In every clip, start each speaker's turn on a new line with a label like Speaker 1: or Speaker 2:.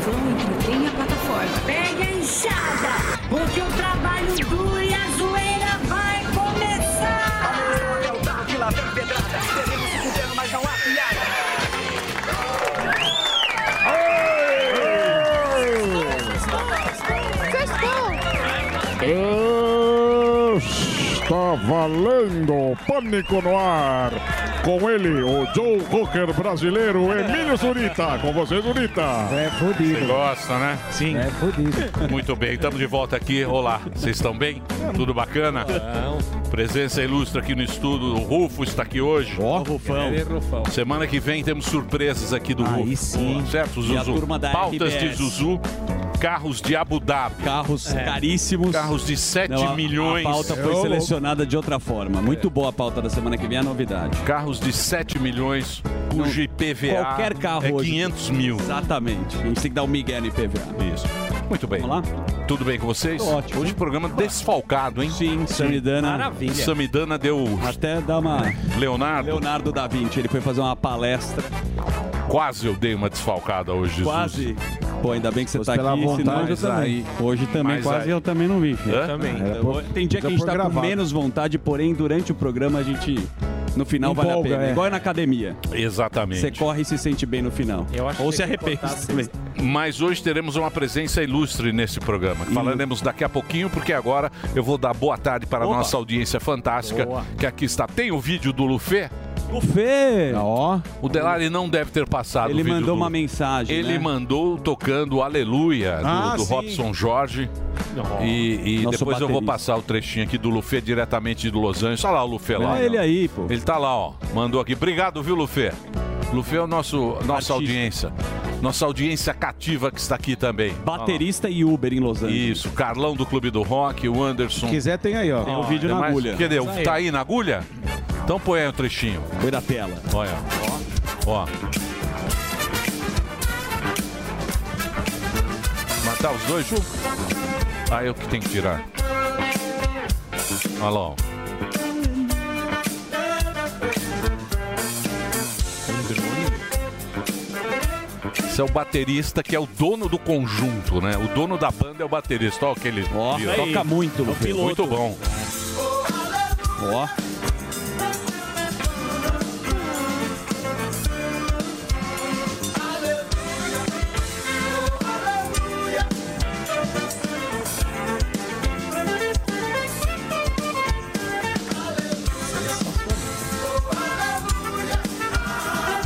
Speaker 1: vão entretém a plataforma.
Speaker 2: Pega a enxada, porque o trabalho duro e a zoeira vai começar.
Speaker 3: É o carro de lavar pedrada. Devemos se fuder, mas não há piada.
Speaker 4: Está valendo! Pânico no ar! Com ele, o Joe Hooker brasileiro, Emílio Zurita. Com você, Zurita.
Speaker 5: É fodido.
Speaker 6: Você gosta, né? Sim.
Speaker 5: É fodido.
Speaker 6: Muito bem, estamos de volta aqui. Olá, vocês estão bem? Tudo bacana? Presença ilustre aqui no estúdio. O Rufo está aqui hoje. Ó,
Speaker 7: Rufão. Grande é Rufão.
Speaker 6: Semana que vem temos surpresas aqui do Rufo.
Speaker 7: sim.
Speaker 6: Certo, Zuzu?
Speaker 7: E a turma da
Speaker 6: Pautas de
Speaker 7: RBS.
Speaker 6: Zuzu. Carros de Abu Dhabi.
Speaker 7: Carros
Speaker 5: É.
Speaker 7: caríssimos.
Speaker 6: Carros de 7
Speaker 7: Não, a-
Speaker 6: milhões.
Speaker 7: A pauta foi selecionada de outra forma. Muito boa a pauta da semana que vem, é a novidade.
Speaker 6: Carros de 7 milhões, cujo IPVA
Speaker 7: Qualquer carro
Speaker 6: é
Speaker 7: hoje.
Speaker 6: 500 mil.
Speaker 7: Exatamente. A gente tem que dar um migué no IPVA.
Speaker 6: Isso. Muito bem.
Speaker 7: Vamos lá?
Speaker 6: Tudo bem com vocês?
Speaker 7: Tô ótimo.
Speaker 6: Hoje o programa desfalcado, hein?
Speaker 7: Sim, Samidana.
Speaker 5: Maravilha.
Speaker 6: Samidana deu
Speaker 7: Até dar uma...
Speaker 6: Leonardo.
Speaker 7: Leonardo da Vinci, ele foi fazer uma palestra.
Speaker 6: Quase eu dei uma desfalcada hoje, Jesus.
Speaker 7: Quase. Pô, ainda bem que você tá
Speaker 5: pela
Speaker 7: aqui,
Speaker 5: vontade,
Speaker 7: senão...
Speaker 5: eu também.
Speaker 7: Hoje também
Speaker 6: Mas
Speaker 7: quase
Speaker 6: aí-
Speaker 7: eu também não vi. filho.
Speaker 6: Hã?
Speaker 5: Era
Speaker 7: Então, Tem dia que a gente tá com
Speaker 5: gravado.
Speaker 7: menos vontade, porém durante o programa a gente... No final vale a
Speaker 5: Empolga,
Speaker 7: pena.
Speaker 5: é.
Speaker 7: Igual na academia.
Speaker 6: Exatamente.
Speaker 7: Você corre e se sente bem no final. Ou se arrepende. também.
Speaker 6: Mas hoje teremos uma presença ilustre nesse programa. que Falaremos daqui a pouquinho, porque agora eu vou dar boa tarde para a
Speaker 7: Opa.
Speaker 6: nossa audiência fantástica, que aqui está. Tem o vídeo do Lufê?
Speaker 7: O Fê!
Speaker 5: Ó,
Speaker 6: O Delari não deve ter passado
Speaker 7: Ele
Speaker 6: o vídeo
Speaker 7: mandou
Speaker 6: do-
Speaker 7: uma mensagem.
Speaker 6: Ele
Speaker 7: né?
Speaker 6: mandou tocando Aleluia É do,
Speaker 5: Ah,
Speaker 6: do
Speaker 5: sim.
Speaker 6: Robson Jorge. E, e
Speaker 7: Nosso
Speaker 6: depois eu vou
Speaker 7: baterista.
Speaker 6: passar o trechinho aqui do Lufê diretamente de Los Angeles. Olha lá o Lufê lá.
Speaker 7: Olha é ele aí, pô.
Speaker 6: Ele tá lá, ó. Mandou aqui. Obrigado, viu, Lufê? Lufê é o nosso, nossa
Speaker 7: Artista.
Speaker 6: audiência. Nossa audiência cativa que está aqui também.
Speaker 7: Baterista e Uber em Los Angeles.
Speaker 6: Isso, Carlão do Clube do Rock, o Anderson.
Speaker 5: quiser tem aí, ó.
Speaker 7: Tem um vídeo na
Speaker 6: Mas,
Speaker 7: agulha.
Speaker 6: Quer dizer, tá aí na agulha? Então põe aí o trechinho.
Speaker 7: Foi da tela.
Speaker 6: Olha. Ó. Matar os dois, Ju? Ah, eu que tenho que tirar. Olha lá, ó. Esse é o baterista que é o dono do conjunto, né? O dono da banda é o baterista. Olha aquele.
Speaker 7: Ó,
Speaker 6: viu?
Speaker 7: toca muito, Lupê.
Speaker 6: Muito bom.
Speaker 7: Ó.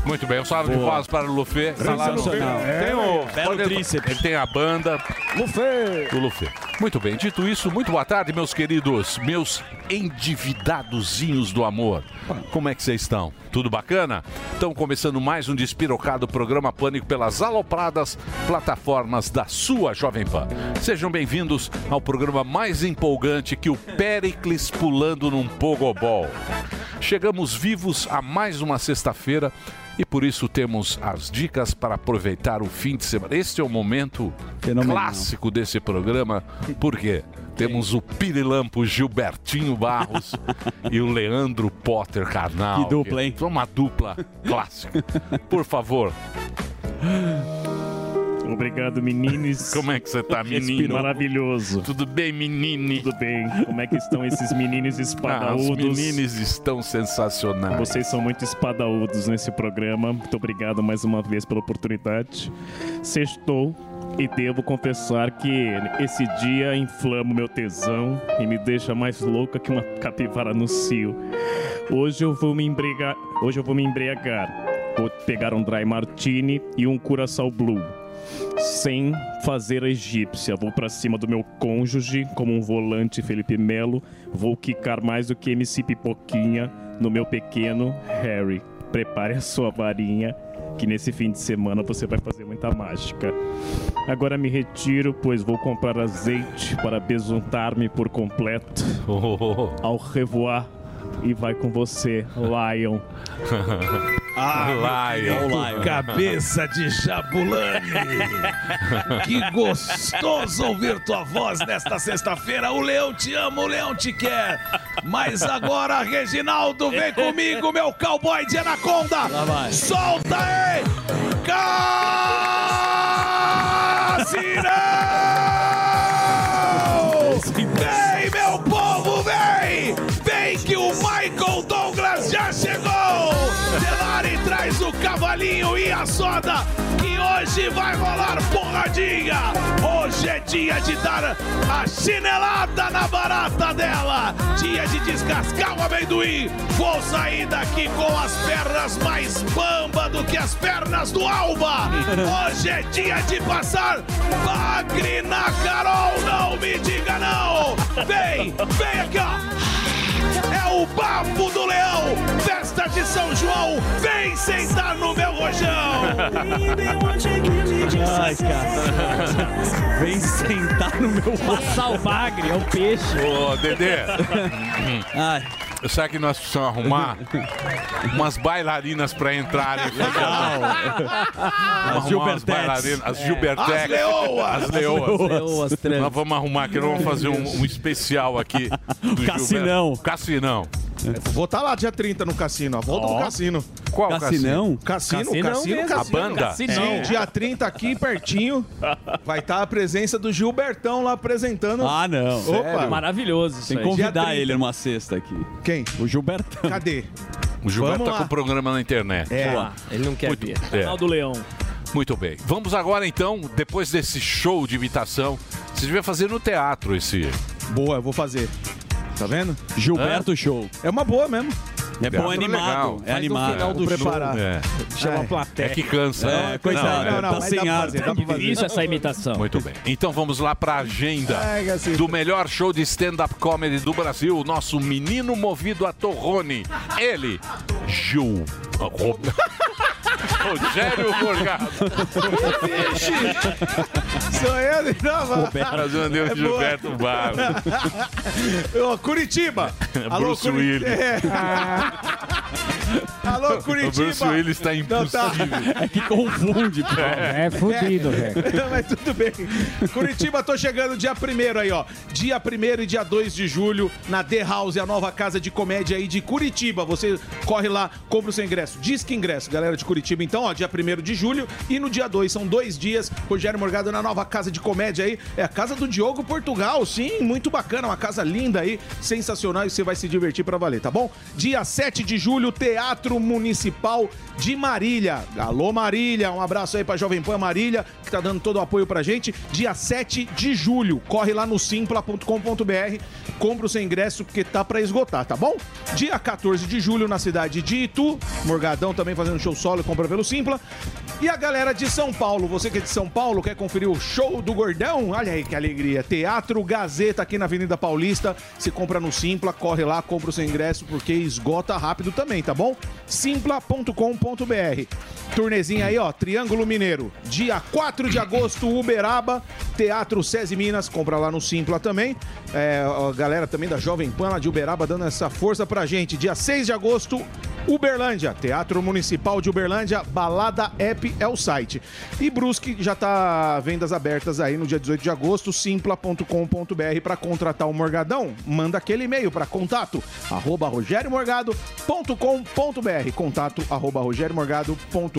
Speaker 6: Muito bem, um salve de
Speaker 7: Boa.
Speaker 6: palmas para o Lufê. Salário-
Speaker 7: Sensacional. É,
Speaker 6: Tem o
Speaker 7: Belo
Speaker 6: pode-
Speaker 7: tríceps.
Speaker 6: Ele tem a banda
Speaker 5: Lufê!
Speaker 6: do Lufê. Muito bem, dito isso, muito boa tarde, meus queridos, meus endividadozinhos do amor. Como é que vocês estão? Tudo bacana? Estão começando mais um despirocado programa Pânico pelas alopradas plataformas da sua Jovem Pan. Sejam bem-vindos ao programa mais empolgante que o Pericles pulando num pogobol. Chegamos vivos a mais uma sexta-feira e por isso temos as dicas para aproveitar o fim de semana. Este é o momento
Speaker 7: Fenomenal.
Speaker 6: clássico desse programa, porque temos o Pirilampo Gilbertinho Barros e o Leandro Potter Carnal.
Speaker 7: Que dupla, hein?
Speaker 6: É Uma dupla clássica. Por favor,
Speaker 8: Obrigado, meninos.
Speaker 6: como é que você tá, menino?
Speaker 8: Maravilhoso.
Speaker 6: Tudo bem, menine?
Speaker 8: Tudo bem? Como é que estão esses meninos
Speaker 6: Ah,
Speaker 7: um
Speaker 6: os
Speaker 8: espadaúdos?
Speaker 6: meninos estão sensacionais.
Speaker 8: Vocês são muito espadaúdos nesse programa. Muito obrigado mais uma vez pela oportunidade. Sextou e devo confessar que esse dia inflama o meu tesão e me deixa mais louca que uma capivara no cio. Hoje eu vou me embriagar. Hoje eu vou me embriagar. Vou pegar um dry martini e um curaçao blue. Sem fazer a egípcia, vou pra cima do meu cônjuge como um volante Felipe Melo. Vou quicar mais do que MC Pipoquinha no meu pequeno Harry. Prepare a sua varinha, que nesse fim de semana você vai fazer muita mágica. Agora me retiro, pois vou comprar azeite para besuntar-me por completo.
Speaker 6: Oh, oh, oh.
Speaker 8: Ao revoar e vai com você, Lion.
Speaker 6: Ah, Lion.
Speaker 7: Ó o Lion.
Speaker 9: Cabeça de Jabulani! que gostoso ouvir tua voz nesta sexta-feira. O Leão te ama, o Leão te quer. Mas agora, Reginaldo, vem comigo, meu cowboy de anaconda.
Speaker 7: Lá vai.
Speaker 9: Solta aí! Cowboy! Caipirão! Vem, meu povo, vem! Vem que o Michael Douglas já chegou! Delari traz o cavalinho e a soda que hoje vai rolar porradinha! Hoje é dia de dar a chinelada na barata dela! Dia de descascar o amendoim! Vou sair daqui com as pernas mais bamba do que as pernas do Alba! Hoje é dia de passar bagre na Carol! Não me diga não! Vem, vem aqui ó! É o bafo do leão, festa de São João, vem sentar no meu rojão!
Speaker 7: Ai, cara. Vem sentar no meu
Speaker 5: Passar o bagre é um peixe.
Speaker 6: Ô, Dedê,
Speaker 7: Ai,
Speaker 6: sabe que nós precisamos arrumar umas bailarinas pra entrarem? aqui, cara? Arrumar umas
Speaker 7: Gilbertetes.
Speaker 6: bailarinas, as Gilbertetes.
Speaker 9: As leoas!
Speaker 6: As leoas.
Speaker 7: leoas trans.
Speaker 6: Nós vamos arrumar aqui, nós vamos fazer um, um especial aqui. do
Speaker 7: Cassinão.
Speaker 6: Gilberto. Cassinão.
Speaker 10: Vou estar lá dia 30 no cassino, a volta do cassino.
Speaker 6: Qual cassinão?
Speaker 7: Cassinão?
Speaker 10: Cassino, cassino,
Speaker 5: Cassino
Speaker 10: cassino.
Speaker 5: mesmo.
Speaker 6: A banda?
Speaker 10: Sim, dia 30 aqui pertinho. Vai estar a presença do Gilbertão lá apresentando.
Speaker 7: Ah, não.
Speaker 10: Opa,
Speaker 5: Maravilhoso isso
Speaker 7: Tem que
Speaker 5: aí.
Speaker 10: Dia
Speaker 7: convidar
Speaker 10: 30.
Speaker 7: ele numa cesta aqui.
Speaker 10: quem?
Speaker 7: O Gilbertão.
Speaker 10: Cadê?
Speaker 6: O Gilberto
Speaker 10: Vamos
Speaker 6: tá com
Speaker 10: lá.
Speaker 6: o programa na internet.
Speaker 10: É.
Speaker 5: Boa. Ele não quer
Speaker 6: Muito-
Speaker 5: vir.
Speaker 6: é.
Speaker 5: Canal do Leão.
Speaker 6: Muito bem. Vamos agora então, depois desse show de imitação, você devia fazer no teatro esse.
Speaker 10: Boa, eu vou fazer. Tá vendo?
Speaker 7: Gilberto Show.
Speaker 10: É uma boa mesmo.
Speaker 7: É bom
Speaker 6: Teatro
Speaker 7: animado.
Speaker 6: legal.
Speaker 7: É animado.
Speaker 10: final do preparar.
Speaker 6: É,
Speaker 10: Chama a plateia.
Speaker 6: é que cansa.
Speaker 7: É,
Speaker 6: né?
Speaker 7: coitado.
Speaker 6: Não, é.
Speaker 10: Não, não,
Speaker 7: tá
Speaker 10: mas
Speaker 7: sem
Speaker 10: dá pra
Speaker 7: ar.
Speaker 10: fazer, dá pra fazer.
Speaker 5: Difícil essa imitação.
Speaker 6: Muito bem. Então vamos lá para a agenda
Speaker 10: Ai, cacete.
Speaker 6: do melhor show de stand-up comedy do Brasil, o nosso menino movido a torrone. Ele, Gil. Ro- Rogério Morgado.
Speaker 10: Sou eu de novo. É
Speaker 6: Fazendo
Speaker 2: É
Speaker 6: Deus Gilberto Barros.
Speaker 10: Ô, Curitiba.
Speaker 6: Bruce
Speaker 10: Curi-
Speaker 6: Willis.
Speaker 10: É. Alô,
Speaker 6: O
Speaker 10: Curitiba.
Speaker 6: Bruce Willis está
Speaker 10: Não,
Speaker 6: impossível.
Speaker 10: tá.
Speaker 7: É que confunde, pô.
Speaker 11: É fudido, velho.
Speaker 10: Mas tudo bem. Curitiba, tô chegando dia 1 aí, ó. Dia 1 e dia 2 de julho, na The House, a nova casa de comédia aí de Curitiba. Você corre lá, compra o seu ingresso. Diz que ingresso, galera de Curitiba. Então, ó, dia 1 de julho e no dia 2, são dois dias. Rogério Morgado na nova casa de comédia aí. É a casa do Diogo Portugal, sim, muito bacana. Uma casa linda aí, sensacional e você vai se divertir pra valer, tá bom? Dia 7 de julho, Teatro Municipal de Marília. Alô, Marília, um abraço aí pra Jovem Pan Marília, que tá dando todo o apoio pra gente. Dia 7 de julho, corre lá no simpla.com.br, compra o seu ingresso, porque tá pra esgotar, tá bom? Dia 14 de julho, na cidade de Itu, Morgadão também fazendo show solo, compra pelo Simpla. E a galera de São Paulo, você que é de São Paulo, quer conferir o show do Gordão? Olha aí que alegria. Teatro Gazeta aqui na Avenida Paulista. Se compra no Simpla, corre lá, compra o seu ingresso, porque esgota rápido também, tá bom? Simpla.com.br. Turnezinha aí, ó, Triângulo Mineiro. Dia 4 de agosto, Uberaba, Teatro SESI Minas, compra lá no Simpla também. É, ó, a galera também da Jovem Pan lá de Uberaba dando essa força pra gente. Dia 6 de agosto, Uberlândia, Teatro Municipal de Uberlândia, Balada App é o site. E Brusque já tá vendas abertas aí no dia 18 de agosto, simpla.com.br para contratar o Morgadão. Manda aquele e-mail para contato arroba rogeriomorgado.com.br contato arroba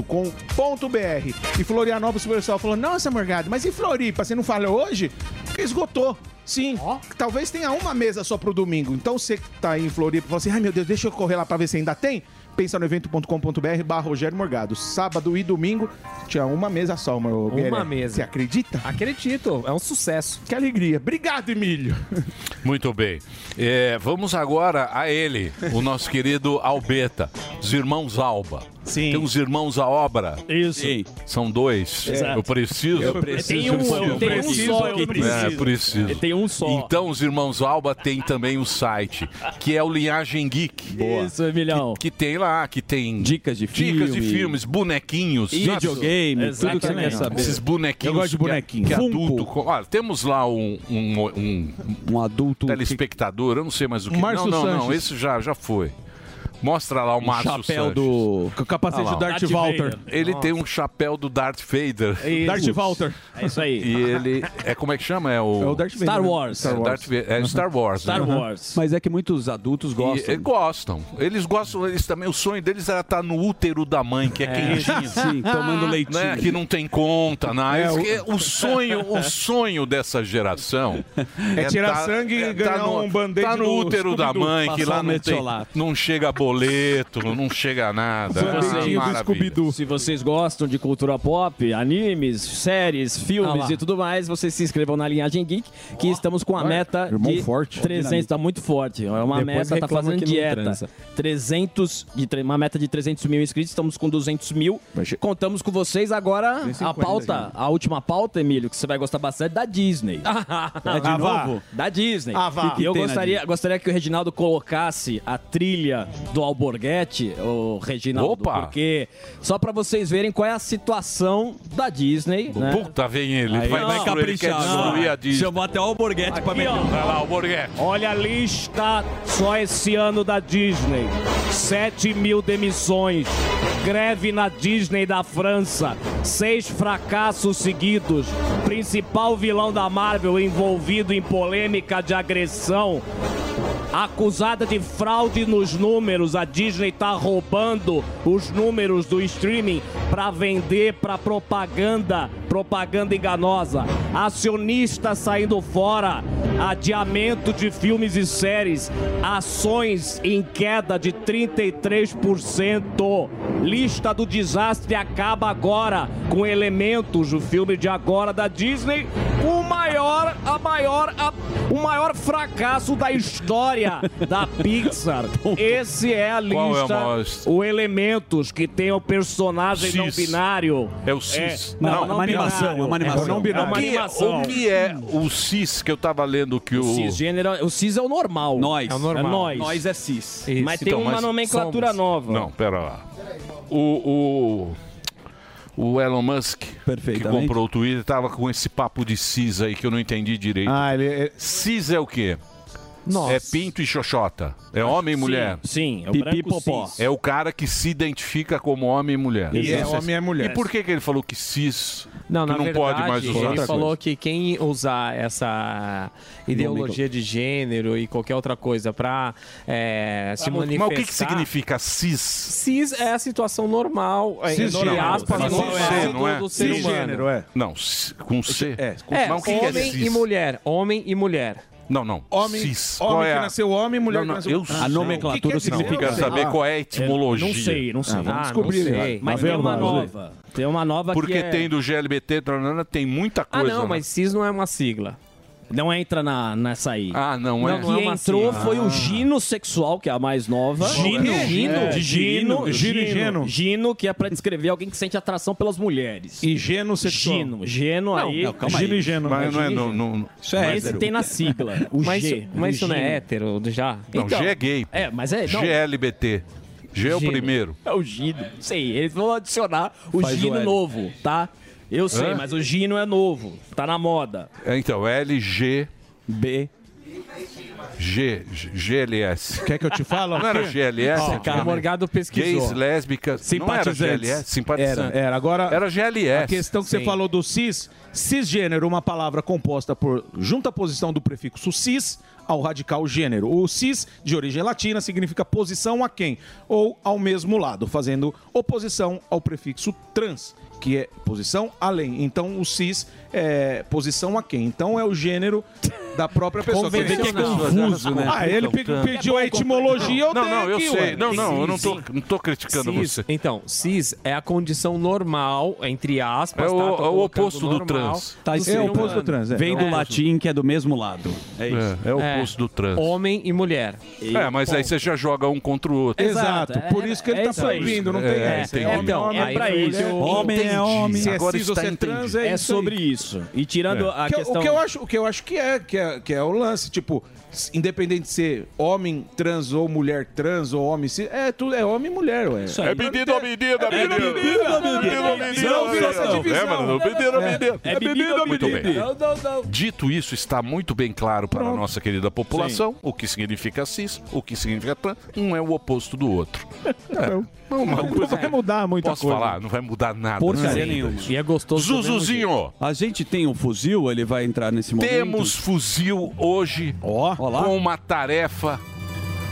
Speaker 10: rogeriomorgado.com.br E Florianópolis, o pessoal falou, nossa Morgado, mas e Floripa, você não fala hoje? Porque Esgotou. Sim, talvez tenha uma mesa só pro domingo. Então você que tá aí em Floripa e fala assim: ai meu Deus, deixa eu correr lá pra ver se ainda tem. Pensa no evento.com.br barra Rogério Morgado. Sábado e domingo tinha uma mesa só, meu Guilherme.
Speaker 11: mesa.
Speaker 10: Você acredita?
Speaker 11: Acredito, é um sucesso.
Speaker 10: Que alegria. Obrigado, Emílio.
Speaker 6: Muito bem. É, vamos agora a ele, o nosso querido Albeta, os irmãos Alba.
Speaker 10: Sim.
Speaker 6: Tem os irmãos à obra.
Speaker 5: Isso.
Speaker 7: Ei,
Speaker 6: São dois. Eu preciso. Eu
Speaker 5: Tem um, eu tenho um só, eu não
Speaker 6: É,
Speaker 5: preciso.
Speaker 6: preciso.
Speaker 5: Ele tem um só.
Speaker 6: Então, os irmãos Alba tem também um site, que é o Linhagem Geek.
Speaker 5: Isso, Emilhão.
Speaker 6: Que tem lá, que tem
Speaker 7: Dicas de
Speaker 6: dicas de
Speaker 7: filme.
Speaker 6: filmes, bonequinhos.
Speaker 7: videogame, tudo que você quer
Speaker 5: Exatamente.
Speaker 6: Esses
Speaker 7: saber.
Speaker 6: bonequinhos.
Speaker 7: Eu gosto de
Speaker 6: que-
Speaker 7: bonequinho.
Speaker 6: Que,
Speaker 7: Funko.
Speaker 6: adulto. co- Olha, temos lá um- um- um
Speaker 7: Um adulto. Um que-
Speaker 6: telespectador, eu não sei mais o que.
Speaker 10: Márcio
Speaker 6: não, não, não,
Speaker 10: Sanches.
Speaker 6: esse já, já foi. Mostra lá o Márcio
Speaker 7: Um chapéu
Speaker 6: Sanches.
Speaker 7: do- Com o capacete
Speaker 6: Olha lá.
Speaker 7: do Darth Darth Vader. Vader.
Speaker 6: Ele
Speaker 7: Nossa.
Speaker 6: tem um chapéu do Darth Vader.
Speaker 7: Isso. Darth Walter.
Speaker 5: É isso aí.
Speaker 6: E ele... É como é que chama? É o...
Speaker 7: É o Darth Vader, Star né? Wars.
Speaker 6: Star Wars. É, Darth Vader. é Star Wars. né?
Speaker 7: Aham. Mas é que muitos adultos
Speaker 6: E, é
Speaker 7: gostam.
Speaker 6: e gostam. Eles gostam, eles também. O sonho deles era estar no útero da mãe, que é,
Speaker 7: É,
Speaker 6: quentinho.
Speaker 7: sim, tomando leitinho.
Speaker 6: Né, Que não tem conta, né?
Speaker 7: É,
Speaker 6: Esse
Speaker 7: o-
Speaker 6: que é o... sonho, o sonho dessa geração tá-
Speaker 10: É tirar sangue e ganhar
Speaker 6: no,
Speaker 10: um band-aid
Speaker 6: Tá no
Speaker 10: do
Speaker 6: útero da
Speaker 10: Scooby-Doo.
Speaker 6: mãe, que
Speaker 10: Passar
Speaker 6: lá
Speaker 10: um
Speaker 6: não tem,
Speaker 10: metiolato.
Speaker 6: não chega boleto, não chega nada.
Speaker 5: Vocês-
Speaker 6: Maravilha.
Speaker 5: Se vocês gostam de cultura pop, animes, séries, filmes
Speaker 6: Ah lá.
Speaker 5: e tudo mais, vocês se inscrevam na Linhagem Geek, que estamos com a meta
Speaker 12: Irmão
Speaker 5: de
Speaker 12: forte.
Speaker 5: 300, tá muito forte. É uma
Speaker 12: Depois
Speaker 5: meta, tá
Speaker 12: reclama
Speaker 5: fazendo
Speaker 12: que não
Speaker 5: dieta.
Speaker 12: transa.
Speaker 5: 300, de, tre- uma meta de 300 mil inscritos, estamos com 200 mil. Contamos com vocês agora a
Speaker 12: 350
Speaker 5: pauta, a última pauta, Emílio, que você vai gostar bastante, da Disney.
Speaker 12: É de
Speaker 5: Ah, vá.
Speaker 12: novo?
Speaker 5: Da Disney.
Speaker 12: Ah, vá.
Speaker 5: E eu
Speaker 12: Que pena,
Speaker 5: gostaria,
Speaker 12: Disney.
Speaker 5: gostaria que o Reginaldo colocasse a trilha do Alborguete, o Reginaldo,
Speaker 6: Opa!
Speaker 5: porque só pra vocês verem qual é a situação da Disney, né?
Speaker 6: Puta, vem Tá ele.
Speaker 5: Aí
Speaker 6: vai,
Speaker 5: não.
Speaker 6: destruir, ele quer
Speaker 5: Caprichado.
Speaker 6: destruir a Disney.
Speaker 5: Chamou
Speaker 7: até o Alborguete
Speaker 5: pra meter.
Speaker 6: Vai lá, Alborguete.
Speaker 13: Olha a lista só esse ano da Disney: 7 mil demissões, greve na Disney da França, seis fracassos seguidos, principal vilão da Marvel envolvido em polêmica de agressão. Acusada de fraude nos números, a Disney tá roubando os números do streaming para vender para propaganda, propaganda enganosa. Acionista saindo fora, adiamento de filmes e séries, ações em queda de 33%. Lista do desastre acaba agora com elementos, o filme de agora da Disney, com o maior, a maior, a- o maior fracasso da história da Pixar. Esse é a
Speaker 6: Qual é o
Speaker 13: lista,
Speaker 6: maior-
Speaker 13: o elementos que tem o personagem não
Speaker 6: Cis.
Speaker 13: binário.
Speaker 6: É o Cis.
Speaker 13: É, não, binário. É o não binário.
Speaker 6: O que- O
Speaker 13: animação.
Speaker 6: que é o Cis que eu tava lendo que o.
Speaker 5: Cisgênero, o cis é o normal.
Speaker 6: Nós.
Speaker 5: É o normal. É nós. Nós é
Speaker 7: cis.
Speaker 5: Mas tem uma nomenclatura nova.
Speaker 6: Então, Não, pera lá. O. o... o Elon Musk, que comprou o Twitter, tava com esse papo de cis aí que eu não entendi direito.
Speaker 10: Ah, ele...
Speaker 6: Cis é o quê?
Speaker 10: Nossa.
Speaker 6: É pinto e xoxota. É homem e
Speaker 10: Sim,
Speaker 6: mulher.
Speaker 5: sim, é
Speaker 10: o Pipi branco popó. cis.
Speaker 6: É o cara que se identifica como homem e mulher.
Speaker 10: E é homem e mulher.
Speaker 6: E por que, que ele falou que cis
Speaker 14: Não,
Speaker 6: que
Speaker 14: na
Speaker 6: não
Speaker 14: verdade,
Speaker 6: pode mais usar?
Speaker 14: ele falou que quem usar essa ideologia de gênero e qualquer outra coisa pra é, se
Speaker 6: Ah, Mas
Speaker 14: manifestar...
Speaker 6: o que, que significa cis?
Speaker 14: Cis é a situação normal, é, entre
Speaker 6: Cisgênero.
Speaker 14: aspas,
Speaker 6: Não,
Speaker 14: normal
Speaker 6: C, não é?
Speaker 14: do, do ser humano.
Speaker 6: Não, c- com C. É,
Speaker 14: É, homem e mulher. Homem e mulher.
Speaker 6: Não, não.
Speaker 14: Homem-
Speaker 6: Cis.
Speaker 14: homem
Speaker 6: Qual é
Speaker 14: que
Speaker 6: a-
Speaker 14: nasceu homem, mulher
Speaker 6: não, não,
Speaker 14: que nasceu-
Speaker 6: eu
Speaker 14: A
Speaker 6: sei.
Speaker 14: nomenclatura
Speaker 6: O que que é cis?
Speaker 14: significa-
Speaker 6: Eu quero
Speaker 14: Não sei.
Speaker 6: saber qual é a
Speaker 14: Ah,
Speaker 6: etimologia.
Speaker 5: Não sei, não sei.
Speaker 6: Ah, vamos
Speaker 5: não
Speaker 6: descobrir.
Speaker 5: sei. Mas tem uma nova. Tem uma nova
Speaker 6: Porque
Speaker 5: que é...
Speaker 6: tem do GLBT, tranana, tem muita
Speaker 5: Ah,
Speaker 6: coisa. né?
Speaker 5: não, mas
Speaker 14: cis não é uma sigla.
Speaker 5: Não entra na, nessa aí.
Speaker 6: Ah, não, é.
Speaker 5: O
Speaker 6: Não é
Speaker 5: que
Speaker 6: uma
Speaker 5: entrou
Speaker 6: sigla.
Speaker 5: foi o
Speaker 14: Ah.
Speaker 5: Gino Sexual, que é a mais nova.
Speaker 6: Gino?
Speaker 5: É, Gino?
Speaker 6: É,
Speaker 5: de
Speaker 6: Gino, Gino e Geno.
Speaker 5: Gino, que é pra descrever alguém que sente atração pelas mulheres.
Speaker 10: E Geno Sexual.
Speaker 5: Gino. Geno
Speaker 10: Não,
Speaker 5: aí.
Speaker 10: não, calma aí. Gino e Geno.
Speaker 6: Mas não é,
Speaker 5: Gino e
Speaker 6: não-
Speaker 5: Geno.
Speaker 6: não-
Speaker 5: Isso é Esse
Speaker 6: hétero.
Speaker 5: tem na sigla. O
Speaker 14: mas,
Speaker 5: G.
Speaker 14: mas isso não
Speaker 5: Gino.
Speaker 14: é hétero já?
Speaker 6: Não, G é gay.
Speaker 5: É, mas é- não.
Speaker 6: GLBT. G é o
Speaker 5: Gino.
Speaker 6: primeiro.
Speaker 5: É o Gino. Sei, eles vão adicionar o
Speaker 6: Faz o
Speaker 5: Gino
Speaker 6: L.
Speaker 5: novo, tá? Eu sei,
Speaker 6: Hã?
Speaker 5: mas o Gino é novo. Tá na moda.
Speaker 6: É, então, LG.
Speaker 5: B.
Speaker 6: G, G- GLS.
Speaker 10: Quer que eu te fale o
Speaker 6: Não era
Speaker 10: quê?
Speaker 6: GLS?
Speaker 10: Ó,
Speaker 6: antigamente?
Speaker 10: o Morgado pesquisou.
Speaker 6: Gays, lésbicas.
Speaker 10: Simpatizantes.
Speaker 6: Não era GLS? Simpatizante.
Speaker 10: Era, era. Agora,
Speaker 6: Era GLS.
Speaker 10: A questão que você
Speaker 6: Sim.
Speaker 10: falou do cis, cisgênero, uma palavra composta por juntaposição do prefixo cis ao radical gênero. O cis, de origem latina, significa posição a quem? Ou ao mesmo lado, fazendo oposição ao prefixo trans, que é posição além. Então, o cis é posição a quem? Então, é o gênero da própria pessoa. Quer dizer que é confuso, né? Ah, ele pe- pediu a etimologia, eu
Speaker 6: É Não,
Speaker 10: dei
Speaker 6: não, eu
Speaker 10: aqui,
Speaker 6: sei.
Speaker 10: ué.
Speaker 6: Não, não, eu não tô,
Speaker 14: Sim,
Speaker 6: não tô criticando
Speaker 14: Cis,
Speaker 6: você.
Speaker 14: Então, cis é a condição normal, entre aspas.
Speaker 6: É o-
Speaker 14: tá?
Speaker 6: é
Speaker 14: Tô
Speaker 6: o
Speaker 14: colocando
Speaker 6: oposto do
Speaker 14: normal
Speaker 6: trans.
Speaker 7: Tá, isso
Speaker 14: ser
Speaker 7: aí.
Speaker 14: humano.
Speaker 7: Vem do
Speaker 14: É.
Speaker 7: latim, que é do mesmo lado. É isso.
Speaker 6: É, é o oposto do trans.
Speaker 14: Homem e mulher.
Speaker 6: É, mas aí você já joga um contra o outro.
Speaker 10: Exato, por isso que ele
Speaker 14: é
Speaker 10: tá
Speaker 14: isso aí.
Speaker 10: proibindo, não
Speaker 6: É,
Speaker 10: tem
Speaker 6: é,
Speaker 10: essa.
Speaker 6: entendi.
Speaker 10: Homem,
Speaker 6: Então,
Speaker 10: homem,
Speaker 6: é pra
Speaker 10: mulher,
Speaker 6: isso.
Speaker 10: Homem é homem. Se é
Speaker 5: Agora
Speaker 10: cis ou
Speaker 5: está
Speaker 10: se é trans,
Speaker 5: entendido.
Speaker 10: é
Speaker 5: É
Speaker 10: isso aí.
Speaker 5: sobre isso. E tirando a
Speaker 10: Que eu-
Speaker 5: questão...
Speaker 10: o, que eu acho, o que eu acho que é, que é é, que é o lance, tipo, s- independente de ser homem trans ou mulher trans ou homem cis, é tudo é homem e mulher, ué.
Speaker 6: É pedido a medida, medida.
Speaker 10: a medida. Não virou essa divisão.
Speaker 6: É, mano, pedido a
Speaker 10: É.
Speaker 6: medida.
Speaker 10: É pedido a
Speaker 6: Muito
Speaker 10: medida.
Speaker 6: bem.
Speaker 10: Não,
Speaker 6: Dito isso, está muito bem claro para a nossa querida população o que significa cis, o que significa trans. Um é o oposto do outro.
Speaker 10: Não,
Speaker 6: não,
Speaker 10: não, vai mudar muita
Speaker 6: Posso
Speaker 10: coisa.
Speaker 6: falar? Não vai mudar nada.
Speaker 7: Porcaria
Speaker 6: né? Sim.
Speaker 7: nenhuma.
Speaker 14: E é gostoso.
Speaker 6: do mesmo Zuzuzinho. jeito.
Speaker 7: A gente tem um fuzil, ele vai entrar nesse momento.
Speaker 6: Temos fuzil hoje com uma tarefa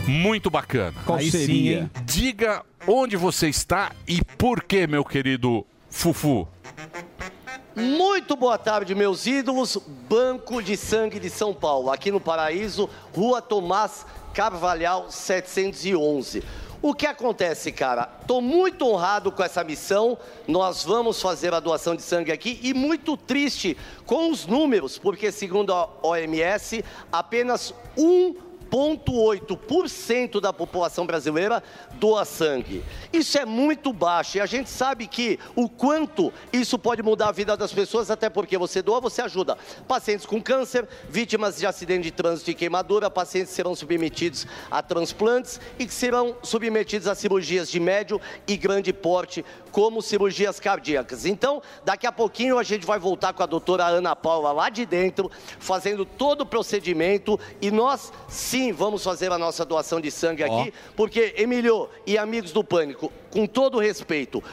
Speaker 6: muito bacana.
Speaker 7: Qual Aí seria? sim, hein?
Speaker 6: Diga onde você está e por que, meu querido Fufu.
Speaker 15: Muito boa tarde, meus ídolos. Banco de Sangue de São Paulo, aqui no Paraíso, Rua Tomás Carvalhal 711. O que acontece, cara? Tô muito honrado com essa missão. Nós vamos fazer a doação de sangue aqui e muito triste com os números, porque segundo a OMS, apenas um 0,8% da população brasileira doa sangue. Isso é muito baixo e a gente sabe que o quanto isso pode mudar a vida das pessoas, até porque você doa, você ajuda. Pacientes com câncer, vítimas de acidente de trânsito e queimadura, pacientes que serão submetidos a transplantes e que serão submetidos a cirurgias de médio e grande porte, como cirurgias cardíacas. Então, daqui a pouquinho a gente vai voltar com a doutora Ana Paula lá de dentro, fazendo todo o procedimento e nós sim vamos fazer a nossa doação de sangue aqui, porque Emílio e amigos do Pânico, com todo respeito,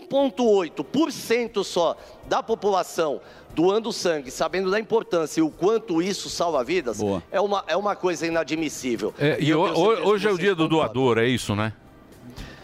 Speaker 15: 1,8% só da população doando sangue, sabendo da importância e o quanto isso salva vidas, é uma, é uma coisa inadmissível.
Speaker 6: É, e
Speaker 15: eu
Speaker 6: ho-
Speaker 15: tenho certeza que
Speaker 6: hoje é o
Speaker 15: vocês
Speaker 6: dia do doador, é isso, né?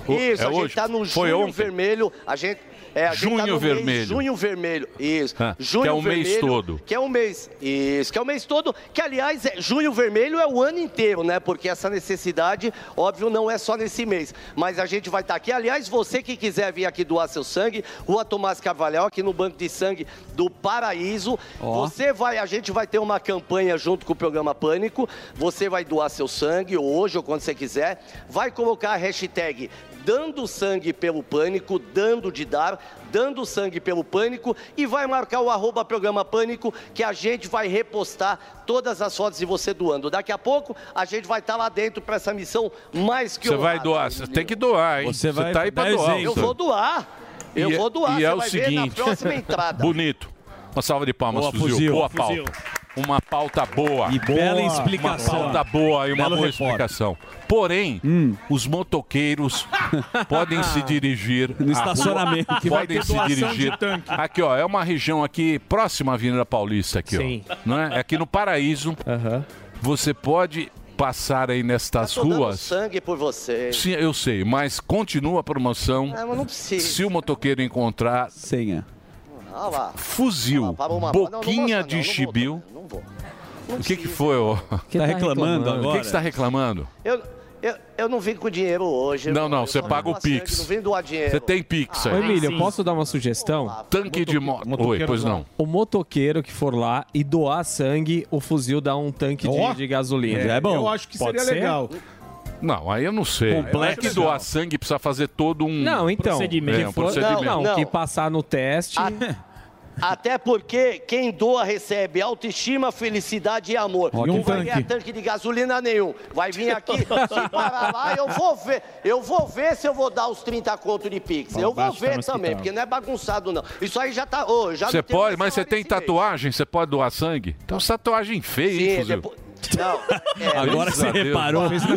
Speaker 6: O-
Speaker 15: isso,
Speaker 6: é
Speaker 15: a gente
Speaker 6: hoje?
Speaker 15: tá no
Speaker 6: Foi
Speaker 15: junho
Speaker 6: ontem?
Speaker 15: vermelho, a gente... É, a gente tá
Speaker 6: Junho
Speaker 15: no mês
Speaker 6: vermelho.
Speaker 15: junho vermelho, isso.
Speaker 6: Ah,
Speaker 15: junho
Speaker 6: que é o mês
Speaker 15: vermelho,
Speaker 6: todo.
Speaker 15: Que é o mês, isso, que é o mês todo, que aliás, é, junho vermelho é o ano inteiro, né? Porque essa necessidade, óbvio, não é só nesse mês. Mas a gente vai estar aqui. Aliás, você que quiser vir aqui doar seu sangue, Rua Tomás Carvalhal, aqui no Banco de Sangue do Paraíso.
Speaker 16: Ó.
Speaker 15: Você vai, a gente vai ter uma campanha junto com o programa Pânico. Você vai doar seu sangue hoje ou quando você quiser. Vai colocar a hashtag dando sangue pelo pânico, dando de dar, dando sangue pelo pânico e vai marcar o arroba programa pânico que a gente vai repostar todas as fotos de você doando. Daqui a pouco a gente vai estar lá dentro para essa missão mais que
Speaker 6: Você
Speaker 15: honrada.
Speaker 6: vai doar, você tem que doar, hein?
Speaker 15: Você vai
Speaker 6: tá aí pra
Speaker 15: dar
Speaker 6: doar.
Speaker 15: exemplo. Eu vou doar. Eu
Speaker 6: E-
Speaker 15: vou doar,
Speaker 6: E é
Speaker 15: você
Speaker 6: o
Speaker 15: vai ver na
Speaker 6: seguinte.
Speaker 15: próxima entrada.
Speaker 6: Bonito. Uma salva de palmas,
Speaker 15: Boa,
Speaker 6: fuzil.
Speaker 15: fuzil.
Speaker 6: Boa
Speaker 15: Fuzil.
Speaker 6: pauta. Uma pauta boa.
Speaker 7: E boa- Bela explicação.
Speaker 6: Uma pauta boa e uma
Speaker 7: Belo
Speaker 6: boa
Speaker 7: repórter.
Speaker 6: explicação. Porém,
Speaker 7: Hum.
Speaker 6: os motoqueiros podem se dirigir
Speaker 7: No
Speaker 6: à rua,
Speaker 7: estacionamento. Que vai
Speaker 6: podem
Speaker 7: ter
Speaker 6: se
Speaker 7: doação de
Speaker 6: dirigir.
Speaker 7: tanque.
Speaker 6: Aqui, ó, é uma região aqui próxima à Avenida Paulista aqui,
Speaker 14: Sim.
Speaker 6: ó. Não é? É Aqui no Paraíso. Você pode passar aí nestas
Speaker 15: Tô dando
Speaker 6: ruas.
Speaker 15: sangue por você.
Speaker 6: Sim, é- eu sei, mas continua a promoção.
Speaker 15: Ah, mas não precisa.
Speaker 6: Se o motoqueiro encontrar.
Speaker 7: Senha.
Speaker 15: Olha lá.
Speaker 6: Fuzil.
Speaker 15: parou uma- Não, não
Speaker 6: boquinha de chibiu. O que, que foi, ô?
Speaker 15: Que tá reclamando
Speaker 6: O que
Speaker 15: agora?
Speaker 6: que você tá reclamando?
Speaker 15: Eu, eu, eu não vim com dinheiro hoje.
Speaker 6: Não,
Speaker 15: irmão.
Speaker 6: não,
Speaker 15: Eu
Speaker 6: você
Speaker 15: só
Speaker 6: paga
Speaker 15: vim
Speaker 6: o
Speaker 15: com sangue,
Speaker 6: Pix.
Speaker 15: Não vim doar dinheiro.
Speaker 6: Você tem Pix aí.
Speaker 14: Ô, Emílio, posso dar uma sugestão?
Speaker 6: é. Tanque de moto. Oi, pois não.
Speaker 14: O motoqueiro que for lá e doar sangue, o fuzil dá um tanque
Speaker 6: Ó,
Speaker 14: de, de gasolina.
Speaker 6: é bom. Eu acho que
Speaker 14: Pode
Speaker 6: seria
Speaker 14: ser?
Speaker 6: legal. Não, aí eu não sei.
Speaker 14: Complexo.
Speaker 6: É que doar sangue precisa fazer todo um.
Speaker 14: Não, então.
Speaker 6: É, um procedimento.
Speaker 14: Não, que passar no teste.
Speaker 15: Até porque quem doa recebe autoestima, felicidade e amor.
Speaker 14: Ó,
Speaker 15: não
Speaker 14: que
Speaker 15: vai
Speaker 14: tanque.
Speaker 15: ganhar tanque de gasolina nenhum. Vai vir aqui, se parar lá, eu vou ver. Eu vou ver se eu vou dar os 30 conto de Pix.
Speaker 6: Ó,
Speaker 15: eu vou
Speaker 6: baixo tá no
Speaker 15: ver também,
Speaker 6: hospital.
Speaker 15: porque não é bagunçado, não. Isso aí já tá. Ô, já
Speaker 6: Você
Speaker 15: não tem
Speaker 6: pode, mas você tem tatuagem, você pode doar sangue? Então, essa tatuagem feia, hein, fuzil?
Speaker 15: Não,
Speaker 6: Graças a Deus.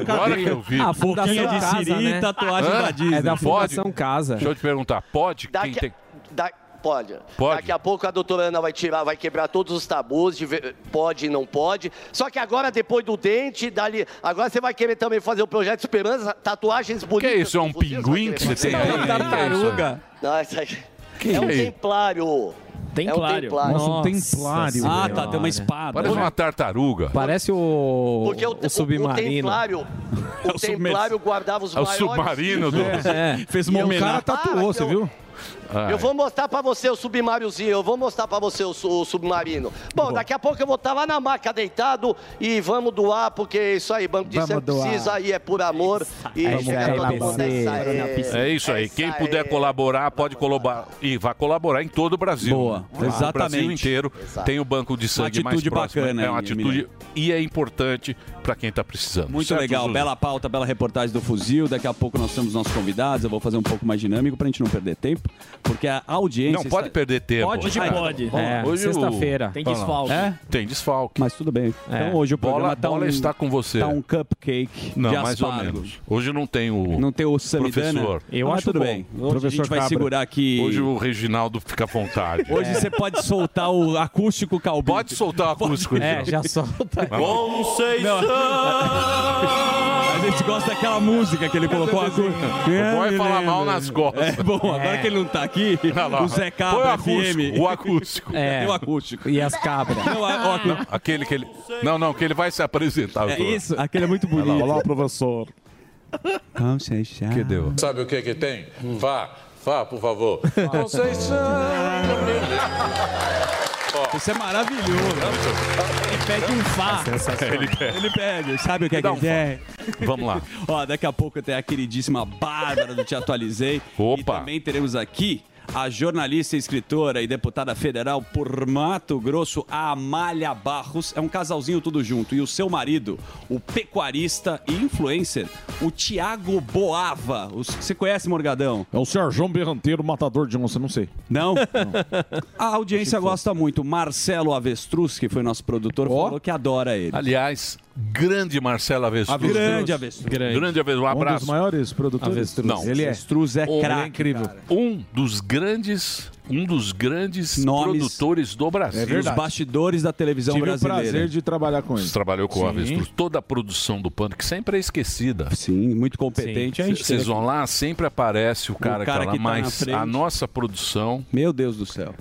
Speaker 6: Agora que eu vi.
Speaker 14: A Fundação Casa, né?
Speaker 6: Hã?
Speaker 14: É da Fundação
Speaker 6: Pode?
Speaker 14: Casa.
Speaker 6: Deixa eu te perguntar, pode quem
Speaker 15: Daqui,
Speaker 6: tem...
Speaker 15: da- pode.
Speaker 6: Pode?
Speaker 15: Daqui a pouco a doutora Ana vai tirar, vai quebrar todos os tabus de ver- pode e não pode. Só que agora, depois do dente, dali, agora você vai querer também fazer o projeto Esperança, tatuagens bonitas.
Speaker 6: Que isso, é um
Speaker 15: com fuzil,
Speaker 6: pinguim
Speaker 15: vai
Speaker 6: que
Speaker 15: querer
Speaker 6: você tem
Speaker 15: fazer?
Speaker 6: aí? Não, é uma tartaruga.
Speaker 15: Não, isso aí.
Speaker 6: Que
Speaker 15: é um
Speaker 6: isso?
Speaker 15: templário. É um templário.
Speaker 14: Ah, tá, tem uma espada.
Speaker 6: Parece uma tartaruga.
Speaker 14: Parece o,
Speaker 15: Porque o,
Speaker 14: o
Speaker 15: o, o
Speaker 14: submarino.
Speaker 15: templário,
Speaker 6: É
Speaker 15: o,
Speaker 14: o submer-
Speaker 15: templário guardava os
Speaker 14: É o
Speaker 15: maiores...
Speaker 14: submarino do- É. Fez uma
Speaker 15: E o cara
Speaker 6: Ah,
Speaker 14: homenagem.
Speaker 15: tatuou, você viu?
Speaker 6: Ai.
Speaker 15: Eu vou mostrar pra você o submariozinho, eu vou mostrar pra você o, su- o submarino. Bom, daqui a pouco eu vou estar lá na maca deitado e vamos doar, porque é isso aí, Banco de
Speaker 6: Vamos
Speaker 15: Sangue
Speaker 6: doar.
Speaker 15: precisa e é por amor. E
Speaker 6: É isso
Speaker 15: chega
Speaker 6: aí,
Speaker 15: todo mundo, é isso aí.
Speaker 6: É isso aí. Quem puder colaborar, pode colaborar. E vai colaborar em todo o Brasil.
Speaker 7: Boa,
Speaker 6: O
Speaker 7: exatamente.
Speaker 6: Brasil inteiro
Speaker 7: Exato.
Speaker 6: tem o banco de sangue
Speaker 7: Uma
Speaker 6: mais
Speaker 7: atitude
Speaker 6: próximo.
Speaker 7: bacana,
Speaker 6: é uma
Speaker 7: hein,
Speaker 6: atitude
Speaker 7: Emiliano?
Speaker 6: e é importante para quem está precisando.
Speaker 7: Muito
Speaker 6: Certo,
Speaker 7: legal,
Speaker 6: Zuzu?
Speaker 7: bela pauta, bela reportagem do Fuzil. Daqui a pouco nós temos nossos convidados. Eu vou fazer um pouco mais dinâmico pra gente não perder tempo, porque a audiência.
Speaker 6: Não pode perder tempo. Hoje
Speaker 7: Ah,
Speaker 6: pode.
Speaker 7: então,
Speaker 6: É,
Speaker 7: bom,
Speaker 6: hoje o-
Speaker 7: sexta-feira.
Speaker 6: Tem desfalque.
Speaker 7: É?
Speaker 6: Tem desfalque.
Speaker 7: Mas tudo bem. Então hoje o
Speaker 6: Bola-
Speaker 7: programa tá
Speaker 6: bola
Speaker 7: um,
Speaker 6: está com você.
Speaker 7: Tá um cupcake
Speaker 6: Não,
Speaker 7: de
Speaker 6: mais ou
Speaker 7: aspargo.
Speaker 6: menos. Hoje não tem o
Speaker 7: Não tem o Samidana?
Speaker 6: professor.
Speaker 7: Eu Mas acho tudo bom. bem. Hoje a Professor gente vai Cabra. segurar aqui-
Speaker 6: Hoje o Reginaldo fica à vontade.
Speaker 7: Hoje você pode soltar o acústico calbito.
Speaker 6: É. Pode soltar o acústico.
Speaker 7: É,
Speaker 6: então.
Speaker 7: já solta.
Speaker 6: Conceição!
Speaker 7: A gente gosta daquela música que ele colocou a cor. né,
Speaker 6: O boy fala mal nas costas.
Speaker 7: É, bom, agora que ele não tá aqui,
Speaker 6: lá.
Speaker 7: o
Speaker 6: Põe
Speaker 7: Zé
Speaker 6: o
Speaker 7: Cabra
Speaker 6: acústico,
Speaker 7: FM.
Speaker 6: o acústico. é
Speaker 7: É. o acústico.
Speaker 6: E as cabras.
Speaker 7: Não, a- o acú-
Speaker 6: aquele que ele. Não, não, que ele vai se apresentar.
Speaker 7: É isso. Aquele é muito bonito.
Speaker 6: Olá, professor.
Speaker 7: Conceição.
Speaker 6: Que deu?
Speaker 16: Sabe o que que tem?
Speaker 6: Hum.
Speaker 16: Vá, vá, por favor. Conceição.
Speaker 7: Isso é maravilhoso. Ele pede um fá.
Speaker 6: Ele pede.
Speaker 7: Ele pede. Sabe o que é que
Speaker 6: É Dá um
Speaker 7: ele é?
Speaker 6: Vamos lá.
Speaker 7: Ó, daqui a pouco tem a queridíssima Bárbara do Te Atualizei. E também teremos aqui a jornalista, escritora e deputada federal por Mato Grosso, a Amália Barros. É um casalzinho tudo junto. E o seu marido, o pecuarista e influencer, o Tiago Boava. Os- Você conhece, Morgadão?
Speaker 10: É o Sérgio Berranteiro, matador de onça, não sei.
Speaker 7: Não? A audiência gosta muito. Marcelo Avestruz, que foi nosso produtor, falou que adora ele.
Speaker 6: Aliás, grande Marcelo Avestruz.
Speaker 7: Avestruz. Grande Avestruz.
Speaker 6: Grande, Avestruz. Um abraço.
Speaker 10: Um dos maiores produtores.
Speaker 6: Avestruz. Não.
Speaker 10: Ele é.
Speaker 7: Avestruz é
Speaker 10: Ele
Speaker 7: craque,
Speaker 10: incrível.
Speaker 6: Um dos grandes, um dos grandes
Speaker 7: Nomes. É
Speaker 6: produtores do Brasil.
Speaker 7: Os bastidores da televisão
Speaker 6: É Tive o
Speaker 7: brasileira.
Speaker 6: prazer
Speaker 10: de trabalhar com
Speaker 6: Você trabalhou com o
Speaker 7: Sim.
Speaker 6: Avestruz. Toda a produção do Pânico sempre é esquecida.
Speaker 7: Sim, muito competente. A gente
Speaker 6: Vocês
Speaker 7: teve.
Speaker 6: vão lá, sempre aparece o cara,
Speaker 7: cara
Speaker 6: que tá lá,
Speaker 7: que tá na
Speaker 6: mas
Speaker 7: frente.
Speaker 6: a nossa produção...
Speaker 7: Meu Deus do céu.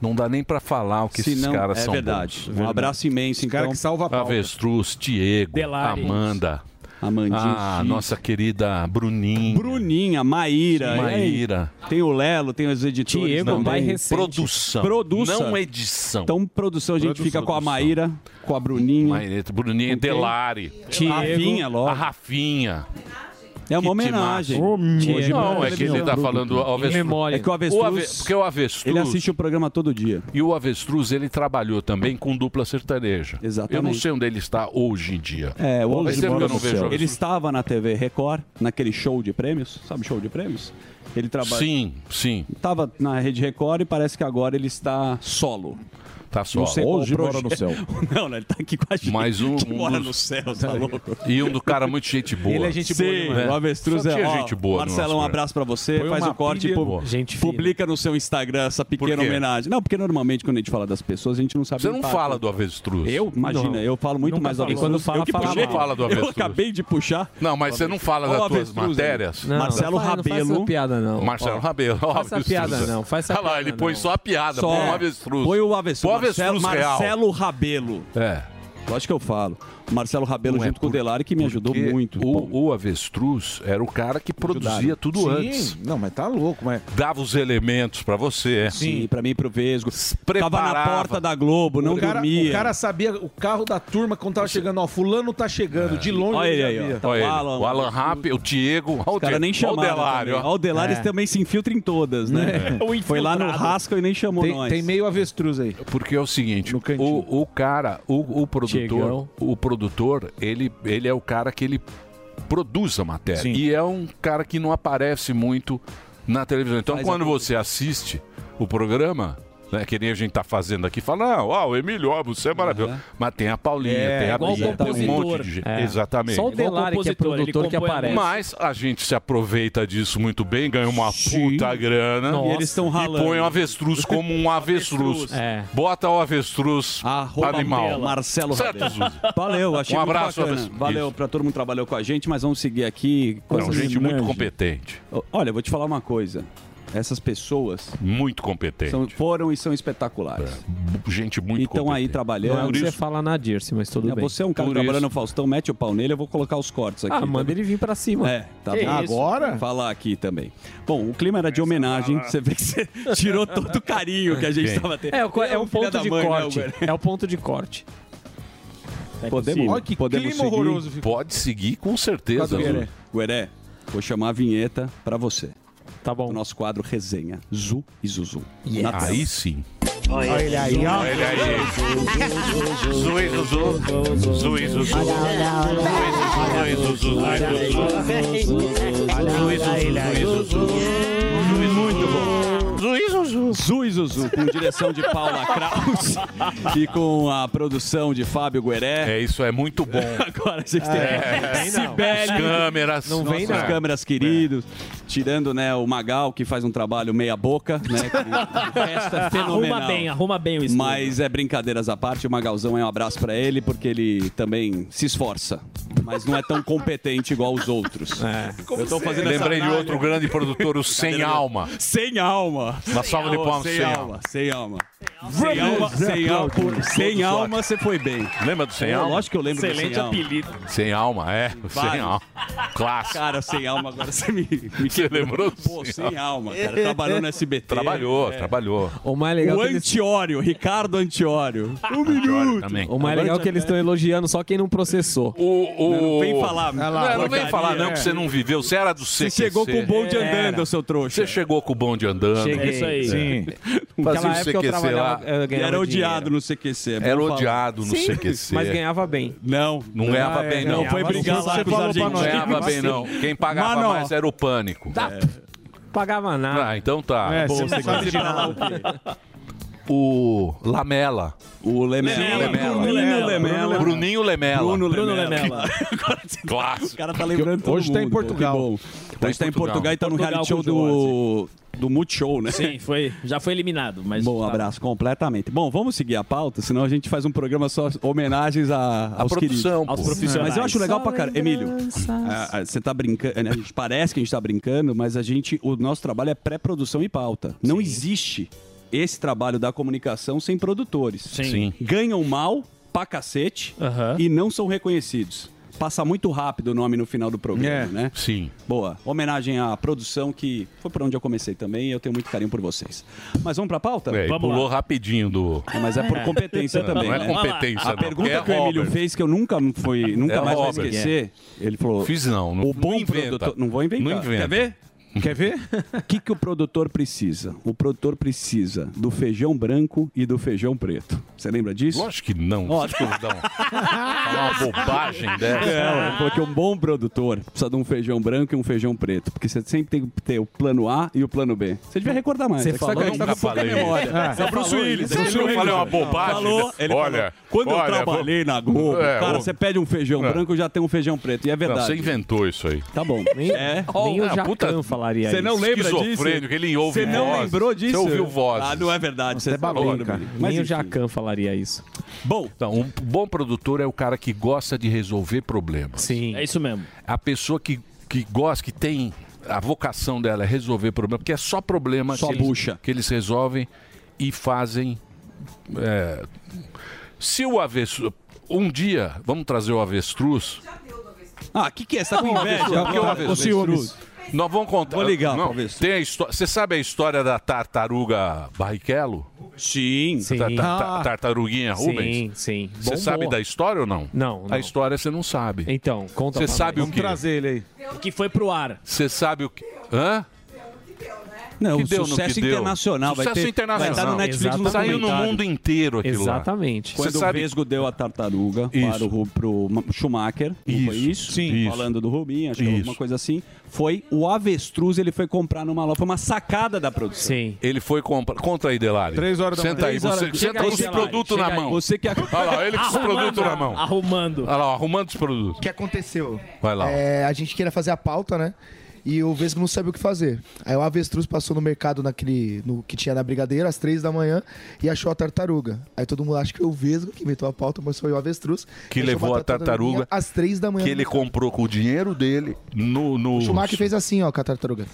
Speaker 6: Não dá nem pra falar o que
Speaker 7: Se
Speaker 6: esses
Speaker 7: não,
Speaker 6: caras
Speaker 7: é
Speaker 6: são
Speaker 7: verdade.
Speaker 6: bons.
Speaker 7: Um abraço imenso,
Speaker 6: Esse
Speaker 7: então.
Speaker 6: cara que salva a pauta. Avestruz, Diego,
Speaker 7: Delari.
Speaker 6: Amanda.
Speaker 7: Amandinha.
Speaker 6: A
Speaker 7: Chico.
Speaker 6: nossa querida Bruninha.
Speaker 7: Bruninha, Maíra.
Speaker 6: Maíra.
Speaker 7: e aí? Tem o Lelo, tem os editores.
Speaker 6: Diego,
Speaker 7: também.
Speaker 6: pai recente. Produção.
Speaker 7: Produção.
Speaker 6: Não edição.
Speaker 7: Então, produção, a gente
Speaker 6: Produção,
Speaker 7: fica com a
Speaker 6: produção.
Speaker 7: Maíra, com a Bruninha.
Speaker 6: Maíra, eh, Bruninha,
Speaker 7: Com quem?
Speaker 6: Delari.
Speaker 7: Diego. Rafinha, logo.
Speaker 6: A Rafinha.
Speaker 7: É uma
Speaker 6: Que
Speaker 7: homenagem.
Speaker 6: demais.
Speaker 7: Diego.
Speaker 6: Não, é que ele tá falando ao Avestruz.
Speaker 7: É que o Avestruz,
Speaker 6: O Ave- porque o Avestruz...
Speaker 7: Ele assiste o programa todo dia.
Speaker 6: E o Avestruz, ele trabalhou também com dupla sertaneja.
Speaker 7: Exatamente.
Speaker 6: Eu não sei onde ele está hoje em dia.
Speaker 7: É, o
Speaker 6: Faz tempo
Speaker 7: Onze
Speaker 6: que eu
Speaker 7: Mora
Speaker 6: não
Speaker 7: do
Speaker 6: vejo o
Speaker 7: Céu. Ele
Speaker 6: Avestruz.
Speaker 7: estava na TV Record, naquele show de prêmios. Sabe show de prêmios? Ele trabalha.
Speaker 6: Sim, sim.
Speaker 7: Estava na Rede Record e parece que agora ele está solo.
Speaker 6: Tá solo.
Speaker 7: Não sei qual
Speaker 6: Hoje
Speaker 7: proje-
Speaker 6: mora no céu.
Speaker 7: não, não, ele tá aqui com a gente.
Speaker 6: Mais um-
Speaker 7: Que
Speaker 6: um
Speaker 7: mora
Speaker 6: dos-
Speaker 7: no céu, tá louco?
Speaker 6: E um do cara muito gente boa.
Speaker 7: Ele é gente boa demais.
Speaker 6: né?
Speaker 7: O avestruz
Speaker 6: Só
Speaker 7: é
Speaker 6: tinha
Speaker 7: ó,
Speaker 6: gente boa. no
Speaker 7: Marcelo,
Speaker 6: nosso
Speaker 7: um abraço pra você.
Speaker 6: Põe
Speaker 7: faz
Speaker 6: uma
Speaker 7: o corte e
Speaker 6: pilha.
Speaker 7: pub- publica no seu Instagram essa pequena
Speaker 6: quê?
Speaker 7: homenagem. Não, porque normalmente quando a gente fala das pessoas, a gente não sabe
Speaker 6: Você
Speaker 7: o
Speaker 6: não
Speaker 7: impacto.
Speaker 6: fala do avestruz.
Speaker 7: Eu? Imagina, eu falo muito mais do
Speaker 6: falou.
Speaker 7: avestruz.
Speaker 6: E quando fala,
Speaker 7: eu que
Speaker 6: fala
Speaker 7: puxei.
Speaker 6: mal. Fala do
Speaker 7: Eu
Speaker 6: avestruz.
Speaker 7: acabei de puxar.
Speaker 6: Não, mas você não fala
Speaker 7: Ó,
Speaker 6: das
Speaker 7: o
Speaker 6: tuas
Speaker 7: avestruz,
Speaker 6: matérias.
Speaker 7: né? Marcelo
Speaker 14: não faz- não faz
Speaker 7: Rabelo.
Speaker 14: essa piada, não.
Speaker 6: Marcelo
Speaker 14: Ó,
Speaker 6: Rabelo. ó,
Speaker 14: faz essa
Speaker 6: avestruz.
Speaker 14: piada, não, faz essa
Speaker 6: Olha lá,
Speaker 14: piada,
Speaker 6: ele põe
Speaker 14: não.
Speaker 6: só a piada,
Speaker 14: Só. é.
Speaker 6: põe o avestruz.
Speaker 7: Põe o avestruz.
Speaker 6: Põe o avestruz
Speaker 7: Marcelo,
Speaker 6: real.
Speaker 7: Marcelo Rabelo.
Speaker 6: É.
Speaker 7: Lógico que eu falo. Marcelo Rabelo
Speaker 14: é
Speaker 7: junto com o Delari que me ajudou
Speaker 6: Porque
Speaker 7: muito.
Speaker 6: O, o avestruz era o cara que produzia
Speaker 7: Ajudaram.
Speaker 6: tudo
Speaker 7: Sim.
Speaker 6: antes.
Speaker 10: Não, mas tá louco, mas.
Speaker 6: Dava os elementos pra você.
Speaker 7: Sim, pra mim pro Vesgo.
Speaker 6: Preparava.
Speaker 7: Tava na porta da Globo, Tipo, não
Speaker 10: o cara,
Speaker 7: dormia.
Speaker 10: O cara sabia o carro da turma quando tava chegando. Ó, fulano tá chegando, de longe
Speaker 7: Olha ele
Speaker 10: já
Speaker 7: aí, ó.
Speaker 10: via.
Speaker 7: Tá
Speaker 6: Olha ele,
Speaker 7: o Alan.
Speaker 6: o Alan Rapp, o Diego. Olha o,
Speaker 7: Os caras nem
Speaker 6: Diego, olha o
Speaker 7: chamaram.
Speaker 6: Delário.
Speaker 7: também. Ó, o Delário também se infiltra em todas, né?
Speaker 10: É. O
Speaker 7: Foi lá no
Speaker 10: infiltrado.
Speaker 7: Rascal e nem chamou
Speaker 10: Tem-
Speaker 7: nós.
Speaker 10: tem meio avestruz aí.
Speaker 6: Porque é o seguinte, o, o cara, o, o produtor,
Speaker 7: Diegão.
Speaker 6: o produtor, ele, ele é o cara que ele produz a matéria.
Speaker 7: Sim.
Speaker 6: E é um cara que não aparece muito na televisão. Então,
Speaker 7: Faz a
Speaker 14: é
Speaker 6: quando você assiste o programa, né, que nem a gente tá fazendo aqui, fala, não, ó, o Emílio, ó, você é maravilhoso. Mas tem a Paulinha,
Speaker 14: É,
Speaker 6: tem a
Speaker 14: igual o
Speaker 6: Bia, tem um
Speaker 14: compositor.
Speaker 6: monte de gente.
Speaker 14: É.
Speaker 6: Exatamente.
Speaker 14: Só o Delari, que é
Speaker 6: compositor,
Speaker 14: produtor,
Speaker 6: ele
Speaker 14: que
Speaker 6: compõe a
Speaker 14: aparece.
Speaker 6: música. Mas a gente se aproveita disso muito bem, ganha uma puta grana.
Speaker 14: Nossa. E eles tão
Speaker 6: né, E
Speaker 14: ralando.
Speaker 6: põe o avestruz como um avestruz.
Speaker 14: É.
Speaker 6: Bota o avestruz animal.
Speaker 7: Rabelo. Marcelo
Speaker 6: certo,
Speaker 7: Rabelo.
Speaker 6: Zuzu?
Speaker 7: Valeu, achei
Speaker 6: Um
Speaker 7: muito
Speaker 6: abraço,
Speaker 7: bacana.
Speaker 6: Avestruz.
Speaker 7: Valeu pra todo mundo que trabalhou com a gente, mas vamos seguir aqui.
Speaker 6: Não, gente muito competente.
Speaker 7: Olha, eu vou te falar uma coisa. Essas pessoas
Speaker 6: muito competentes.
Speaker 7: são- foram e são espetaculares.
Speaker 6: Gente muito
Speaker 7: Então aí trabalhando.
Speaker 14: Não é o que você fala na Dirce, mas tudo
Speaker 7: É,
Speaker 14: bem.
Speaker 7: Você é um cara que
Speaker 14: Por
Speaker 7: trabalha
Speaker 14: isso.
Speaker 7: no Faustão, mete o pau nele, eu vou colocar os cortes aqui.
Speaker 14: Ah, manda
Speaker 7: também.
Speaker 14: ele vir pra cima.
Speaker 7: É, tá
Speaker 14: Que
Speaker 7: bom.
Speaker 14: isso?
Speaker 7: Vou Falar aqui também. Bom, o clima era de homenagem. Você vê que você tirou todo o carinho que a gente
Speaker 14: Quem?
Speaker 7: tava tendo.
Speaker 14: É, o co- é
Speaker 7: Filha
Speaker 14: um ponto
Speaker 7: da
Speaker 14: de
Speaker 7: mãe, né,
Speaker 14: corte.
Speaker 7: Hugo?
Speaker 14: é o ponto de corte.
Speaker 7: Podemos,
Speaker 14: Olha que
Speaker 7: podemos
Speaker 14: clima
Speaker 7: seguir?
Speaker 14: horroroso
Speaker 6: Pode seguir com certeza.
Speaker 7: Gueré.
Speaker 6: Zu.
Speaker 7: Gueré, vou chamar a vinheta pra você.
Speaker 14: Tá bom.
Speaker 7: O nosso quadro resenha. Zu e Zuzu.
Speaker 6: Yes.
Speaker 7: Na tela.
Speaker 6: Aí sim.
Speaker 7: Olha ele aí, ó.
Speaker 6: Olha ele aí. Zui, Zuzu. Zui, Zuzu. Zui, Zuzu. Zui, Zuzu. Zui, Zuzu. Zui, Zuzu. Zui, Zuzu. Muito bom. Zui, Zuzu.
Speaker 7: Zui, Zuzu. Com direção de Paula Kraus e com a produção de Fábio Gueré.
Speaker 6: É, isso é muito bom.
Speaker 7: Agora vocês têm
Speaker 6: É.
Speaker 7: Sibeli.
Speaker 6: As câmeras.
Speaker 7: Não vem,
Speaker 6: Nossa,
Speaker 7: não.
Speaker 6: as
Speaker 7: câmeras, queridos. Tirando, né, o Magal, que faz um trabalho meia boca, né? que o resto é fenomenal.
Speaker 5: Arruma bem, arruma bem o estúdio.
Speaker 7: Mas é brincadeiras à parte, o Magalzão é um abraço pra ele, porque ele também se esforça. Mas não é tão competente igual os outros. Eu tô fazendo essa
Speaker 6: Lembrei de
Speaker 7: análise.
Speaker 6: outro grande produtor, o Sem Alma.
Speaker 7: Sem alma.
Speaker 6: Uma salva de palmas,
Speaker 7: sem,
Speaker 6: Sem Alma.
Speaker 7: alma. Sem alma. Sem alma, sem alma, por- sem alma, você foi bem.
Speaker 6: Lembra do Sem
Speaker 7: Pô,
Speaker 6: Alma?
Speaker 7: lógico que eu lembro do Excelente Sem Alma. apelido.
Speaker 6: Sem Alma, é. o Sem
Speaker 7: Vários.
Speaker 6: Alma. Clássico.
Speaker 7: Cara, sem alma, agora você me, me
Speaker 6: Você
Speaker 7: quebrou.
Speaker 6: lembrou do
Speaker 7: Pô, sem alma, cara. Trabalhou no SBT.
Speaker 6: Trabalhou,
Speaker 7: É.
Speaker 6: trabalhou.
Speaker 14: O mais legal é
Speaker 7: o
Speaker 14: que eles-
Speaker 7: Antiório, Ricardo Antiório. Um minuto.
Speaker 14: O mais legal é que eles estão elogiando só quem não processou.
Speaker 6: O-
Speaker 7: Não vem falar,
Speaker 6: Não, não vem
Speaker 7: porcaria.
Speaker 6: falar, não, que você não viveu. Você era do
Speaker 7: Você
Speaker 6: CQC.
Speaker 7: chegou com o bonde
Speaker 6: Era.
Speaker 7: andando, seu trouxa.
Speaker 6: Você chegou com o bonde andando.
Speaker 7: Cheguei.
Speaker 6: É isso aí.
Speaker 7: Sim.
Speaker 6: É. Fazia
Speaker 7: Naquela
Speaker 6: o
Speaker 7: época eu
Speaker 6: CQC lá.
Speaker 7: trabalhava, eu ganhava E era odiado dinheiro. no CQC. é bom
Speaker 6: Era
Speaker 7: falar.
Speaker 6: odiado no
Speaker 7: Sim,
Speaker 6: CQC.
Speaker 7: mas
Speaker 14: ganhava bem.
Speaker 7: Não.
Speaker 6: Não ganhava
Speaker 7: Ah, é,
Speaker 6: bem, não.
Speaker 7: não, foi brigar lá
Speaker 6: Você
Speaker 7: com os
Speaker 6: falou pra nós. Não
Speaker 7: argentinos.
Speaker 6: ganhava bem, não.
Speaker 7: assim.
Speaker 6: Quem pagava
Speaker 14: Mano.
Speaker 6: mais era o pânico.
Speaker 7: Tá.
Speaker 14: Pagava nada.
Speaker 6: Ah, então tá.
Speaker 14: É,
Speaker 6: Bom,
Speaker 14: você não
Speaker 6: você
Speaker 14: sabe
Speaker 6: gosta
Speaker 14: de
Speaker 6: de
Speaker 14: nada.
Speaker 6: falar o quê? O Lamela.
Speaker 7: O Lemela.
Speaker 6: Lemela.
Speaker 7: Bruninho Lemela.
Speaker 6: Bruninho Lemela.
Speaker 7: Bruno
Speaker 6: Bruno
Speaker 7: Lemela.
Speaker 6: Lemela.
Speaker 7: O cara tá lembrando todo
Speaker 6: Hoje tá em
Speaker 7: mundo, pô, que
Speaker 6: Portugal.
Speaker 7: bom.
Speaker 6: Tá
Speaker 7: Hoje
Speaker 6: em
Speaker 7: tá
Speaker 6: Portugal.
Speaker 7: em Portugal e tá no
Speaker 5: Portugal
Speaker 7: reality show
Speaker 5: com
Speaker 7: do, do Multishow, né?
Speaker 5: Sim, foi, já foi eliminado, mas.
Speaker 7: Bom
Speaker 5: tá-
Speaker 7: abraço, completamente. Bom, vamos seguir a pauta, senão a gente faz um programa só homenagens a, aos
Speaker 5: produção,
Speaker 7: queridos.
Speaker 5: pô. Aos profissionais.
Speaker 7: Mas eu acho legal pra caralho. Emílio,
Speaker 5: Lembranças.
Speaker 7: ah, ah, você tá brincando, né? a gente parece que a gente tá brincando, mas a gente, o nosso trabalho é pré-produção e pauta. Não existe esse trabalho da comunicação sem produtores.
Speaker 6: Sim.
Speaker 7: Ganham mal pra cacete e não são reconhecidos. Passa muito rápido o nome no final do programa, né?
Speaker 6: É. Sim.
Speaker 7: Boa. Homenagem à produção, que foi por onde eu comecei também, e eu tenho muito carinho por vocês. Mas vamos pra pauta?
Speaker 6: É, e pulou rapidinho do.
Speaker 7: É, Mas é por competência
Speaker 6: Não,
Speaker 7: também.
Speaker 6: Não é
Speaker 7: né?
Speaker 6: competência,
Speaker 7: A
Speaker 6: não.
Speaker 7: pergunta
Speaker 6: É
Speaker 7: que o Emílio
Speaker 6: Robert.
Speaker 7: fez, que eu nunca fui, nunca
Speaker 6: É
Speaker 7: mais vou
Speaker 6: Robert.
Speaker 7: esquecer, ele falou.
Speaker 6: Fiz não, não-
Speaker 7: o bom
Speaker 6: não inventa.
Speaker 7: produtor. Não vou inventar.
Speaker 6: Não inventa.
Speaker 7: Quer ver? Quer ver? O que, que o produtor precisa? O produtor precisa do feijão branco e do feijão preto. Você lembra disso?
Speaker 6: Lógico que não.
Speaker 7: Ó,
Speaker 6: Lógico que não. Falar uma
Speaker 2: Né?
Speaker 6: bobagem dessa.
Speaker 7: Não, é porque um bom produtor precisa de um feijão branco e um feijão preto. Porque você sempre tem que ter o plano A e o plano B. Você devia recordar mais.
Speaker 6: Você
Speaker 7: é que
Speaker 6: falou,
Speaker 7: tá, com- tá
Speaker 6: nunca
Speaker 7: com pouca
Speaker 6: falei. É.
Speaker 7: memória. Você
Speaker 6: Você
Speaker 7: Bruce
Speaker 6: falou
Speaker 7: Willis.
Speaker 6: isso.
Speaker 7: Bruce
Speaker 6: Eu
Speaker 7: Willis.
Speaker 6: falei uma bobagem.
Speaker 7: Falou, ele
Speaker 6: Olha,
Speaker 7: falou, Quando
Speaker 6: olha,
Speaker 7: eu trabalhei na Globo,
Speaker 6: É,
Speaker 7: cara,
Speaker 6: ô-
Speaker 7: você pede um feijão
Speaker 6: É.
Speaker 7: branco, já tem um feijão preto. E é verdade.
Speaker 6: Não, você inventou isso aí.
Speaker 7: Tá bom. é.
Speaker 6: nem o Ah, Jacquin puta,
Speaker 14: falaria
Speaker 7: Você não lembra disso?
Speaker 6: esquizofrênico, ele ouve
Speaker 7: Você não
Speaker 6: vozes.
Speaker 7: lembrou disso?
Speaker 6: Você ouviu vozes.
Speaker 7: Ah, não é verdade. Você tá lembrando, Bruno.
Speaker 14: Nem o
Speaker 7: enfim.
Speaker 14: Jacan falaria isso.
Speaker 7: Bom.
Speaker 6: Então, um bom produtor é o cara que gosta de resolver problemas.
Speaker 14: Sim.
Speaker 5: É isso mesmo.
Speaker 6: A pessoa que, que gosta, que tem a vocação dela é resolver problemas, porque é só problema
Speaker 7: Só
Speaker 6: que, eles-
Speaker 7: bucha.
Speaker 6: que Eles, resolvem e fazem. é, se o avestruz. Um dia, vamos trazer o avestruz.
Speaker 7: Ah, o que, que é? Você tá com inveja?
Speaker 6: Porque o avestruz. Nós vamos contar.
Speaker 7: Vou ligar
Speaker 6: Tá, Não,
Speaker 7: pro avestruz.
Speaker 6: tem a histó- Você sabe a história da tartaruga Barrichello?
Speaker 7: Sim.
Speaker 6: Ta- ta-
Speaker 7: Ah.
Speaker 6: ta- tartaruguinha
Speaker 14: Sim,
Speaker 6: Rubens?
Speaker 14: sim.
Speaker 6: Você
Speaker 14: Bombou.
Speaker 6: sabe da história ou não?
Speaker 14: Não,
Speaker 6: A
Speaker 14: não.
Speaker 6: história você não sabe.
Speaker 14: Então, conta
Speaker 6: Você
Speaker 14: pra
Speaker 6: sabe
Speaker 14: nós.
Speaker 6: o quê?
Speaker 10: ele aí.
Speaker 5: Que foi pro ar.
Speaker 6: Você sabe o que. Hã?
Speaker 7: Não,
Speaker 6: Que
Speaker 7: o
Speaker 6: deu, não
Speaker 7: sucesso
Speaker 6: que deu?
Speaker 7: internacional.
Speaker 6: Sucesso
Speaker 7: vai ter,
Speaker 6: internacional.
Speaker 7: Vai estar no Netflix no
Speaker 6: Saiu no
Speaker 7: documentário.
Speaker 6: mundo inteiro aquilo lá.
Speaker 7: Quando
Speaker 6: Você
Speaker 7: o
Speaker 6: sabe
Speaker 7: Vesgo deu a tartaruga
Speaker 6: Isso.
Speaker 7: para o Ru- pro Ma- Schumacher, não foi
Speaker 6: Isso.
Speaker 7: isso?
Speaker 6: Sim. Isso.
Speaker 7: Falando do Rubinho, acho que
Speaker 6: Isso.
Speaker 7: alguma coisa assim. Foi o avestruz, ele foi comprar numa loja. Foi uma sacada da produção.
Speaker 14: Sim.
Speaker 6: Ele foi comprar. Conta aí, Delari.
Speaker 7: Três horas da
Speaker 6: Senta
Speaker 7: manhã.
Speaker 6: aí,
Speaker 7: Três
Speaker 6: você,
Speaker 7: horas-
Speaker 6: senta
Speaker 7: Chega aí,
Speaker 6: com os
Speaker 7: Delari,
Speaker 6: produtos na
Speaker 7: chega aí.
Speaker 6: mão.
Speaker 7: Você que-
Speaker 6: Olha lá, ele com os
Speaker 7: Arrumando,
Speaker 6: produtos na mão.
Speaker 5: Arrumando.
Speaker 6: Olha lá, arrumando os produtos.
Speaker 17: que aconteceu?
Speaker 6: Vai lá.
Speaker 17: É, a gente queria fazer a pauta, né? E o Vesgo não sabia o que fazer. Aí o avestruz passou no mercado naquele, no que tinha na brigadeira, às três da manhã, e achou a tartaruga. Aí todo mundo acha que é o Vesgo que inventou a pauta, mas foi o avestruz.
Speaker 6: Que
Speaker 17: Achou
Speaker 6: levou
Speaker 17: uma
Speaker 6: a tartaruga.
Speaker 17: Às três da manhã.
Speaker 6: Que ele comprou com o dinheiro dele no. no...
Speaker 17: O Schumacher fez assim, ó, com a tartaruga.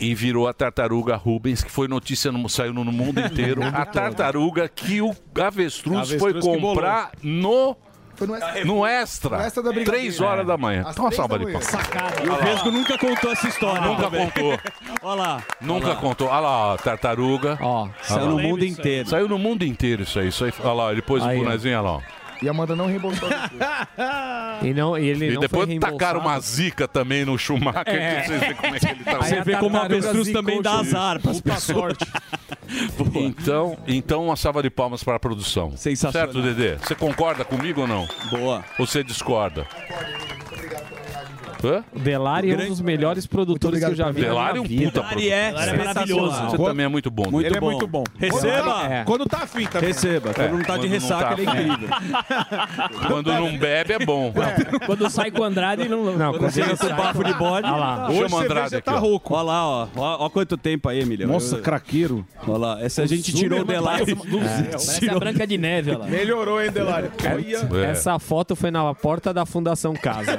Speaker 6: E virou a tartaruga Rubens, que foi notícia, no, saiu no mundo inteiro. a tartaruga que o avestruz,
Speaker 17: Avestruz
Speaker 6: foi
Speaker 17: que
Speaker 6: comprar no.
Speaker 17: no extra.
Speaker 6: No extra.
Speaker 17: No extra da brigadeira.
Speaker 6: Três horas da manhã.
Speaker 17: Às
Speaker 6: Então, uma
Speaker 17: três da
Speaker 6: salva de
Speaker 17: manhã.
Speaker 6: palmas.
Speaker 7: E É. o Vesgo nunca contou essa história.
Speaker 6: Nunca
Speaker 7: também.
Speaker 6: contou.
Speaker 7: Olha lá.
Speaker 6: Nunca
Speaker 7: Olha lá.
Speaker 6: contou. Olha lá, ó, tartaruga.
Speaker 7: saiu no mundo inteiro.
Speaker 6: Saiu no mundo inteiro isso aí. Isso aí olha lá, ele pôs o
Speaker 17: Aí, ó.
Speaker 6: bonezinho, olha lá. ó.
Speaker 17: E a Amanda não reembolsou.
Speaker 14: E, não, e ele
Speaker 6: E
Speaker 14: não
Speaker 6: depois
Speaker 14: foi reembolsado.
Speaker 6: tacaram uma zica também no Schumacher.
Speaker 14: É.
Speaker 6: que vocês veem como é que ele tá.
Speaker 14: Aí Você a vê como o tartaruga avestruz zicou também dá o Schumacher. azar pras Puta pessoas.
Speaker 6: então, então, uma salva de palmas para a produção.
Speaker 7: Sensacional.
Speaker 6: Certo, Dedê? Você concorda comigo ou não?
Speaker 7: Boa.
Speaker 6: Ou você discorda? Hã?
Speaker 14: O Delari é um dos melhores produtores que eu já vi.
Speaker 6: Delari é um puta
Speaker 14: Delari é
Speaker 6: produtor. Você
Speaker 14: sensacional.
Speaker 6: também é muito bom.
Speaker 14: Muito
Speaker 6: Dedê.
Speaker 14: Ele é bom. muito bom. Receba!
Speaker 6: É.
Speaker 10: Quando tá afim também.
Speaker 7: Receba. Quando não tá de ressaca, ele é
Speaker 6: afim.
Speaker 7: incrível.
Speaker 6: Quando não bebe, é bom.
Speaker 5: Quando sai com o Andrade, ele não. Não,
Speaker 7: Quando chega com
Speaker 5: sai-
Speaker 7: o bafo de bode.
Speaker 5: Olha lá.
Speaker 7: Hoje
Speaker 6: Chama o Andrade
Speaker 7: cerveja tá
Speaker 6: aqui, ó.
Speaker 7: rouco. Olha lá, ó. Ó, ó quanto tempo aí, Emílio.
Speaker 10: Nossa, craqueiro.
Speaker 7: Olha lá. Essa a gente
Speaker 5: Zuma
Speaker 7: tirou
Speaker 5: é
Speaker 7: o Delari.
Speaker 5: mais-
Speaker 6: um-
Speaker 5: do-
Speaker 7: É.
Speaker 5: Parece
Speaker 7: Tirou-
Speaker 5: a Branca de Neve, olha lá.
Speaker 10: Melhorou, hein, Delário?
Speaker 14: Essa- Essa foto foi na porta da Fundação Casa.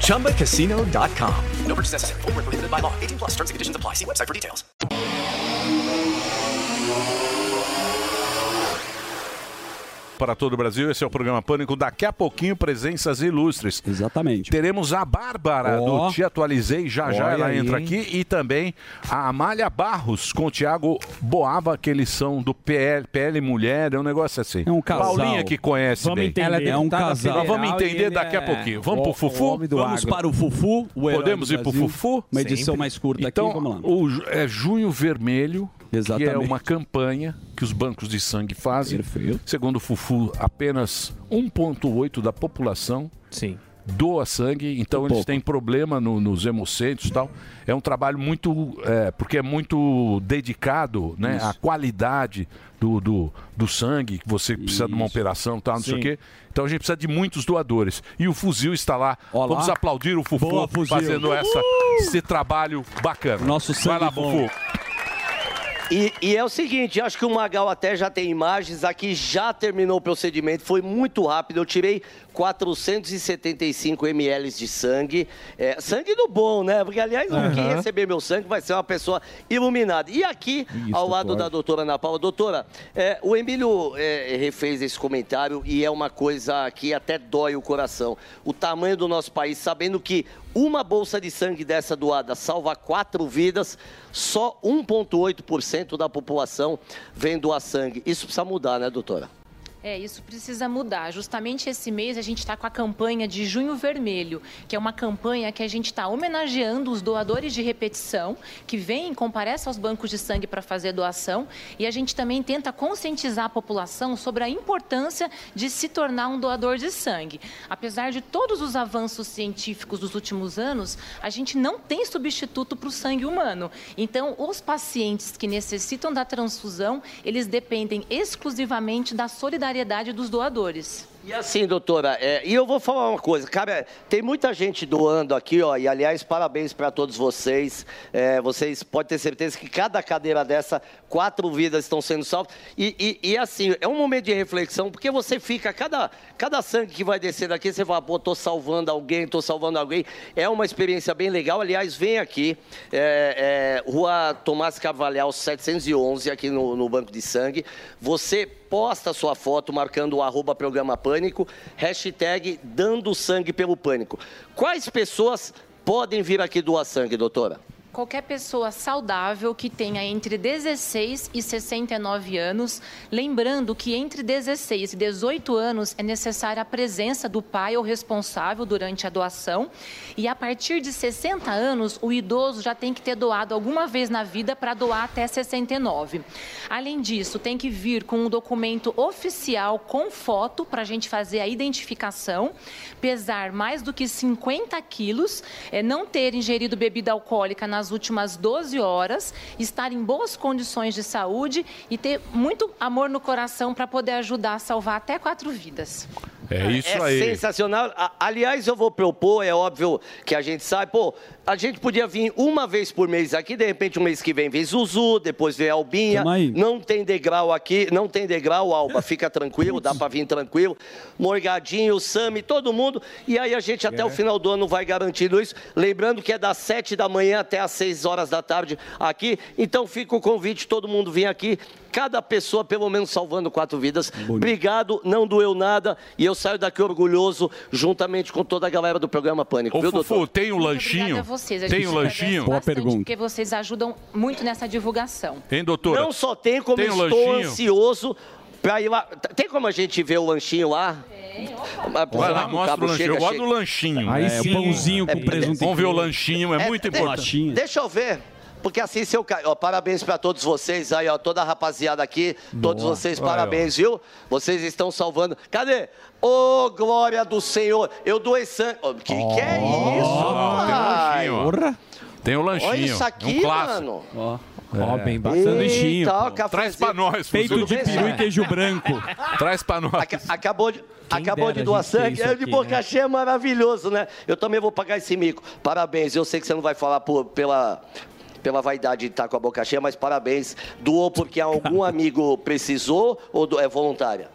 Speaker 18: ChumbaCasino.com. No purchase necessary, forward, prohibited by law, 18 plus terms and conditions apply. See website for details.
Speaker 6: Para todo o Brasil, esse é o programa Pânico. Daqui a pouquinho, presenças ilustres.
Speaker 7: Exatamente.
Speaker 6: Teremos a Bárbara
Speaker 7: Ó.
Speaker 6: do Te Atualizei, já já
Speaker 7: Olha
Speaker 6: ela
Speaker 7: aí,
Speaker 6: entra
Speaker 7: hein?
Speaker 6: aqui. E também a Amália Barros com o Tiago Boaba, que eles são do PL, PL Mulher, é um negócio assim. É um
Speaker 7: casal.
Speaker 6: Paulinha que conhece
Speaker 7: Vamos
Speaker 6: bem.
Speaker 7: entender. Ela é É um deputada casal. federal
Speaker 6: Nós vamos
Speaker 7: e
Speaker 6: entender
Speaker 7: ele
Speaker 6: daqui a
Speaker 7: é
Speaker 6: pouquinho. Vamos
Speaker 7: o-
Speaker 6: pro
Speaker 7: o
Speaker 6: Fufu?
Speaker 7: homem do Vamos agro. para o Fufu, o herói
Speaker 6: Podemos
Speaker 7: do
Speaker 6: ir pro
Speaker 7: Brasil.
Speaker 6: Fufu?
Speaker 7: Uma edição mais curta aqui,
Speaker 6: então,
Speaker 7: vamos lá.
Speaker 6: o ju- é Junho Vermelho, que é
Speaker 7: Exatamente.
Speaker 6: uma campanha que os bancos de sangue fazem. Segundo o Fufu, apenas 1,8% da população doa sangue, então eles têm problema no- nos hemocentros e tal. É um trabalho muito. é, porque é muito dedicado né,
Speaker 7: Isso.
Speaker 6: à qualidade do, do, do sangue, que você precisa de uma operação e tal, não sei o
Speaker 7: Sim.
Speaker 6: quê. Então a gente precisa de muitos doadores. E o fuzil está lá.
Speaker 7: Olá.
Speaker 6: Vamos aplaudir o Fufu
Speaker 7: Boa, Fuzil.
Speaker 6: fazendo essa, esse trabalho bacana. Nosso Vai lá,
Speaker 7: bom.
Speaker 6: Fufu.
Speaker 15: E, e é o seguinte, acho que o Magal até já tem imagens, aqui já terminou o procedimento, foi muito rápido, eu tirei 475 ml de sangue, É, sangue do bom, né? Porque, aliás,
Speaker 19: Aham.
Speaker 15: quem receber meu sangue vai ser uma pessoa iluminada. E aqui, ao lado da doutora Ana Paula, doutora, é, o Emílio é, refez esse comentário e é uma coisa que até dói o coração. O tamanho do nosso país, sabendo que uma bolsa de sangue dessa doada salva quatro vidas, só 1,8% da população vem doar sangue. Isso precisa mudar, né, doutora?
Speaker 20: É, isso precisa mudar. Justamente esse mês a gente está com a campanha de Junho Vermelho, que é uma campanha que a gente está homenageando os doadores de repetição que vêm, comparecem aos bancos de sangue para fazer doação. E a gente também tenta conscientizar a população sobre a importância de se tornar um doador de sangue. Apesar de todos os avanços científicos dos últimos anos, a gente não tem substituto para o sangue humano. Então, os pacientes que necessitam da transfusão, eles dependem exclusivamente da solidariedade dos doadores.
Speaker 15: E assim, doutora, é, e eu vou falar uma coisa, cara, tem muita gente doando aqui, ó, e aliás, parabéns para todos vocês. É, vocês podem ter certeza que cada cadeira dessa, quatro vidas estão sendo salvas. E, e- e, assim, é um momento de reflexão, porque você fica, cada, cada sangue que vai descendo aqui, você fala, pô, tô salvando alguém, tô salvando alguém. É uma experiência bem legal. Aliás, vem aqui, é, é, Rua Tomás Carvalhal, 711, aqui no, no Banco de Sangue. Você posta sua foto marcando o arroba programa Pânico, hashtag dando sangue pelo pânico. Quais pessoas podem vir aqui doar sangue, doutora?
Speaker 20: qualquer pessoa saudável que tenha entre 16 e 69 anos, lembrando que entre 16 e 18 anos é necessária a presença do pai ou responsável durante a doação, e a partir de 60 anos o idoso já tem que ter doado alguma vez na vida para doar até 69. Além disso, tem que vir com um documento oficial com foto para a gente fazer a identificação, pesar mais do que 50 quilos, eh, não ter ingerido bebida alcoólica nas últimas 12 horas, estar em boas condições de saúde e ter muito amor no coração para poder ajudar a salvar até quatro vidas.
Speaker 6: É isso
Speaker 15: é
Speaker 6: aí.
Speaker 15: sensacional. A- Aliás, eu vou propor, é óbvio que a gente sai, pô, a gente podia vir uma vez por mês aqui, de repente o mês que vem vem Zuzu, depois vem Albinha.
Speaker 7: Tamo aí.
Speaker 15: Não tem degrau aqui, não tem degrau, Alba, fica tranquilo, dá pra vir tranquilo. Morgadinho, Sami, todo mundo. E aí a gente até o final do ano vai garantindo isso. Lembrando que é das 7 da manhã até as 6 horas da tarde aqui. Então fica o convite, todo mundo vir aqui. Cada pessoa, pelo menos, salvando quatro vidas. Obrigado, não doeu nada. E eu saio daqui orgulhoso, juntamente com toda a galera do programa Pânico.
Speaker 6: Ô,
Speaker 15: viu,
Speaker 6: Fufu,
Speaker 15: doutor?
Speaker 6: tem um lanchinho?
Speaker 20: Obrigada a vocês. A
Speaker 6: Tem
Speaker 20: gente
Speaker 6: um lanchinho?
Speaker 20: agradece bastante, Porque vocês ajudam muito nessa divulgação.
Speaker 6: Hein, doutora?
Speaker 15: Não só tem, como
Speaker 6: Tem um
Speaker 15: estou
Speaker 6: lanchinho?
Speaker 15: ansioso pra ir lá. T- Tem como a gente ver o lanchinho lá?
Speaker 6: Vai lá, mostra o lanchinho. Eu gosto do lanchinho.
Speaker 15: Aí sim. É,
Speaker 6: Vamos ver o lanchinho, é, muito
Speaker 15: de-
Speaker 6: importante.
Speaker 15: Deixa eu ver. Porque assim, seu ca- ó, parabéns pra todos vocês aí, ó, toda a rapaziada aqui, todos vocês
Speaker 6: Olha,
Speaker 15: parabéns, viu? Vocês estão salvando. Cadê? Ô, glória do Senhor! Eu doei sangue. Ô, que que é isso?
Speaker 6: Tem um lanchinho, ó. Tem um lanchinho.
Speaker 15: Olha isso
Speaker 6: é
Speaker 15: aqui,
Speaker 6: um clássico. É.
Speaker 15: mano.
Speaker 6: Ó,
Speaker 11: Ó, bem bacana.
Speaker 15: Sanduichinho, pô.
Speaker 6: Traz pra nós,
Speaker 15: Peito
Speaker 6: Fuzu.
Speaker 15: de peru e queijo branco.
Speaker 6: Traz pra nós.
Speaker 15: Acabou de. Acabou
Speaker 6: dera
Speaker 15: de
Speaker 6: a
Speaker 15: doar
Speaker 6: gente ter
Speaker 15: sangue.
Speaker 6: isso
Speaker 15: É de
Speaker 6: aqui, né?
Speaker 15: boca cheia, é maravilhoso, né? Eu também vou pagar esse mico. Parabéns. Eu sei que você não vai falar por- pela. Pela vaidade de estar com a boca cheia, mas parabéns. Doou porque algum amigo precisou ou do- é voluntária?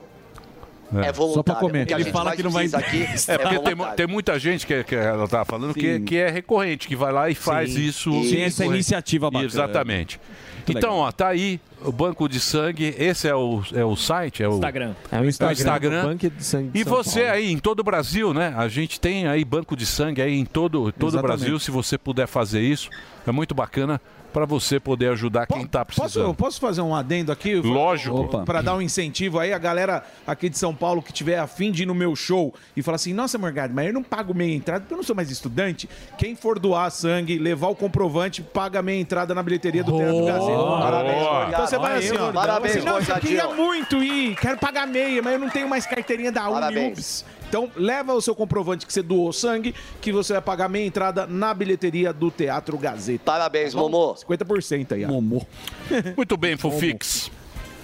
Speaker 15: É, voluntária.
Speaker 6: Só pra comer.
Speaker 15: porque a
Speaker 6: Ele
Speaker 15: gente
Speaker 6: fala
Speaker 15: mais
Speaker 6: que não vai-
Speaker 15: precisa aqui
Speaker 6: É, porque tem, mu-
Speaker 15: voluntária.
Speaker 6: tem muita gente que, que ela tá falando que,
Speaker 7: Sim.
Speaker 6: que é recorrente, que vai lá e faz isso.
Speaker 7: Sim, essa
Speaker 6: recorrente.
Speaker 7: iniciativa bacana.
Speaker 6: Exatamente.
Speaker 7: Muito
Speaker 6: então, ó, tá aí o Banco de Sangue. Esse é o, é o site? É o
Speaker 14: Instagram.
Speaker 6: É
Speaker 14: o
Speaker 6: o
Speaker 14: Instagram
Speaker 6: Instagram.
Speaker 14: do Banco de Sangue de
Speaker 6: e
Speaker 14: São
Speaker 6: você aí, em todo o Brasil, né? A gente tem aí Banco de Sangue aí em todo, todo o
Speaker 9: Exatamente.
Speaker 6: Brasil. Se você puder fazer isso, é muito bacana para você poder ajudar quem tá
Speaker 10: Posso,
Speaker 6: precisando.
Speaker 10: posso fazer um adendo aqui?
Speaker 6: Lógico.
Speaker 10: Para dar um incentivo aí, a galera aqui de São Paulo que tiver afim de ir no meu show e falar assim: nossa, Morgado, mas eu não pago meia entrada porque eu não sou mais estudante. Quem for doar sangue, levar o comprovante, paga meia entrada na bilheteria do Teatro Gazeta. Parabéns,
Speaker 15: Boa.
Speaker 10: Então você vai
Speaker 15: Olha
Speaker 10: assim:
Speaker 15: aí,
Speaker 10: ó,
Speaker 15: parabéns,
Speaker 10: assim, nossa, eu
Speaker 15: Morgadinho.
Speaker 10: queria muito ir, quero pagar meia, mas eu não tenho mais carteirinha da Uniubes. Então, leva o seu comprovante que você doou sangue, que você vai pagar meia entrada na bilheteria do Teatro Gazeta. Tá
Speaker 15: Parabéns,
Speaker 10: Momô. 50% aí. ó.
Speaker 6: Muito bem, Fufix.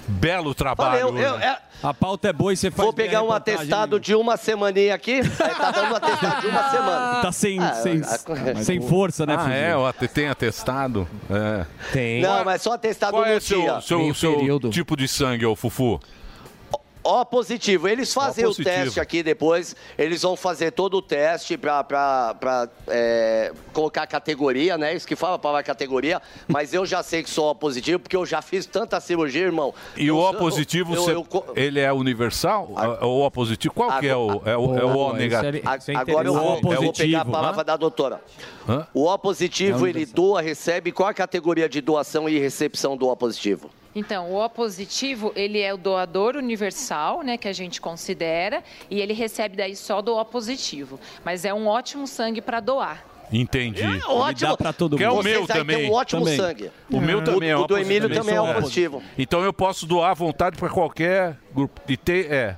Speaker 6: Belo trabalho. né?
Speaker 15: Valeu, eu- é-
Speaker 7: A pauta é boa e você faz
Speaker 15: Vou
Speaker 7: bem a
Speaker 15: pegar um
Speaker 7: reportagem,
Speaker 15: atestado de uma semaninha aqui. Aí tá dando um atestado de uma semana.
Speaker 7: Tá sem,
Speaker 15: Ah,
Speaker 7: sem,
Speaker 15: a-
Speaker 7: sem força, né,
Speaker 6: Ah,
Speaker 7: Fufu?
Speaker 6: é? ó, te- Tem atestado? É.
Speaker 14: Tem.
Speaker 15: Não, mas só atestado
Speaker 6: Qual
Speaker 15: no
Speaker 6: é
Speaker 15: dia.
Speaker 6: seu, seu, seu tipo de sangue, ô Fufu?
Speaker 15: Ó positivo. Eles fazem
Speaker 6: Ó
Speaker 15: o
Speaker 6: positivo.
Speaker 15: teste aqui depois. Eles vão fazer todo o teste pra, pra, pra é, colocar a categoria, né? Isso que fala a palavra categoria. Mas eu já sei que sou O positivo, porque eu já fiz tanta cirurgia, irmão.
Speaker 6: E o
Speaker 15: Eu-
Speaker 6: O positivo,
Speaker 15: eu-
Speaker 6: você-
Speaker 15: eu co-
Speaker 6: ele é universal? o O positivo? Qual que é o, é o, é o O negativo?
Speaker 15: Agora eu vou, eu vou pegar a
Speaker 6: né?
Speaker 15: palavra da doutora.
Speaker 6: Hã?
Speaker 15: O O
Speaker 6: É
Speaker 15: positivo,
Speaker 6: um
Speaker 15: ele doa, recebe. Qual a categoria de doação e recepção do O positivo?
Speaker 20: Então, o O positivo, ele é o doador universal, né, que a gente considera, e ele recebe daí só do O positivo. Mas é um ótimo sangue para doar.
Speaker 6: Entendi.
Speaker 15: É, ótimo.
Speaker 6: dá pra todo
Speaker 15: Que é
Speaker 6: mundo.
Speaker 15: o Vocês meu aí têm também. um ótimo Também. sangue.
Speaker 6: O meu
Speaker 15: É.
Speaker 6: também é
Speaker 15: O do
Speaker 6: positivo.
Speaker 15: Emílio também é
Speaker 6: sou
Speaker 15: O positivo.
Speaker 6: Então eu posso doar à vontade para qualquer grupo. E ter, é.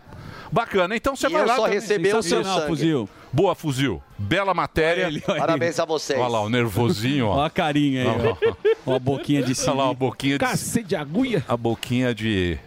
Speaker 6: Bacana. Então você
Speaker 15: E
Speaker 6: vai
Speaker 15: eu
Speaker 6: lá.
Speaker 15: só
Speaker 6: também.
Speaker 15: recebi o meu
Speaker 6: Sensacional,
Speaker 15: sangue.
Speaker 6: Fuzil. Boa, Fuzil. Bela matéria.
Speaker 15: Parabéns a vocês.
Speaker 6: Olha lá, o nervosinho, ó. Olha a carinha
Speaker 7: aí,
Speaker 6: ó. a boquinha de Olha lá, a boquinha de...
Speaker 10: Cacete de agulha.
Speaker 6: A boquinha de...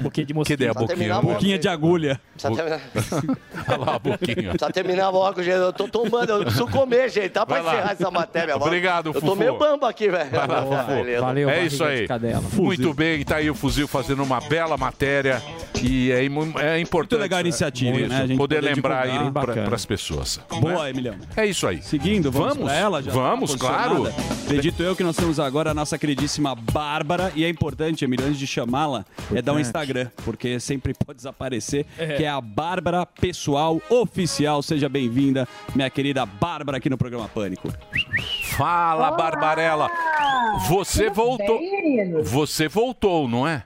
Speaker 14: Boquinha de
Speaker 6: mosquito. Que a
Speaker 15: Só
Speaker 6: boquinha?
Speaker 15: terminar a boca. Boquinha
Speaker 7: de agulha.
Speaker 15: Precisa terminar.
Speaker 6: Olha lá a boquinha.
Speaker 15: Precisa terminar logo, gente. Eu tô tomando, eu preciso comer, gente. Dá pra
Speaker 6: Vai lá.
Speaker 15: encerrar essa matéria logo.
Speaker 6: Obrigado,
Speaker 15: Eu tô
Speaker 6: Fufu.
Speaker 15: meio bamba aqui, velho.
Speaker 6: Vai lá, Fofô.
Speaker 15: Beleza.
Speaker 6: é isso aí. Muito bem, tá aí o Fuzil fazendo uma bela matéria e é, imu- é importante.
Speaker 7: legal a iniciativa,
Speaker 6: Isso,
Speaker 7: né? A gente
Speaker 6: poder,
Speaker 7: poder
Speaker 6: lembrar
Speaker 7: divulgar. Bem
Speaker 6: aí
Speaker 7: bacana.
Speaker 6: para as pessoas.
Speaker 7: Boa, Emilhão.
Speaker 6: É isso aí.
Speaker 7: Seguindo, vamos,
Speaker 6: Vamos?
Speaker 7: pra ela já tá
Speaker 6: Vamos, claro.
Speaker 7: posicionada. Acredito eu que nós temos agora a nossa queridíssima Bárbara. E é importante, Emilhão, antes de chamá-la, é dar um
Speaker 9: Importante.
Speaker 7: Instagram, porque sempre pode desaparecer,
Speaker 9: É.
Speaker 7: que é a Bárbara Pessoal Oficial. Seja bem-vinda, minha querida Bárbara, aqui no programa Pânico.
Speaker 6: Fala, Barbarella. Você
Speaker 19: Tudo
Speaker 6: voltou.
Speaker 19: bem, meninos?
Speaker 6: Você voltou, não é?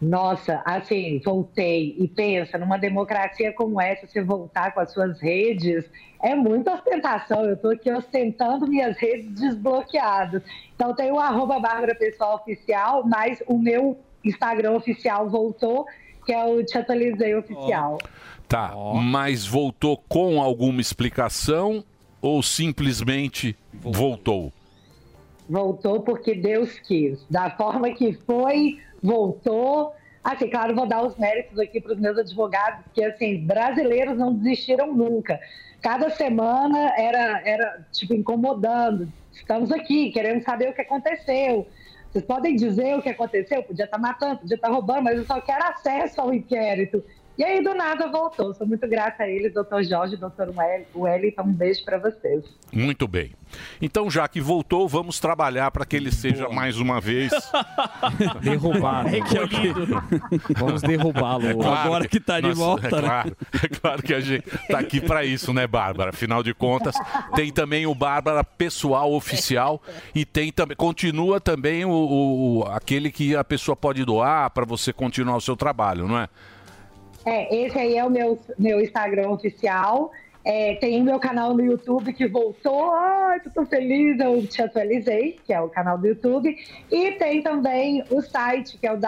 Speaker 19: Nossa, assim, voltei. E pensa, numa democracia como essa, você voltar com as suas redes é muita ostentação. Eu estou aqui ostentando minhas redes desbloqueadas. Então tem o arroba Bárbara Pessoal Oficial, mas o meu Instagram oficial voltou, que é o Te Atualizei Oficial.
Speaker 6: Tá. Mas voltou com alguma explicação ou simplesmente voltou?
Speaker 19: Voltou porque Deus quis. Da forma que foi, voltou. Assim, claro, vou dar os méritos aqui para os meus advogados, que, assim, brasileiros não desistiram nunca. Cada semana era, era tipo, incomodando. Estamos aqui, queremos saber o que aconteceu. Vocês podem dizer o que aconteceu? Podia estar matando, podia estar roubando, mas eu só quero acesso ao inquérito. E aí, do nada, voltou. Sou muito grata a eles, doutor Jorge, doutor Wellington. Um beijo para vocês.
Speaker 6: Muito bem. Então, já que voltou, vamos trabalhar para que ele seja mais uma vez
Speaker 14: Derrubado. Vamos derrubá-lo.
Speaker 6: É claro
Speaker 14: Agora que tá de
Speaker 6: nós-
Speaker 14: volta,
Speaker 6: É
Speaker 14: né?
Speaker 6: claro, é claro que a gente tá aqui para isso, né, Bárbara? Afinal de contas, tem também o Bárbara pessoal oficial e tem também continua também o, o- o- aquele que a pessoa pode doar para você continuar o seu trabalho, não é?
Speaker 19: É, esse aí é o meu, meu Instagram oficial. É, tem o meu canal no YouTube que voltou. Ai, tô tão feliz, eu te atualizei, que é o canal do YouTube. E tem também o site, que é o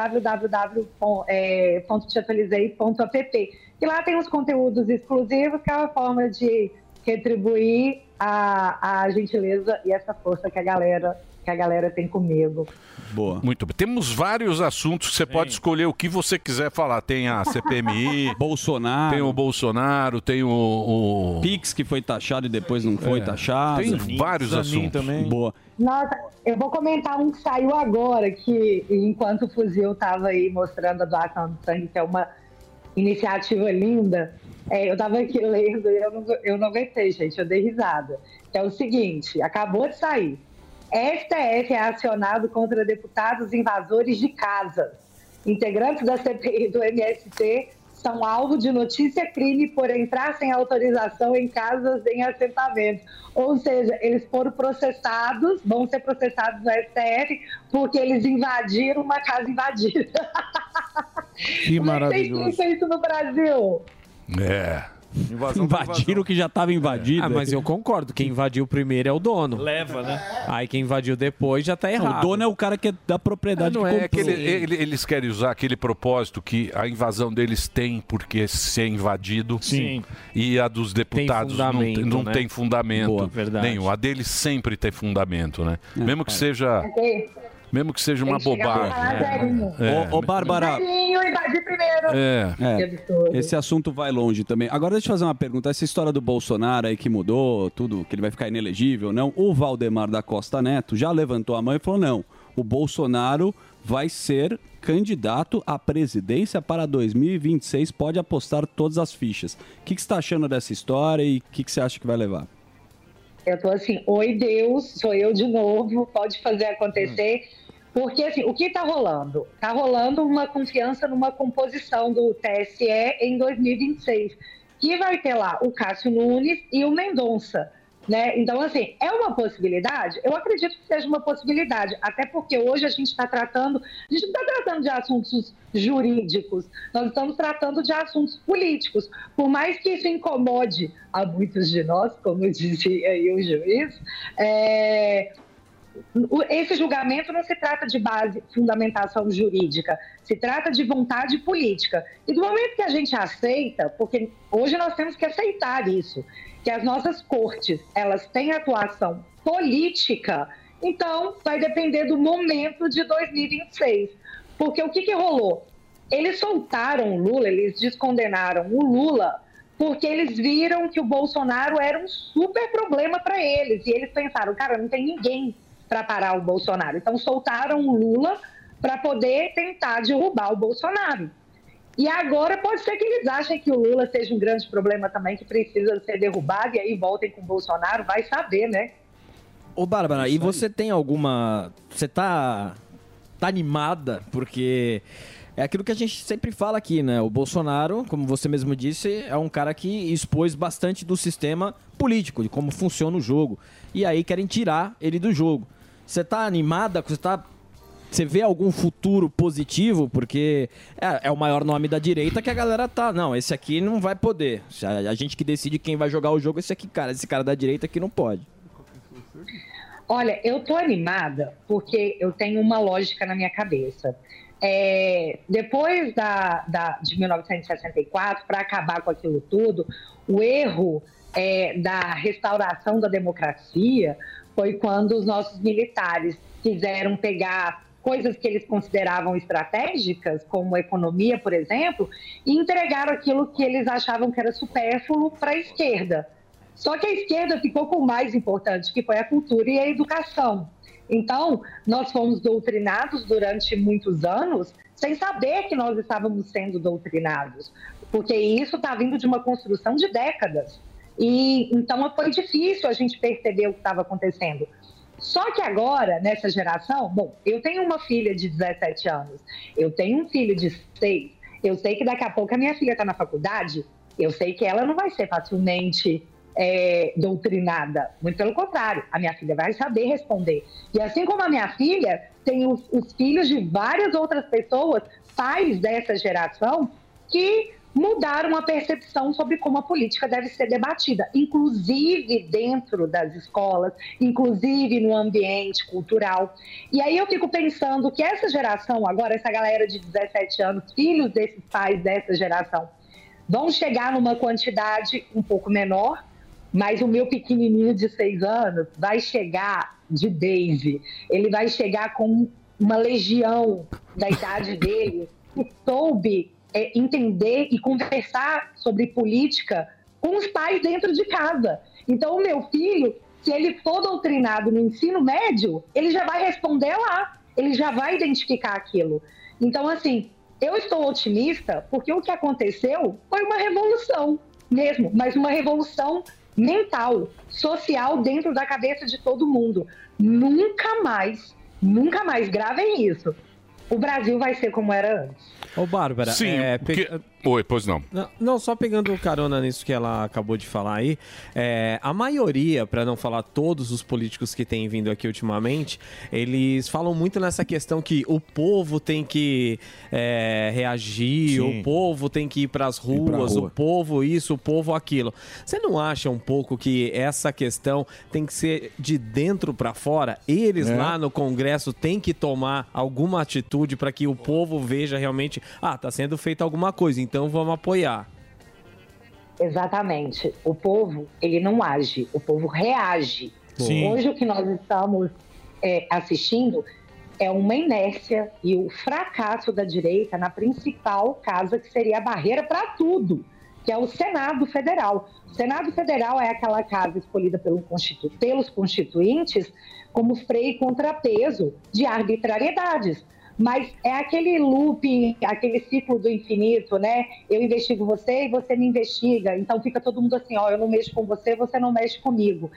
Speaker 19: é, www.teatualizei.app. E lá tem os conteúdos exclusivos, que é uma forma de retribuir a, a gentileza e essa força que a galera, que a galera tem comigo.
Speaker 6: Boa. Muito bem. Temos vários assuntos que você pode escolher o que você quiser falar. Tem a CPMI,
Speaker 7: Bolsonaro,
Speaker 6: tem o Bolsonaro, tem o, o-
Speaker 7: Pix que foi taxado e depois não foi
Speaker 6: É.
Speaker 7: taxado.
Speaker 6: Tem Zanin, vários Zanin assuntos. também.
Speaker 7: Boa.
Speaker 19: Nossa, eu vou comentar um que saiu agora, que enquanto o fuzil estava aí mostrando a doação de sangue, que é uma iniciativa linda, é, eu estava aqui lendo e eu não, eu não aguentei, gente, eu dei risada. Que é o seguinte, acabou de sair. STF é acionado contra deputados invasores de casa. Integrantes da CPI do MST são alvo de notícia crime por entrar sem autorização em casas em assentamento. Ou seja, eles foram processados, vão ser processados no STF, porque eles invadiram uma casa invadida.
Speaker 6: Que
Speaker 19: Tem isso, isso no Brasil.
Speaker 6: É.
Speaker 10: tá
Speaker 14: Invadiram
Speaker 7: o que já estava invadido.
Speaker 14: Ah, mas eu concordo. Quem invadiu primeiro é o dono.
Speaker 5: Leva, né?
Speaker 14: Aí quem invadiu depois já tá errado. Ah,
Speaker 7: dono é o cara que é da propriedade
Speaker 14: não
Speaker 6: É que ele- ele- eles querem usar aquele propósito que a invasão deles tem porque ser invadido
Speaker 14: Sim.
Speaker 6: e a dos deputados não, tem,
Speaker 14: fundamento,
Speaker 6: não
Speaker 14: né?
Speaker 6: tem fundamento
Speaker 14: Boa, verdade.
Speaker 6: nenhum. A deles sempre tem fundamento, né? mesmo que seja, mesmo que seja uma
Speaker 19: Tem que chegar né?
Speaker 6: bobagem.
Speaker 19: pra falar zerinho.
Speaker 6: É.
Speaker 7: Ô, ô, Bárbara.
Speaker 19: Marinho, invadi primeiro. Que absurdo.
Speaker 7: Esse assunto vai longe também. Agora deixa eu fazer uma pergunta. Essa história do Bolsonaro aí que mudou, tudo, que ele vai ficar inelegível, não. O Valdemar da Costa Neto já levantou a mão e falou: não, o Bolsonaro vai ser candidato à presidência para 2026, pode apostar todas as fichas. O que, que você está achando dessa história e o que, que você acha que vai levar?
Speaker 19: Eu tô assim, oi Deus, sou eu de novo, pode fazer acontecer. Porque assim, o que tá rolando? Tá rolando uma confiança numa composição do TSE em 2026, que vai ter lá o Cássio Nunes e o Mendonça. Né? Então, assim, é uma possibilidade? Eu acredito que seja uma possibilidade, até porque hoje a gente está tratando, a gente não está tratando de assuntos jurídicos, nós estamos tratando de assuntos políticos. Por mais que isso incomode a muitos de nós, como dizia aí o juiz, é, o- esse julgamento não se trata de base, fundamentação jurídica, se trata de vontade política. E do momento que a gente aceita, porque hoje nós temos que aceitar isso, que as nossas cortes, elas têm atuação política, então vai depender do momento de 2026. Porque o que, que rolou? Eles soltaram o Lula, eles descondenaram o Lula porque eles viram que o Bolsonaro era um super problema para eles. E eles pensaram, cara, não tem ninguém para parar o Bolsonaro. Então soltaram o Lula para poder tentar derrubar o Bolsonaro. E agora pode ser que eles achem que o Lula seja um grande problema também, que precisa ser derrubado, e aí voltem com o Bolsonaro, vai saber, né?
Speaker 5: Ô, Bárbara, e você tem alguma. Você tá. tá animada, porque É aquilo que a gente sempre fala aqui, né? O Bolsonaro, como você mesmo disse, é um cara que expôs bastante do sistema político, de como funciona o jogo. E aí querem tirar ele do jogo. Você tá animada? Você tá. Você vê algum futuro positivo? Porque é, é o maior nome da direita que a galera tá. Não, esse aqui não vai poder. A, a gente que decide quem vai jogar o jogo, esse aqui, cara. Esse cara da direita aqui não pode.
Speaker 19: Olha, eu tô animada porque eu tenho uma lógica na minha cabeça. É, depois da, da- de 1964, para acabar com aquilo tudo, o erro é, da restauração da democracia foi quando os nossos militares quiseram pegar coisas que eles consideravam estratégicas, como economia, por exemplo, e entregaram aquilo que eles achavam que era supérfluo para a esquerda. Só que a esquerda ficou com o mais importante, que foi a cultura e a educação. Então, nós fomos doutrinados durante muitos anos sem saber que nós estávamos sendo doutrinados, porque isso está vindo de uma construção de décadas. E então foi difícil a gente perceber o que estava acontecendo. Só que agora, nessa geração, bom, eu tenho uma filha de 17 anos, eu tenho um filho de 6, eu sei que daqui a pouco a minha filha está na faculdade, eu sei que ela não vai ser facilmente é, doutrinada. Muito pelo contrário, a minha filha vai saber responder. E assim como a minha filha, tem os, os filhos de várias outras pessoas, pais dessa geração, que mudaram a percepção sobre como a política deve ser debatida, inclusive dentro das escolas, inclusive no ambiente cultural. E aí eu fico pensando que essa geração agora, essa galera de 17 anos, filhos desses pais dessa geração, vão chegar numa quantidade um pouco menor, mas o meu pequenininho de seis anos vai chegar de Daisy. Ele vai chegar com uma legião da idade dele que soube é, entender e conversar sobre política com os pais dentro de casa. Então, o meu filho, se ele for doutrinado no ensino médio, ele já vai responder lá, ele já vai identificar aquilo. Então, assim, eu estou otimista porque o que aconteceu foi uma revolução mesmo, mas uma revolução mental, social dentro da cabeça de todo mundo. Nunca mais, nunca mais gravem isso. O Brasil vai ser como era antes.
Speaker 11: Ô, Bárbara,
Speaker 6: Sim,
Speaker 11: é, pe-
Speaker 6: porque- Oi, pois não.
Speaker 11: Não, não, só pegando carona nisso que ela acabou de falar aí, é, a maioria, para não falar todos os políticos que têm vindo aqui ultimamente, eles falam muito nessa questão que o povo tem que é, reagir,
Speaker 14: Sim.
Speaker 11: o povo tem que ir para as ruas,
Speaker 14: rua.
Speaker 11: o povo isso, o povo aquilo. Você não acha um pouco que essa questão tem que ser de dentro para fora? Eles
Speaker 14: É.
Speaker 11: lá no Congresso têm que tomar alguma atitude para que o povo veja realmente, ah, tá sendo feita alguma coisa, então vamos apoiar.
Speaker 19: Exatamente. O povo, ele não age, o povo reage.
Speaker 11: Sim.
Speaker 19: Hoje o que nós estamos é, assistindo é uma inércia e o fracasso da direita na principal casa que seria a barreira para tudo, que é o Senado Federal. O Senado Federal é aquela casa escolhida pelo constitu- pelos constituintes como freio e contrapeso de arbitrariedades mas é aquele looping, aquele ciclo do infinito, né? Eu investigo você e você me investiga. Então fica todo mundo assim, ó, eu não mexo com você, você não mexe comigo.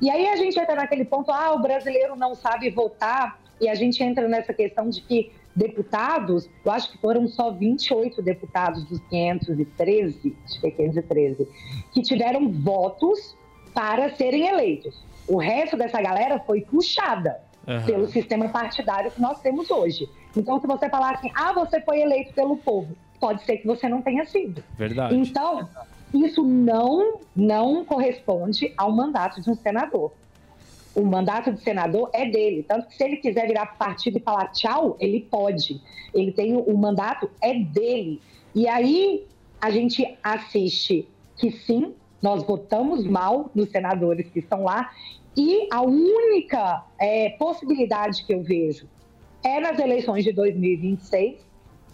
Speaker 19: E aí a gente entra naquele ponto, ah, o brasileiro não sabe votar, e a gente entra nessa questão de que deputados, eu acho que foram só 28 deputados dos 513, acho que é 513, que tiveram votos para serem eleitos. O resto dessa galera foi puxada
Speaker 2: Aham.
Speaker 19: pelo sistema partidário que nós temos hoje. Então, se você falar assim, ah, você foi eleito pelo povo, pode ser que você não tenha sido.
Speaker 14: Verdade.
Speaker 19: Então, isso não, não corresponde ao mandato de um senador. O mandato de senador é dele. Tanto que se ele quiser virar pro partido e falar tchau, ele pode. Ele tem o, o mandato, é dele. E aí a gente assiste que sim, nós votamos mal nos senadores que estão lá. E a única eh, possibilidade que eu vejo é nas eleições de 2026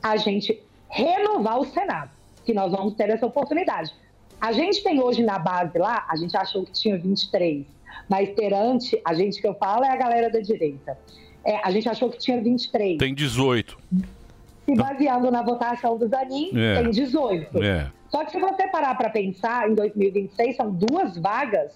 Speaker 19: a gente renovar o Senado, que nós vamos ter essa oportunidade. A gente tem hoje na base lá, a gente achou que tinha 23, mas perante, a gente que eu falo é a galera da direita. É, a gente achou que tinha 23.
Speaker 6: Tem 18.
Speaker 19: Se baseando na votação do Zanin,
Speaker 6: É.
Speaker 19: tem 18.
Speaker 6: É.
Speaker 19: Só que se você parar para pensar, em 2026 são duas vagas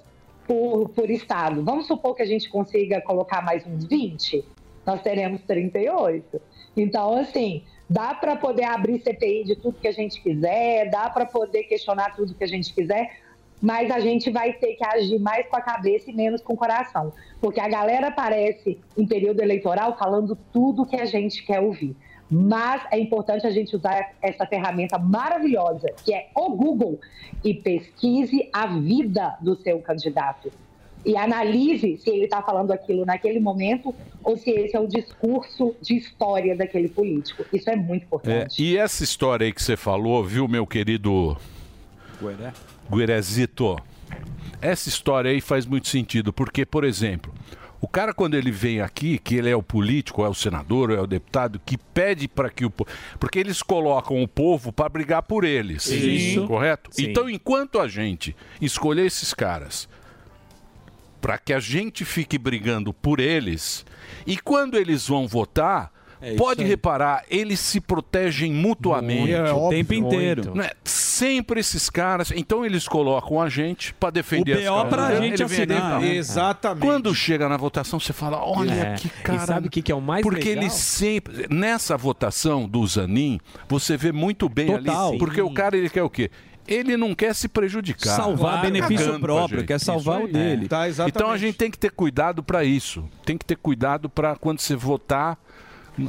Speaker 19: por, por estado. Vamos supor que a gente consiga colocar mais uns 20? Nós teremos 38. Então, assim, Dá para poder abrir CPI de tudo que a gente quiser, dá para poder questionar tudo que a gente quiser, mas a gente vai ter que agir mais com a cabeça e menos com o coração. Porque a galera aparece em período eleitoral falando tudo que a gente quer ouvir. Mas é importante a gente usar essa ferramenta maravilhosa, que é o Google, e pesquise a vida do seu candidato. E analise se ele está falando aquilo naquele momento ou se esse é o discurso de história daquele político. Isso é muito importante.
Speaker 6: É, e essa história aí que você falou, viu, meu querido Guerezito? Essa história aí faz muito sentido, porque, por exemplo, o cara, quando ele vem aqui, que ele é o político, é o senador, é o deputado, que pede para que o. po- Porque eles colocam o povo para brigar por eles.
Speaker 9: Sim. Isso.
Speaker 6: Correto?
Speaker 9: Sim.
Speaker 6: Então, enquanto a gente escolher esses caras para que a gente fique brigando por eles, e quando eles vão votar.
Speaker 9: É isso
Speaker 6: Pode
Speaker 9: aí.
Speaker 6: reparar, eles se protegem mutuamente.
Speaker 9: Muito, É, o óbvio. tempo inteiro.
Speaker 6: Não é? Sempre esses caras. Então eles colocam a gente para defender
Speaker 9: O
Speaker 6: as
Speaker 9: BO
Speaker 6: causas
Speaker 9: pra
Speaker 6: dele,
Speaker 9: gente
Speaker 6: ele vem aqui e
Speaker 9: assinar,
Speaker 6: fala. "Ah,
Speaker 9: né?
Speaker 6: Exatamente. Quando chega na votação, você fala: olha
Speaker 9: É.
Speaker 6: que
Speaker 9: E
Speaker 6: cara.
Speaker 9: sabe o que que é o mais
Speaker 6: Porque
Speaker 9: legal?
Speaker 6: ele sempre. Nessa votação do Zanin, você vê muito bem
Speaker 7: Total.
Speaker 6: ali. Porque o cara ele quer o quê? Ele não quer se prejudicar.
Speaker 7: Salvar
Speaker 6: Tá
Speaker 7: benefício
Speaker 6: cagando pra
Speaker 7: próprio,
Speaker 6: gente.
Speaker 7: quer salvar
Speaker 6: Isso
Speaker 7: o
Speaker 6: aí.
Speaker 7: dele. Tá, exatamente.
Speaker 6: então a gente tem que ter cuidado para isso. Tem que ter cuidado para quando você votar. n-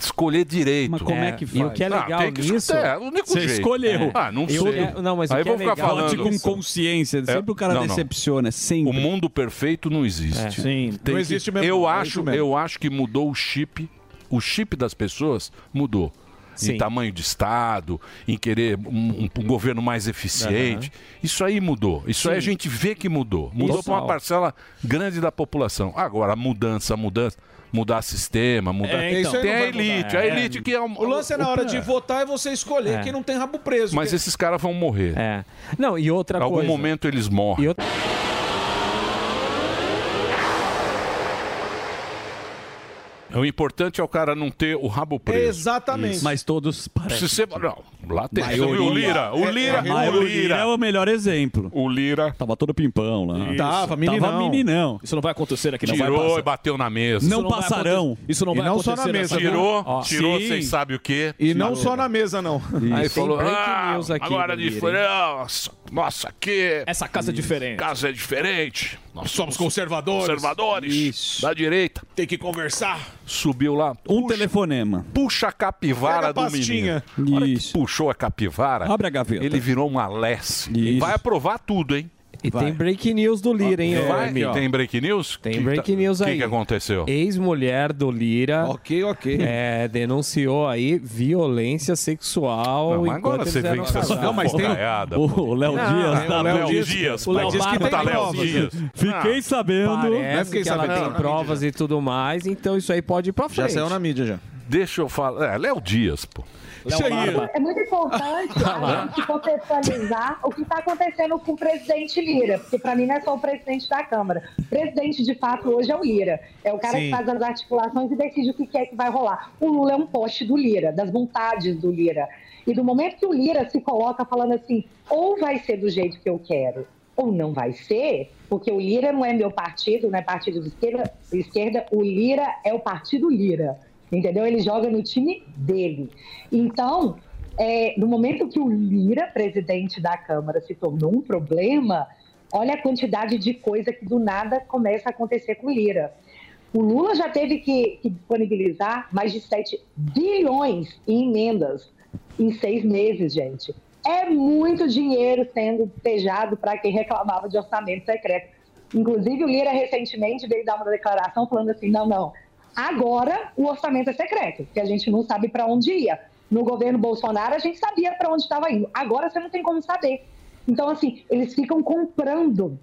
Speaker 6: Escolher direito.
Speaker 14: Mas como é que faz? E o que é legal
Speaker 6: ah, tem que
Speaker 14: nisso-
Speaker 6: escutar, É, o único
Speaker 7: Você
Speaker 6: jeito.
Speaker 7: escolheu.
Speaker 6: Ah, não
Speaker 7: Eu-
Speaker 6: sei.
Speaker 7: é, não, mas o
Speaker 6: Aí
Speaker 7: que
Speaker 6: vou
Speaker 7: é
Speaker 6: ficar
Speaker 7: legal
Speaker 6: falando. É.
Speaker 7: Vote com isso. consciência. Sempre o cara decepciona. Sempre.
Speaker 6: O mundo perfeito não existe.
Speaker 7: É. Sim.
Speaker 6: Tem
Speaker 7: Não
Speaker 6: que-
Speaker 7: existe mesmo,
Speaker 6: Eu
Speaker 7: é
Speaker 6: acho,
Speaker 7: isso mesmo.
Speaker 6: eu acho que mudou o chip. O chip das pessoas mudou. Em
Speaker 7: Sim.
Speaker 6: tamanho de Estado, em querer um, um- um governo mais eficiente. Isso aí mudou. Isso aí a
Speaker 9: Sim.
Speaker 6: gente vê que mudou. Mudou para uma
Speaker 9: Total.
Speaker 6: parcela grande da população. Agora, a mudança, a mudança, mudar sistema, mudar.
Speaker 10: É, então.
Speaker 6: tem a
Speaker 10: Isso aí não vai
Speaker 6: elite,
Speaker 10: mudar.
Speaker 6: a
Speaker 10: É.
Speaker 6: elite que é um,
Speaker 10: O lance é na hora de votar e você escolher
Speaker 6: É.
Speaker 10: quem não tem rabo preso.
Speaker 6: Mas
Speaker 10: Quem-
Speaker 6: esses caras vão morrer.
Speaker 14: É. Não, e outra
Speaker 6: algum
Speaker 14: coisa.
Speaker 6: momento eles morrem. O importante é o cara não ter o rabo preso.
Speaker 10: Exatamente.
Speaker 7: Isso. Mas todos parecem.
Speaker 6: Se você... Não, lá tem. Você
Speaker 7: Maioria.
Speaker 6: viu o Lira. O
Speaker 7: É,
Speaker 6: Lira.
Speaker 7: a maioria é
Speaker 6: o Lira.
Speaker 7: o melhor exemplo.
Speaker 6: O Lira.
Speaker 7: Tava todo pimpão lá.
Speaker 6: Isso.
Speaker 7: Tava meninão.
Speaker 13: Isso não vai acontecer aqui, não vai
Speaker 6: Tirou
Speaker 13: passar.
Speaker 6: e bateu na mesa.
Speaker 7: Não
Speaker 6: Isso
Speaker 7: vai passarão.
Speaker 6: acontecer-
Speaker 13: Isso não
Speaker 6: E
Speaker 13: vai acontecer nessa Copa.
Speaker 6: Tirou,
Speaker 13: Ó,
Speaker 6: tirou,
Speaker 13: sim.
Speaker 6: vocês sabem o quê.
Speaker 10: E não só na mesa, não.
Speaker 6: Aí falou,
Speaker 13: break
Speaker 6: ah,
Speaker 13: news aqui
Speaker 6: agora
Speaker 13: do
Speaker 6: de
Speaker 13: Lira,
Speaker 6: diferente. Nossa, nossa, aqui.
Speaker 13: Essa casa é diferente.
Speaker 6: Casa é diferente. Nós
Speaker 10: Somos conservadores.
Speaker 6: Conservadores. Da direita.
Speaker 10: Tem que conversar.
Speaker 6: Subiu lá.
Speaker 7: Um telefonema.
Speaker 6: Puxa a capivara
Speaker 7: Pega a
Speaker 6: do menino.
Speaker 7: pastinha.
Speaker 6: Na hora que puxou a capivara.
Speaker 7: Abre a gaveta.
Speaker 6: Ele virou um alesse.
Speaker 7: Isso.
Speaker 6: Vai aprovar tudo, hein?
Speaker 14: E tem break news do
Speaker 6: é
Speaker 14: Lira, hein, ô,
Speaker 6: Vai,
Speaker 14: Emílio?
Speaker 6: tem break news?
Speaker 14: Tem
Speaker 6: Que
Speaker 14: break news
Speaker 6: O
Speaker 14: aí.
Speaker 6: que, que aconteceu?
Speaker 14: Ex-mulher do Lira. É,
Speaker 10: Ok, ok.
Speaker 14: denunciou aí violência sexual.
Speaker 6: Não, Ah, mas
Speaker 14: enquanto
Speaker 6: agora você
Speaker 14: eles eram
Speaker 6: vem com essas
Speaker 14: casados.
Speaker 6: Não, mas tem- fofocaiada, pô.
Speaker 7: O Léo
Speaker 14: Não,
Speaker 7: Dias.
Speaker 14: é,
Speaker 7: tá
Speaker 14: o Léo
Speaker 7: bem.
Speaker 14: Dias- Dias,
Speaker 7: O
Speaker 14: mas
Speaker 7: Léo
Speaker 14: diz que
Speaker 7: Barba
Speaker 14: tem
Speaker 7: tá-
Speaker 14: provas. né? Ah,
Speaker 7: Dias. Fiquei sabendo.
Speaker 14: Parece
Speaker 7: Mas fiquei
Speaker 14: que tá ela
Speaker 7: sabendo.
Speaker 14: tem provas e tudo mais, então isso aí pode ir pra frente.
Speaker 10: mídia já.
Speaker 6: Deixa eu falar. É, Léo Dias, pô.
Speaker 19: É muito importante a gente contextualizar o que está acontecendo com o presidente Lira, porque para mim não é só o presidente da Câmara. O presidente, de fato, hoje é o Lira. É o cara
Speaker 21: Sim.
Speaker 19: que faz as articulações e decide o que é que vai rolar. O Lula é um poste do Lira, das vontades do Lira. E do momento que o Lira se coloca falando assim, ou vai ser do jeito que eu quero, ou não vai ser, porque o Lira não é meu partido, não é partido de esquerda, esquerda o Lira é o partido Lira. Entendeu? Ele joga no time dele. Então, é, no momento que o Lira, presidente da Câmara, se tornou um problema, olha a quantidade de coisa que do nada começa a acontecer com o Lira. O Lula já teve que, que disponibilizar mais de 7 bilhões em emendas em seis meses, gente. É muito dinheiro sendo despejado para quem reclamava de orçamento secreto. Inclusive, o Lira recentemente veio dar uma declaração falando assim: não, não, agora o orçamento é secreto, porque a gente não sabe para onde ia. No governo Bolsonaro, a gente sabia para onde estava indo. Agora você não tem como saber. Então, assim, eles ficam comprando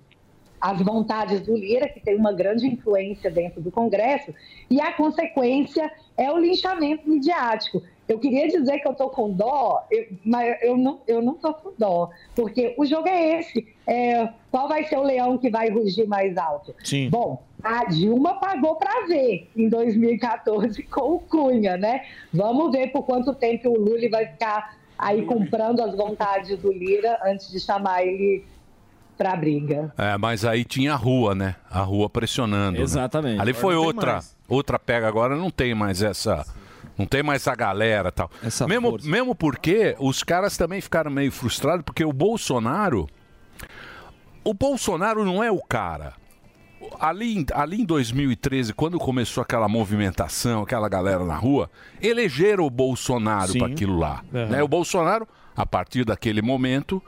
Speaker 19: as vontades do Lira, que tem uma grande influência dentro do Congresso, e a consequência é o linchamento midiático. Eu queria dizer que eu estou com dó, eu- mas eu não estou não tô com dó, porque o jogo é esse. É, qual vai ser o leão que vai rugir mais alto?
Speaker 13: Sim.
Speaker 19: Bom, a Dilma pagou para ver em 2014 com o Cunha, né? Vamos ver por quanto tempo o Lula vai ficar aí comprando as vontades do Lira antes de chamar ele para a briga.
Speaker 6: É, mas aí tinha a rua, né? A rua pressionando. né?
Speaker 5: Exatamente.
Speaker 6: Ali
Speaker 5: Agora
Speaker 6: foi
Speaker 5: não tem
Speaker 6: outra.
Speaker 5: mais.
Speaker 6: Outra pega agora, não tem mais essa. Não tem mais essa galera e tal. Mesmo, mesmo porque os caras também ficaram meio frustrados, porque o Bolsonaro. O Bolsonaro não é o cara. Ali, em- ali em 2013, quando começou aquela movimentação, aquela galera na rua, elegeram o Bolsonaro
Speaker 1: Sim. É.
Speaker 6: para aquilo lá.
Speaker 1: Aham.
Speaker 6: né? O Bolsonaro, a partir daquele momento,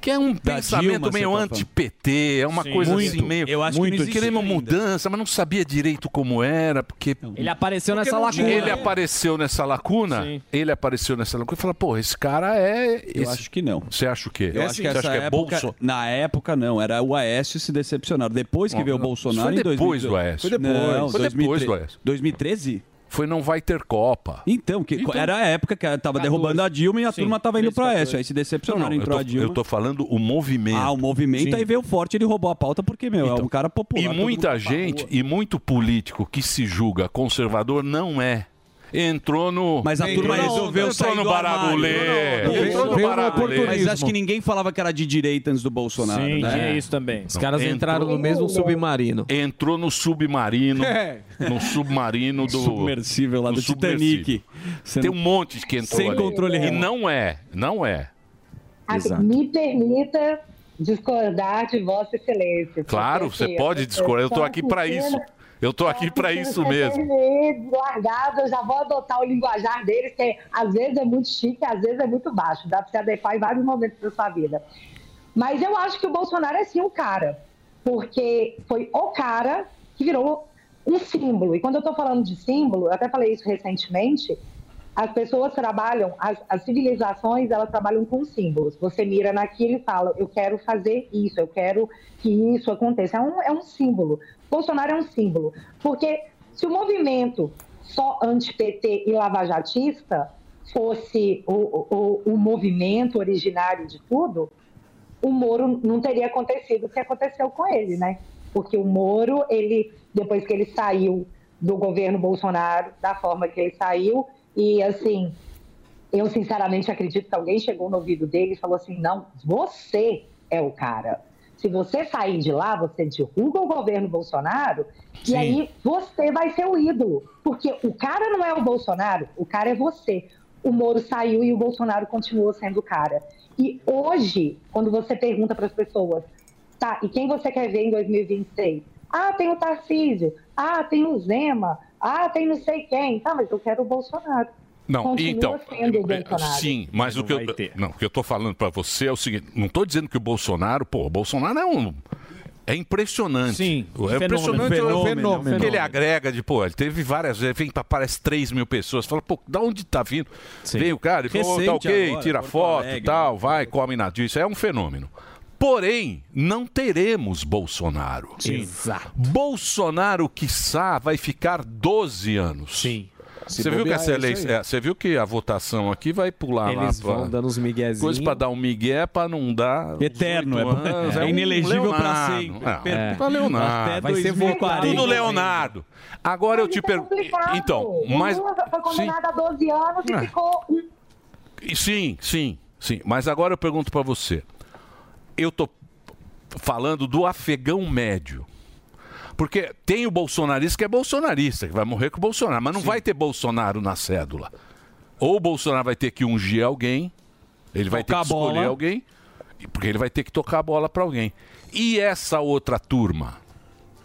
Speaker 6: que é um
Speaker 1: Da
Speaker 6: pensamento
Speaker 1: Dilma, você
Speaker 6: meio
Speaker 1: tá
Speaker 6: anti-PT, é uma
Speaker 1: Sim.
Speaker 6: coisa
Speaker 1: Muito.
Speaker 6: assim meio.
Speaker 1: Eu acho que não
Speaker 6: muito.
Speaker 1: existia
Speaker 6: Queremos
Speaker 1: ainda.
Speaker 6: mudança, mas não sabia direito como era, porque.
Speaker 5: Ele apareceu
Speaker 6: Porque
Speaker 5: nessa
Speaker 6: não tinha-
Speaker 5: lacuna.
Speaker 6: Ele apareceu nessa lacuna. Ele apareceu nessa lacuna e falou, pô, esse cara é.
Speaker 7: Eu
Speaker 6: esse-
Speaker 7: acho que não.
Speaker 6: Você acha o quê?
Speaker 7: Eu acho que
Speaker 6: Você
Speaker 7: essa
Speaker 6: acha que é
Speaker 7: época,
Speaker 6: Bolso-
Speaker 7: na época não, era o Aécio se decepcionaram. Depois que
Speaker 6: Não,
Speaker 7: veio o
Speaker 6: não.
Speaker 7: Bolsonaro
Speaker 6: Isso foi
Speaker 7: em
Speaker 6: depois
Speaker 7: 2012.
Speaker 6: do Aécio.
Speaker 7: Foi depois,
Speaker 6: Não, foi depois do Aécio.
Speaker 7: 2013?
Speaker 6: Foi Ah, não vai ter Copa.
Speaker 7: Então, que era a época que tava derrubando a Dilma e a turma tava indo pro Aécio. Aí se decepcionaram,
Speaker 6: eu
Speaker 7: entrou
Speaker 6: tô,
Speaker 7: a Dilma.
Speaker 6: eu tô falando o movimento.
Speaker 7: Ah, o movimento
Speaker 6: Sim. Então.
Speaker 7: aí veio forte, ele roubou a pauta porque, meu, é um cara popular.
Speaker 6: E
Speaker 7: todo
Speaker 6: muita
Speaker 7: mundo fala,
Speaker 6: gente, e muito político que se julga conservador não é. Entrou no.
Speaker 7: Mas a turma resolveu
Speaker 6: entrou
Speaker 7: sair
Speaker 6: no
Speaker 7: do
Speaker 6: barabulê.
Speaker 7: armário.
Speaker 6: Entrou no barabulê.
Speaker 7: Mas acho que ninguém falava que era de direita antes do Bolsonaro.
Speaker 6: Sim,
Speaker 7: né?
Speaker 6: tinha isso também. Os caras Entrou- entraram no mesmo
Speaker 7: submarino.
Speaker 6: Entrou no submarino.
Speaker 7: É.
Speaker 6: No submarino do.
Speaker 7: Submersível lá
Speaker 6: no
Speaker 7: do
Speaker 6: submersível.
Speaker 7: Titanic. Você
Speaker 6: Tem um
Speaker 7: não-
Speaker 6: monte que entrou.
Speaker 7: Sem
Speaker 6: ali.
Speaker 7: controle
Speaker 6: E
Speaker 7: remoto.
Speaker 6: não é. Não é.
Speaker 19: Assim, Me permita discordar de Vossa Excelência.
Speaker 6: Claro,
Speaker 19: porque,
Speaker 6: você
Speaker 19: assim,
Speaker 6: pode
Speaker 19: eu
Speaker 6: discordar. Eu tô
Speaker 19: sou
Speaker 6: aqui pra
Speaker 19: pequena,
Speaker 6: isso. Eu tô aqui pra
Speaker 19: pequena,
Speaker 6: isso
Speaker 19: você
Speaker 6: mesmo.
Speaker 19: tem medo, Largado, eu já vou adotar o linguajar deles, que às vezes é muito chique, às vezes é muito baixo. Dá pra se adequar em vários momentos da sua vida. Mas eu acho que o Bolsonaro é sim um cara, porque foi o cara que virou um símbolo. E quando eu estou falando de símbolo, eu até falei isso recentemente, as pessoas trabalham, as, as civilizações, elas trabalham com símbolos. Você mira naquilo e fala, eu quero fazer isso, eu quero que isso aconteça. É um, é um símbolo. Bolsonaro é um símbolo. Porque se o movimento só anti-PT e lavajatista fosse o, o, o- o movimento originário de tudo, o Moro não teria acontecido o que aconteceu com ele, né? Porque o Moro, ele, depois que ele saiu do governo Bolsonaro, da forma que ele saiu, e assim, eu sinceramente acredito que alguém chegou no ouvido dele e falou assim: não, você é o cara. Se você sair de lá, você derruba o governo Bolsonaro e aí você vai ser o ídolo. Porque o cara não é o Bolsonaro, o cara é você. O Moro saiu e o Bolsonaro continuou sendo o cara. E hoje, quando você pergunta para as pessoas, tá, e quem você quer ver em 2026? Ah, tem o Tarcísio, ah, tem o Zema, ah, tem não sei quem. Tá, mas eu quero o Bolsonaro.
Speaker 6: Não,
Speaker 19: Continua
Speaker 6: então.
Speaker 19: sendo o Bolsonaro.
Speaker 6: Sim, mas o que, eu, não, o que eu tô falando pra você é o seguinte: não tô dizendo que o Bolsonaro, pô, o Bolsonaro é um. É impressionante. Sim, é
Speaker 1: fenômeno.
Speaker 6: impressionante o-
Speaker 1: Fenômeno,
Speaker 6: o
Speaker 1: fenômeno.
Speaker 6: que ele agrega de, pô, ele teve várias vezes, vem pra parece 3 mil pessoas. Fala, pô, da onde tá vindo? Vem o cara, ele falou,
Speaker 1: Recente
Speaker 6: tá ok,
Speaker 1: agora,
Speaker 6: tira
Speaker 1: Porto
Speaker 6: foto e
Speaker 1: Alegre, né?
Speaker 6: tal, vai, come na disso. É um fenômeno. Porém, não teremos Bolsonaro.
Speaker 1: Sim.
Speaker 6: Exato. Bolsonaro, quiçá, vai ficar 12 anos. Sim.
Speaker 1: Se
Speaker 6: Você viu, que
Speaker 1: bobear,
Speaker 6: essa
Speaker 1: é isso
Speaker 6: eleição,
Speaker 1: aí.
Speaker 6: é, você viu que a votação aqui vai pular lá.
Speaker 1: Eles vão
Speaker 6: dando os miguezinhos. Coisa pra dar um migué, pra não dar...
Speaker 7: Eterno,
Speaker 6: os oito
Speaker 7: é-
Speaker 6: anos.
Speaker 7: é
Speaker 6: um
Speaker 7: inelegível pra
Speaker 6: Leonardo.
Speaker 7: sempre.
Speaker 6: Não,
Speaker 7: É.
Speaker 6: pra Leonardo.
Speaker 7: Até Vai ser 2040.
Speaker 6: Tudo Leonardo. Agora eu te pergunto...
Speaker 19: é Tá Complicado.
Speaker 6: Então,
Speaker 19: O
Speaker 6: mas...
Speaker 19: Lula foi
Speaker 6: Sim.
Speaker 19: condenado a 12 anos e
Speaker 6: É.
Speaker 19: ficou um
Speaker 6: Sim, sim, sim. Mas agora eu pergunto pra você. Eu tô falando do afegão médio. Porque tem o bolsonarista que é bolsonarista, que vai morrer com o Bolsonaro, mas não vai ter Bolsonaro na cédula. Ou o Bolsonaro vai ter que ungir alguém, ele vai ter
Speaker 7: Tocar
Speaker 6: que
Speaker 7: a bola.
Speaker 6: escolher alguém, porque ele vai ter que tocar a bola pra alguém. E essa outra turma?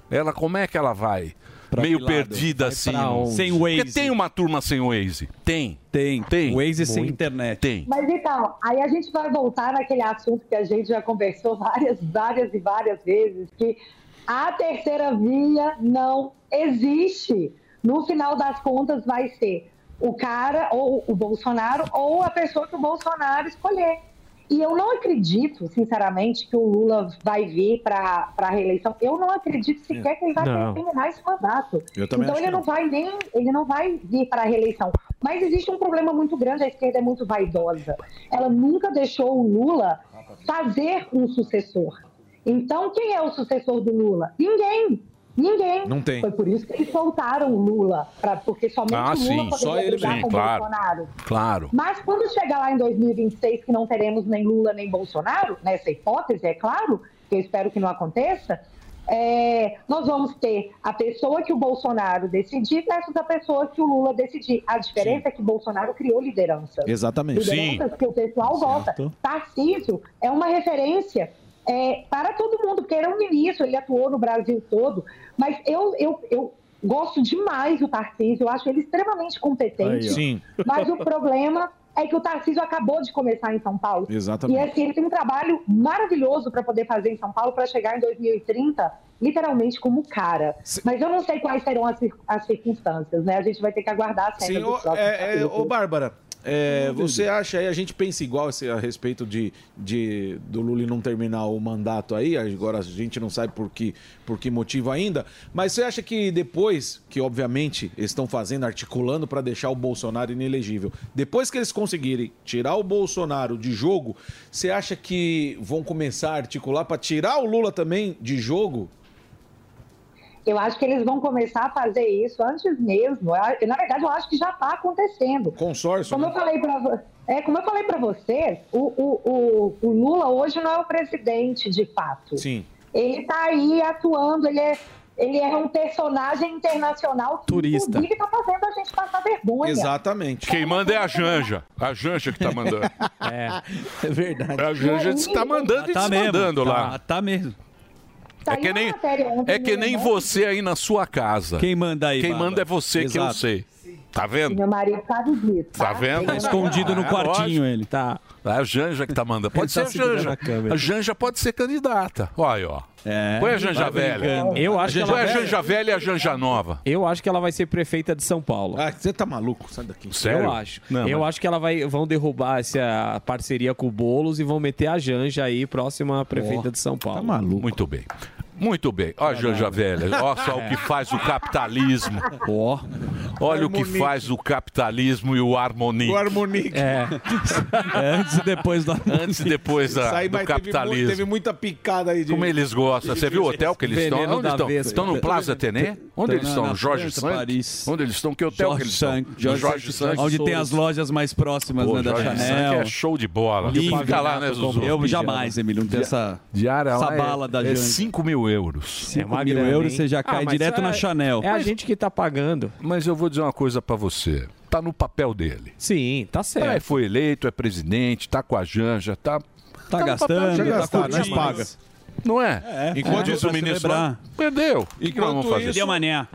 Speaker 6: Ela como é que ela vai? Meio
Speaker 7: que lado?
Speaker 6: perdida
Speaker 7: Vai
Speaker 6: assim.
Speaker 7: pra
Speaker 6: no-
Speaker 7: onde? Sem
Speaker 6: Porque
Speaker 7: Waze.
Speaker 6: tem uma turma sem Waze. Tem. Tem. Tem.
Speaker 7: Waze sem internet.
Speaker 6: Tem.
Speaker 19: Mas então, aí a gente vai voltar naquele assunto que a gente já conversou várias, várias e várias vezes, que a terceira via não existe. No final das contas vai ser o cara ou o Bolsonaro ou a pessoa que o Bolsonaro escolher. E eu não acredito, sinceramente, que o Lula vai vir para a reeleição. Eu não acredito sequer que ele vai
Speaker 2: Não.
Speaker 19: terminar esse mandato
Speaker 2: Eu também
Speaker 19: então
Speaker 2: acho
Speaker 19: ele
Speaker 2: que
Speaker 19: não vai nem, ele não vai vir para a reeleição. Mas existe um problema muito grande, a esquerda é muito vaidosa. Ela nunca deixou o Lula fazer um sucessor. Então quem é o sucessor do Lula? Ninguém. Ninguém.
Speaker 1: Não tem.
Speaker 19: Foi por isso que eles soltaram o Lula, pra, porque somente
Speaker 6: Ah,
Speaker 19: o Lula
Speaker 6: sim,
Speaker 19: poderia
Speaker 6: só ele
Speaker 19: brigar
Speaker 6: mesmo,
Speaker 19: com o
Speaker 6: claro.
Speaker 19: Bolsonaro.
Speaker 6: Claro.
Speaker 19: Mas quando chegar lá em 2026, que não né, teremos nem Lula nem Bolsonaro, nessa hipótese, é claro, que eu espero que não aconteça, é, nós vamos ter a pessoa que o Bolsonaro decidir versus a pessoa que o Lula decidir. A diferença é que o Bolsonaro criou liderança.
Speaker 1: Exatamente. Sim.
Speaker 19: Lideranças que o pessoal vota.
Speaker 1: Certo.
Speaker 19: Tarcísio é uma referência é, para todo mundo, porque ele é um ministro, ele atuou no Brasil todo. Mas eu, eu, eu gosto demais do Tarcísio, eu acho ele extremamente competente.
Speaker 1: Aí, ó. Sim.
Speaker 19: Mas o problema é que o Tarcísio acabou de começar em São Paulo.
Speaker 1: Exatamente.
Speaker 19: E assim, ele tem um trabalho maravilhoso para poder fazer em São Paulo para chegar em 2030 literalmente como cara. Mas eu não sei quais serão as, cir- as circunstâncias, né? A gente vai ter que aguardar a cena
Speaker 10: Sim,
Speaker 19: do
Speaker 10: ô,
Speaker 19: próximo
Speaker 10: é, é,
Speaker 19: capítulo.
Speaker 10: ô, Bárbara, é, você acha aí, a gente pensa igual esse- a respeito de, de- do Lula não terminar o mandato aí, agora a gente não sabe por que, por que motivo ainda, mas você acha que depois, que obviamente eles estão fazendo, articulando para deixar o Bolsonaro inelegível, depois que eles conseguirem tirar o Bolsonaro de jogo, você acha que vão começar a articular para tirar o Lula também de jogo?
Speaker 19: Eu acho que eles vão começar a fazer isso antes mesmo. Eu- Na verdade, eu acho que já está acontecendo.
Speaker 10: Consórcio.
Speaker 19: Como eu falei para é, como eu falei para vocês, o, o, o, o Lula hoje não é o presidente de fato.
Speaker 10: Sim.
Speaker 19: Ele está aí atuando, ele é, ele é um personagem internacional que,
Speaker 6: Turista.
Speaker 19: inclusive, está fazendo a gente passar vergonha.
Speaker 10: Exatamente.
Speaker 6: Quem manda é a Janja. A Janja que tá mandando.
Speaker 14: É,
Speaker 1: é verdade.
Speaker 6: A Janja está mandando e
Speaker 14: Tá mesmo,
Speaker 6: desmandando
Speaker 14: tá,
Speaker 6: lá. Tá mesmo. É
Speaker 14: Saiu
Speaker 6: que
Speaker 14: uma
Speaker 6: nem,
Speaker 14: Tá matéria ontem né?
Speaker 6: é que
Speaker 14: no
Speaker 6: nem
Speaker 14: Globo.
Speaker 6: você aí na sua casa.
Speaker 7: Quem manda aí,
Speaker 6: Quem
Speaker 7: Bárbara?
Speaker 6: manda é você, que eu
Speaker 7: Exato.
Speaker 6: sei. Tá vendo?
Speaker 19: Meu marido sabe disso.
Speaker 6: Tá vendo?
Speaker 7: Tá escondido no quartinho ele.
Speaker 14: Tá.
Speaker 6: É a Janja que tá mandando.
Speaker 7: Ele
Speaker 6: Pode
Speaker 7: tá
Speaker 6: ser a
Speaker 7: segurando
Speaker 6: Janja.
Speaker 7: a câmera.
Speaker 6: A Janja pode ser candidata. Olha aí, ó. Põe a Janja
Speaker 14: Tá
Speaker 6: Velha.
Speaker 14: brincando. Eu acho que
Speaker 6: Põe
Speaker 14: ela
Speaker 6: a
Speaker 14: vai-
Speaker 6: Janja Velha e a Janja Nova.
Speaker 14: Eu acho que ela vai ser prefeita de São Paulo.
Speaker 10: Ah, você tá maluco? Sai daqui.
Speaker 6: Sério?
Speaker 14: Eu acho.
Speaker 6: Não,
Speaker 14: eu
Speaker 6: mas-
Speaker 14: acho que ela vai, vão derrubar essa parceria com o Boulos e vão meter a Janja aí, próxima prefeita
Speaker 6: Ó,
Speaker 14: de São Paulo. Tá
Speaker 1: maluco.
Speaker 6: Muito bem. Muito bem. Olha a Janja Velha. Olha só o que faz o capitalismo.
Speaker 14: Ó.
Speaker 6: Olha o que
Speaker 14: Harmonique.
Speaker 6: faz o capitalismo e o harmonique.
Speaker 10: O harmonique.
Speaker 6: É.
Speaker 7: É antes e depois do
Speaker 6: Antes e depois da-
Speaker 10: Isso
Speaker 6: Tá,
Speaker 10: aí,
Speaker 6: do
Speaker 10: mas teve mu-
Speaker 6: capitalismo.
Speaker 10: Teve, muita picada aí de.
Speaker 6: Como eles gostam. Você viu o hotel que eles estão?
Speaker 10: Veneno
Speaker 6: Onde
Speaker 10: da
Speaker 6: estão?
Speaker 10: Vespa.
Speaker 6: Estão no Plaza Athénée? Onde
Speaker 7: Então,
Speaker 6: eles
Speaker 7: na-
Speaker 6: estão?
Speaker 7: na
Speaker 6: Jorge
Speaker 7: França,
Speaker 6: Santos? Onde eles estão? Que hotel
Speaker 7: Jorge
Speaker 6: que eles estão?
Speaker 7: Sank- Jorge Sank-
Speaker 6: Sank.
Speaker 7: onde tem as lojas mais próximas
Speaker 6: Pô,
Speaker 7: né, da
Speaker 6: Jorge
Speaker 7: Chanel.
Speaker 6: Sank é show de bola.
Speaker 7: Lindo.
Speaker 6: Fica lá, né, Zuzu?
Speaker 7: Eu jamais, Emílio, não tem essa,
Speaker 6: Diária
Speaker 7: essa
Speaker 6: lá é-
Speaker 7: bala da
Speaker 6: é
Speaker 7: Janja.
Speaker 6: 5 mil euros.
Speaker 7: 5 mil euros você já cai direto na Chanel.
Speaker 14: Ah, É a gente que tá pagando.
Speaker 6: Mas eu vou dizer uma coisa pra você. Tá no papel dele.
Speaker 14: Sim, tá certo.
Speaker 6: É, foi eleito, é presidente, tá com a Janja, tá...
Speaker 7: Tá
Speaker 6: no papel
Speaker 7: gastando,
Speaker 6: dele.
Speaker 7: tá gastando,
Speaker 6: curtindo.
Speaker 7: mas paga.
Speaker 6: Não é? Enquanto
Speaker 7: É.
Speaker 6: diz o
Speaker 7: Pra
Speaker 6: ministro
Speaker 7: celebrar.
Speaker 6: lá, perdeu. E o que nós vamos fazer?
Speaker 10: né?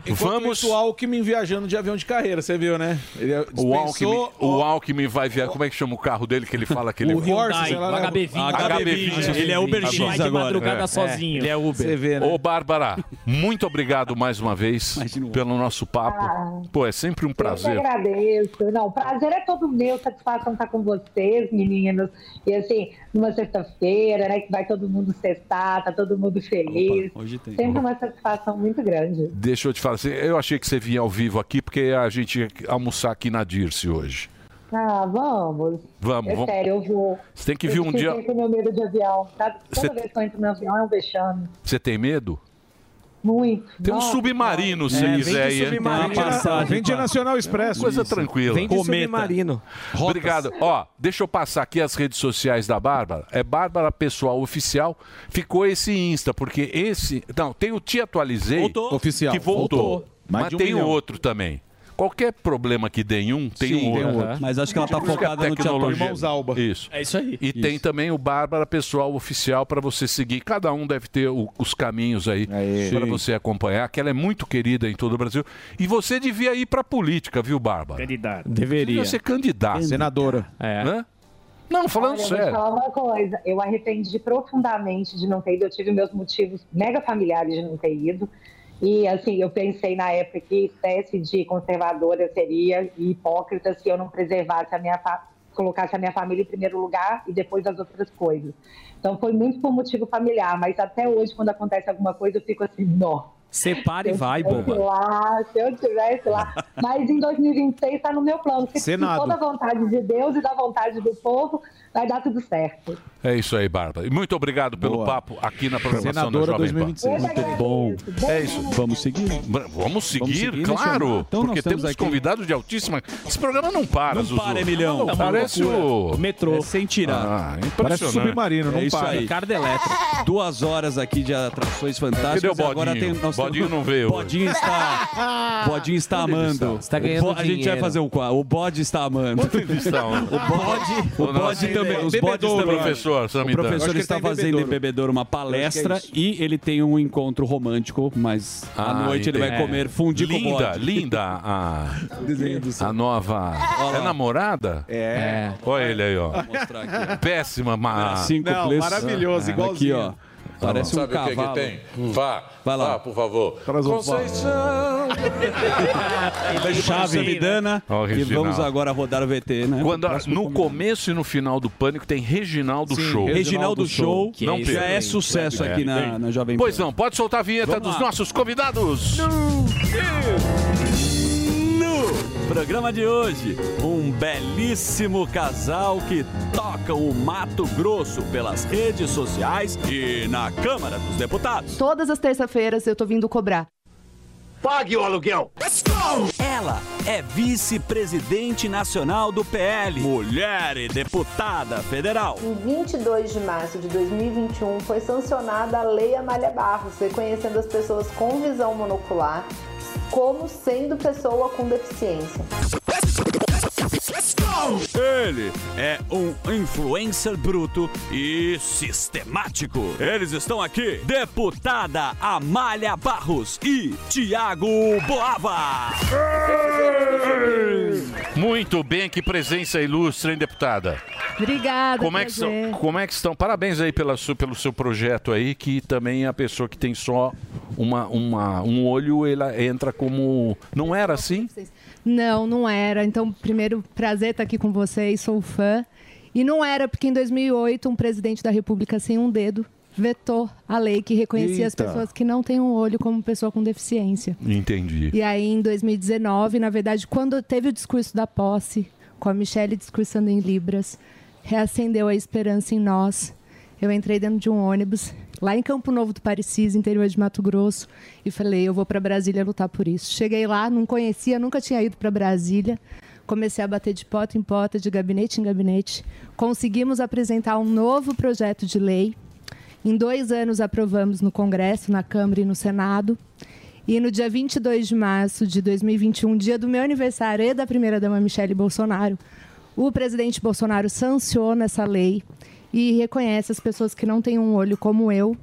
Speaker 10: isso, enquanto
Speaker 6: Vamos...
Speaker 10: isso, o Alckmin viajando de avião de carreira, você viu, né? Ele
Speaker 6: O
Speaker 10: dispensou-
Speaker 6: Alckmin, o Alckmin vai viajar. Como é que chama o carro dele que ele fala que ele
Speaker 10: O Hyundai,
Speaker 6: Sei lá,
Speaker 10: o
Speaker 6: né?
Speaker 10: HB20.
Speaker 6: HB20.
Speaker 10: Ele é Uber Ele X vai de agora. madrugada sozinho.
Speaker 14: Ele é Uber.
Speaker 10: Você vê, né?
Speaker 6: Ô, Bárbara, muito obrigado mais uma vez pelo nosso
Speaker 19: Ah.
Speaker 6: papo. Pô, é sempre um prazer.
Speaker 19: Eu que agradeço. Não, o prazer é todo meu, satisfação estar com vocês, meninos. E assim, numa sexta-feira, né, que vai todo mundo sextar, tá todo mundo feliz.
Speaker 6: hoje tem.
Speaker 19: Sempre um uma satisfação muito grande.
Speaker 6: Deixa eu te falar assim, eu achei que você vinha ao vivo aqui porque a gente ia almoçar aqui na Dirce hoje.
Speaker 19: Ah, vamos.
Speaker 6: Vamos,
Speaker 19: É
Speaker 6: vamos.
Speaker 19: sério, eu vou.
Speaker 6: Você tem que
Speaker 19: Eu
Speaker 6: vir um
Speaker 19: fiquei
Speaker 6: dia-
Speaker 19: com meu medo de avião, sabe? Toda
Speaker 6: Você-
Speaker 19: vez que eu entro no avião é um vexame.
Speaker 6: Você tem medo?
Speaker 19: Muito.
Speaker 6: Tem um
Speaker 19: Nossa.
Speaker 6: submarino, se
Speaker 10: É, vem
Speaker 6: quiser
Speaker 10: de
Speaker 6: ir.
Speaker 10: submarino. Tem uma passagem, Vem de pá. Nacional Expresso.
Speaker 6: Coisa
Speaker 10: Isso.
Speaker 6: tranquila.
Speaker 10: Vem de Cometa. submarino. Rotas.
Speaker 6: Obrigado. Ó, deixa eu passar aqui as redes sociais da Bárbara. É Bárbara Pessoal Oficial. Ficou esse Insta, porque esse... Não, tem o Te Atualizei.
Speaker 10: Voltou. Oficial.
Speaker 6: Que voltou.
Speaker 10: Voltou. Mais
Speaker 6: Mas
Speaker 10: de um
Speaker 6: tem o
Speaker 10: milhão.
Speaker 6: outro também. Qualquer problema que dê em um, tem
Speaker 7: Sim,
Speaker 6: um
Speaker 7: tem
Speaker 6: outro.
Speaker 7: um outro. Mas acho que ela tá
Speaker 6: Por isso
Speaker 7: focada
Speaker 6: a
Speaker 7: no Te
Speaker 6: tecnologia-
Speaker 7: Atualizei. Irmãos Alba.
Speaker 6: Isso.
Speaker 7: É isso aí.
Speaker 6: E
Speaker 7: Isso.
Speaker 6: tem também o Bárbara Pessoal Oficial para você seguir. Cada um deve ter o- os caminhos aí para
Speaker 7: Sim.
Speaker 6: você acompanhar, que ela é muito querida em todo o Brasil. E você devia ir para política, viu, Bárbara?
Speaker 8: Candidato.
Speaker 6: Deveria. Você devia ser candidata.
Speaker 10: Senadora.
Speaker 14: É.
Speaker 6: Hã? Não, falando
Speaker 19: Olha, eu
Speaker 6: sério.
Speaker 19: Vou te falar uma coisa. Eu arrependi profundamente de não ter ido. Eu tive meus motivos mega familiares de não ter ido. E, assim, eu pensei na época que espécie de conservadora eu seria e hipócrita se eu não preservasse a minha fa... colocasse a minha família em primeiro lugar e depois as outras coisas. Então, foi muito por motivo familiar. Mas até hoje, quando acontece alguma coisa, eu fico assim, nó.
Speaker 14: Separa e vai, boba.
Speaker 19: lá, se eu tivesse lá. Mas em 2026 está tá no meu plano. Se
Speaker 6: Senado.
Speaker 19: com toda a vontade de Deus e da vontade do povo, vai dar tudo certo.
Speaker 6: É isso aí, Bárbara. E muito obrigado pelo papo aqui na programação
Speaker 7: Senadora
Speaker 6: da Jovem
Speaker 7: 2026.
Speaker 6: Pan.
Speaker 7: Muito
Speaker 6: bom. É isso.
Speaker 7: Vamos seguir?
Speaker 6: Bra- Vamos seguir,
Speaker 7: Vamos seguir,
Speaker 6: claro.
Speaker 7: né, Então nós
Speaker 6: porque
Speaker 7: temos
Speaker 6: temos
Speaker 7: aqui-
Speaker 6: convidados de altíssima. Esse programa não para,
Speaker 7: Não
Speaker 6: Zuzu.
Speaker 7: para, Emilhão. É
Speaker 6: Não,
Speaker 7: uma
Speaker 6: parece
Speaker 7: loucura.
Speaker 6: o.
Speaker 7: Metrô. É sem tirar.
Speaker 6: Ah, impressionante.
Speaker 7: Parece submarino, não
Speaker 6: É isso
Speaker 7: para.
Speaker 6: aí.
Speaker 7: Ricardo Elétrico. Duas horas aqui de atrações fantásticas.
Speaker 6: É, Cadê o
Speaker 7: e Agora
Speaker 6: Bodinho?
Speaker 7: tem, nós temos-
Speaker 6: Bodinho não veio hoje.
Speaker 7: Bodinho está. Bodinho está
Speaker 6: Onde ele
Speaker 7: amando.
Speaker 6: está? Ah. Você tá ganhando
Speaker 7: O bo- A gente vai
Speaker 6: dinheiro.
Speaker 7: fazer o quadro. O bode está amando.
Speaker 6: Onde ele está?
Speaker 7: O bode. O
Speaker 6: Ou não,
Speaker 7: bode
Speaker 6: ele-
Speaker 7: também. Os
Speaker 6: bebedouro,
Speaker 7: bodes também.
Speaker 6: é professor,
Speaker 7: O
Speaker 6: Samidana. Acho
Speaker 7: professor
Speaker 6: que ele
Speaker 7: está
Speaker 6: tá em
Speaker 7: fazendo em
Speaker 6: Bebedouro.
Speaker 7: bebedouro uma
Speaker 6: Eu
Speaker 7: palestra
Speaker 6: acho é
Speaker 7: e ele tem um encontro romântico, mas à noite ele vai
Speaker 6: Ah, entendi.
Speaker 7: comer fundi com
Speaker 6: linda,
Speaker 7: bode.
Speaker 6: Linda, a, a nova.
Speaker 7: lá.
Speaker 6: É namorada?
Speaker 7: É.
Speaker 6: Olha ele aí, ó. Péssima, mas.
Speaker 7: Cinco plus. É, Aqui, ó. Parece um
Speaker 16: Sabe o que, que
Speaker 7: cavalo.
Speaker 16: tem?
Speaker 6: Hum.
Speaker 16: Vá,
Speaker 7: Vai lá.
Speaker 16: vá, por favor.
Speaker 7: Traz um
Speaker 16: Conceição.
Speaker 7: Chave Midana.
Speaker 6: Ó, o
Speaker 7: e
Speaker 6: Reginaldo.
Speaker 7: vamos agora rodar o VT, né?
Speaker 6: Quando,
Speaker 7: Próximo
Speaker 6: no
Speaker 7: comentário.
Speaker 6: começo e no final do Pânico tem Reginaldo
Speaker 7: Sim,
Speaker 6: Show.
Speaker 7: Reginaldo Show, que
Speaker 6: não
Speaker 7: é isso,
Speaker 6: perca.
Speaker 7: já é sucesso aqui na-
Speaker 6: Bem.
Speaker 7: na Jovem Pan.
Speaker 6: Pois não, pode soltar a vinheta
Speaker 7: Vamos
Speaker 6: dos
Speaker 7: lá.
Speaker 6: nossos convidados.
Speaker 7: No programa de hoje, um belíssimo casal que toca o Mato Grosso pelas redes sociais e na Câmara dos Deputados.
Speaker 1: Todas as terça-feiras eu tô vindo cobrar.
Speaker 7: Pague o aluguel. Ela é vice-presidente nacional do PL, mulher e deputada federal.
Speaker 21: Em 22 de março de 2021 foi sancionada a Lei Amália Barros, reconhecendo as pessoas com visão monocular como sendo pessoa com deficiência.
Speaker 7: Ele é um influencer bruto e sistemático. Eles estão aqui, deputada Amália Barros e Tiago Boava.
Speaker 6: Muito bem, que presença ilustre, hein, deputada?
Speaker 22: Obrigada,
Speaker 6: Como é, que
Speaker 22: prazer.
Speaker 6: são- como é que estão? Parabéns aí pela su- pelo seu projeto aí, que também a pessoa que tem só uma, uma- um olho, ela entra como. Não era assim?
Speaker 22: Não, não era. Então, primeiro, prazer estar aqui com vocês, sou fã. E não era porque em 2008 um presidente da República sem um dedo vetou a lei que reconhecia as
Speaker 6: Eita.
Speaker 22: pessoas que não têm um olho como pessoa com deficiência.
Speaker 6: Entendi.
Speaker 22: E aí, em 2019, na verdade, quando teve o discurso da posse, com a Michelle discursando em Libras, reacendeu a esperança em nós. Eu entrei dentro de um ônibus, lá em Campo Novo do Parecis, interior de Mato Grosso, e falei: eu vou para Brasília lutar por isso. Cheguei lá, não conhecia, nunca tinha ido para Brasília. Comecei a bater de porta em porta, de gabinete em gabinete. Conseguimos apresentar um novo projeto de lei. Em dois anos aprovamos no Congresso, na Câmara e no Senado. E no dia 22 de março de 2021, dia do meu aniversário e da primeira-dama Michele Bolsonaro, o presidente Bolsonaro sanciona essa lei e reconhece as pessoas que não têm um olho como eu,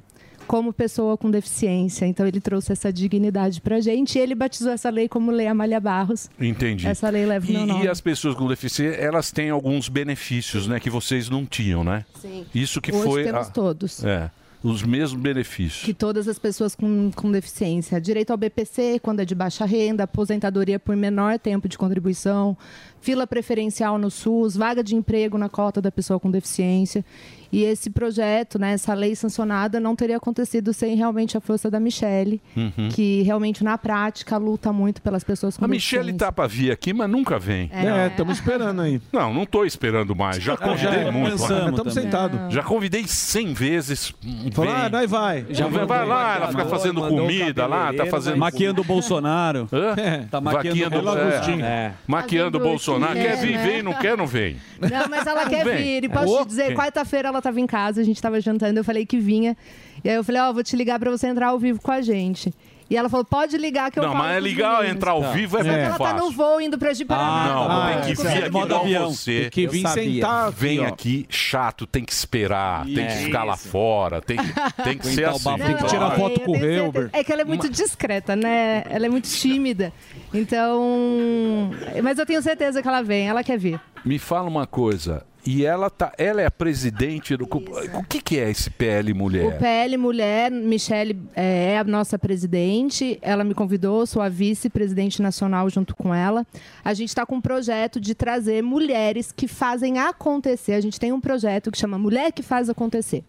Speaker 22: como pessoa com deficiência. Então ele trouxe essa dignidade pra gente e ele batizou essa lei como Lei Amália Barros.
Speaker 6: Entendi.
Speaker 22: Essa lei leva o meu
Speaker 6: E,
Speaker 22: nome.
Speaker 6: e as pessoas com deficiência, elas têm alguns benefícios, né? Que vocês não tinham, né?
Speaker 22: Sim.
Speaker 6: Isso que
Speaker 22: Hoje
Speaker 6: foi.
Speaker 22: temos todos.
Speaker 6: É. Os mesmos benefícios.
Speaker 22: que todas as pessoas com, com deficiência. Direito ao BPC, quando é de baixa renda, aposentadoria por menor tempo de contribuição, fila preferencial no SUS, vaga de emprego na cota da pessoa com deficiência. E esse projeto, né, essa lei sancionada, não teria acontecido sem realmente a força da Michelle,
Speaker 6: Uhum.
Speaker 22: que realmente, na prática, luta muito pelas pessoas com
Speaker 6: A
Speaker 22: deficiência.
Speaker 6: Michelle tá pra vir aqui, mas nunca vem.
Speaker 22: É, É,
Speaker 6: estamos esperando aí. Não, não tô esperando mais. Já convidei
Speaker 10: já
Speaker 6: muito.
Speaker 10: pensamos
Speaker 6: Olha,
Speaker 10: também. Não.
Speaker 6: Já convidei 100 vezes. um
Speaker 10: Fala, ah, nós vai.
Speaker 6: Já vai, vai lá, ela fica fazendo comida lá, tá fazendo.
Speaker 7: um Maquiando o Bolsonaro.
Speaker 6: Hã?
Speaker 7: Tá maquiando
Speaker 6: Maquiando-
Speaker 7: o Bolsonaro.
Speaker 6: é, Maquiando o Bolsonaro. Quer vir,
Speaker 22: né?
Speaker 6: vem, não quer, não vem.
Speaker 22: Não, mas ela quer
Speaker 6: Bem,
Speaker 22: vir. E posso
Speaker 6: ok.
Speaker 22: te dizer, quarta-feira ela estava em casa, a gente estava jantando, eu falei que vinha. E aí eu falei, ó, vou te ligar para você entrar ao vivo com a gente. E ela falou, pode ligar que eu
Speaker 6: Não,
Speaker 22: falo
Speaker 6: mas é
Speaker 22: com os
Speaker 6: ligar,
Speaker 22: meninos.
Speaker 6: entrar ao vivo é
Speaker 22: Só que
Speaker 6: muito
Speaker 22: ela tá
Speaker 6: fácil.
Speaker 22: no voo indo pra Jipará.
Speaker 6: não,
Speaker 22: Ah,
Speaker 6: tem que
Speaker 22: é.
Speaker 6: vir aqui
Speaker 22: Modo
Speaker 6: igual
Speaker 22: avião.
Speaker 6: você.
Speaker 22: Tem que vir
Speaker 6: Eu sabia.
Speaker 22: sentar aqui,
Speaker 6: Vem
Speaker 22: ó.
Speaker 6: aqui, chato, tem que esperar, tem que
Speaker 22: Isso.
Speaker 6: ficar lá fora, tem que, tem que ser
Speaker 7: Aguentar o
Speaker 6: assim.
Speaker 7: bafo, tem que tirar
Speaker 22: É,
Speaker 7: foto
Speaker 22: eu tenho certeza. É que ela é muito discreta, né? Ela é muito tímida. Então. Mas eu tenho certeza que ela vem, ela quer vir.
Speaker 6: Me fala uma coisa. E ela, tá, ela é a presidente do. cu- O que, que é esse PL Mulher?
Speaker 22: O PL Mulher, Michele eh, é a nossa presidente, ela me convidou, sou a vice-presidente nacional junto com ela. A gente está com um projeto de trazer mulheres que fazem acontecer. A gente tem um projeto que chama Mulher que Faz Acontecer.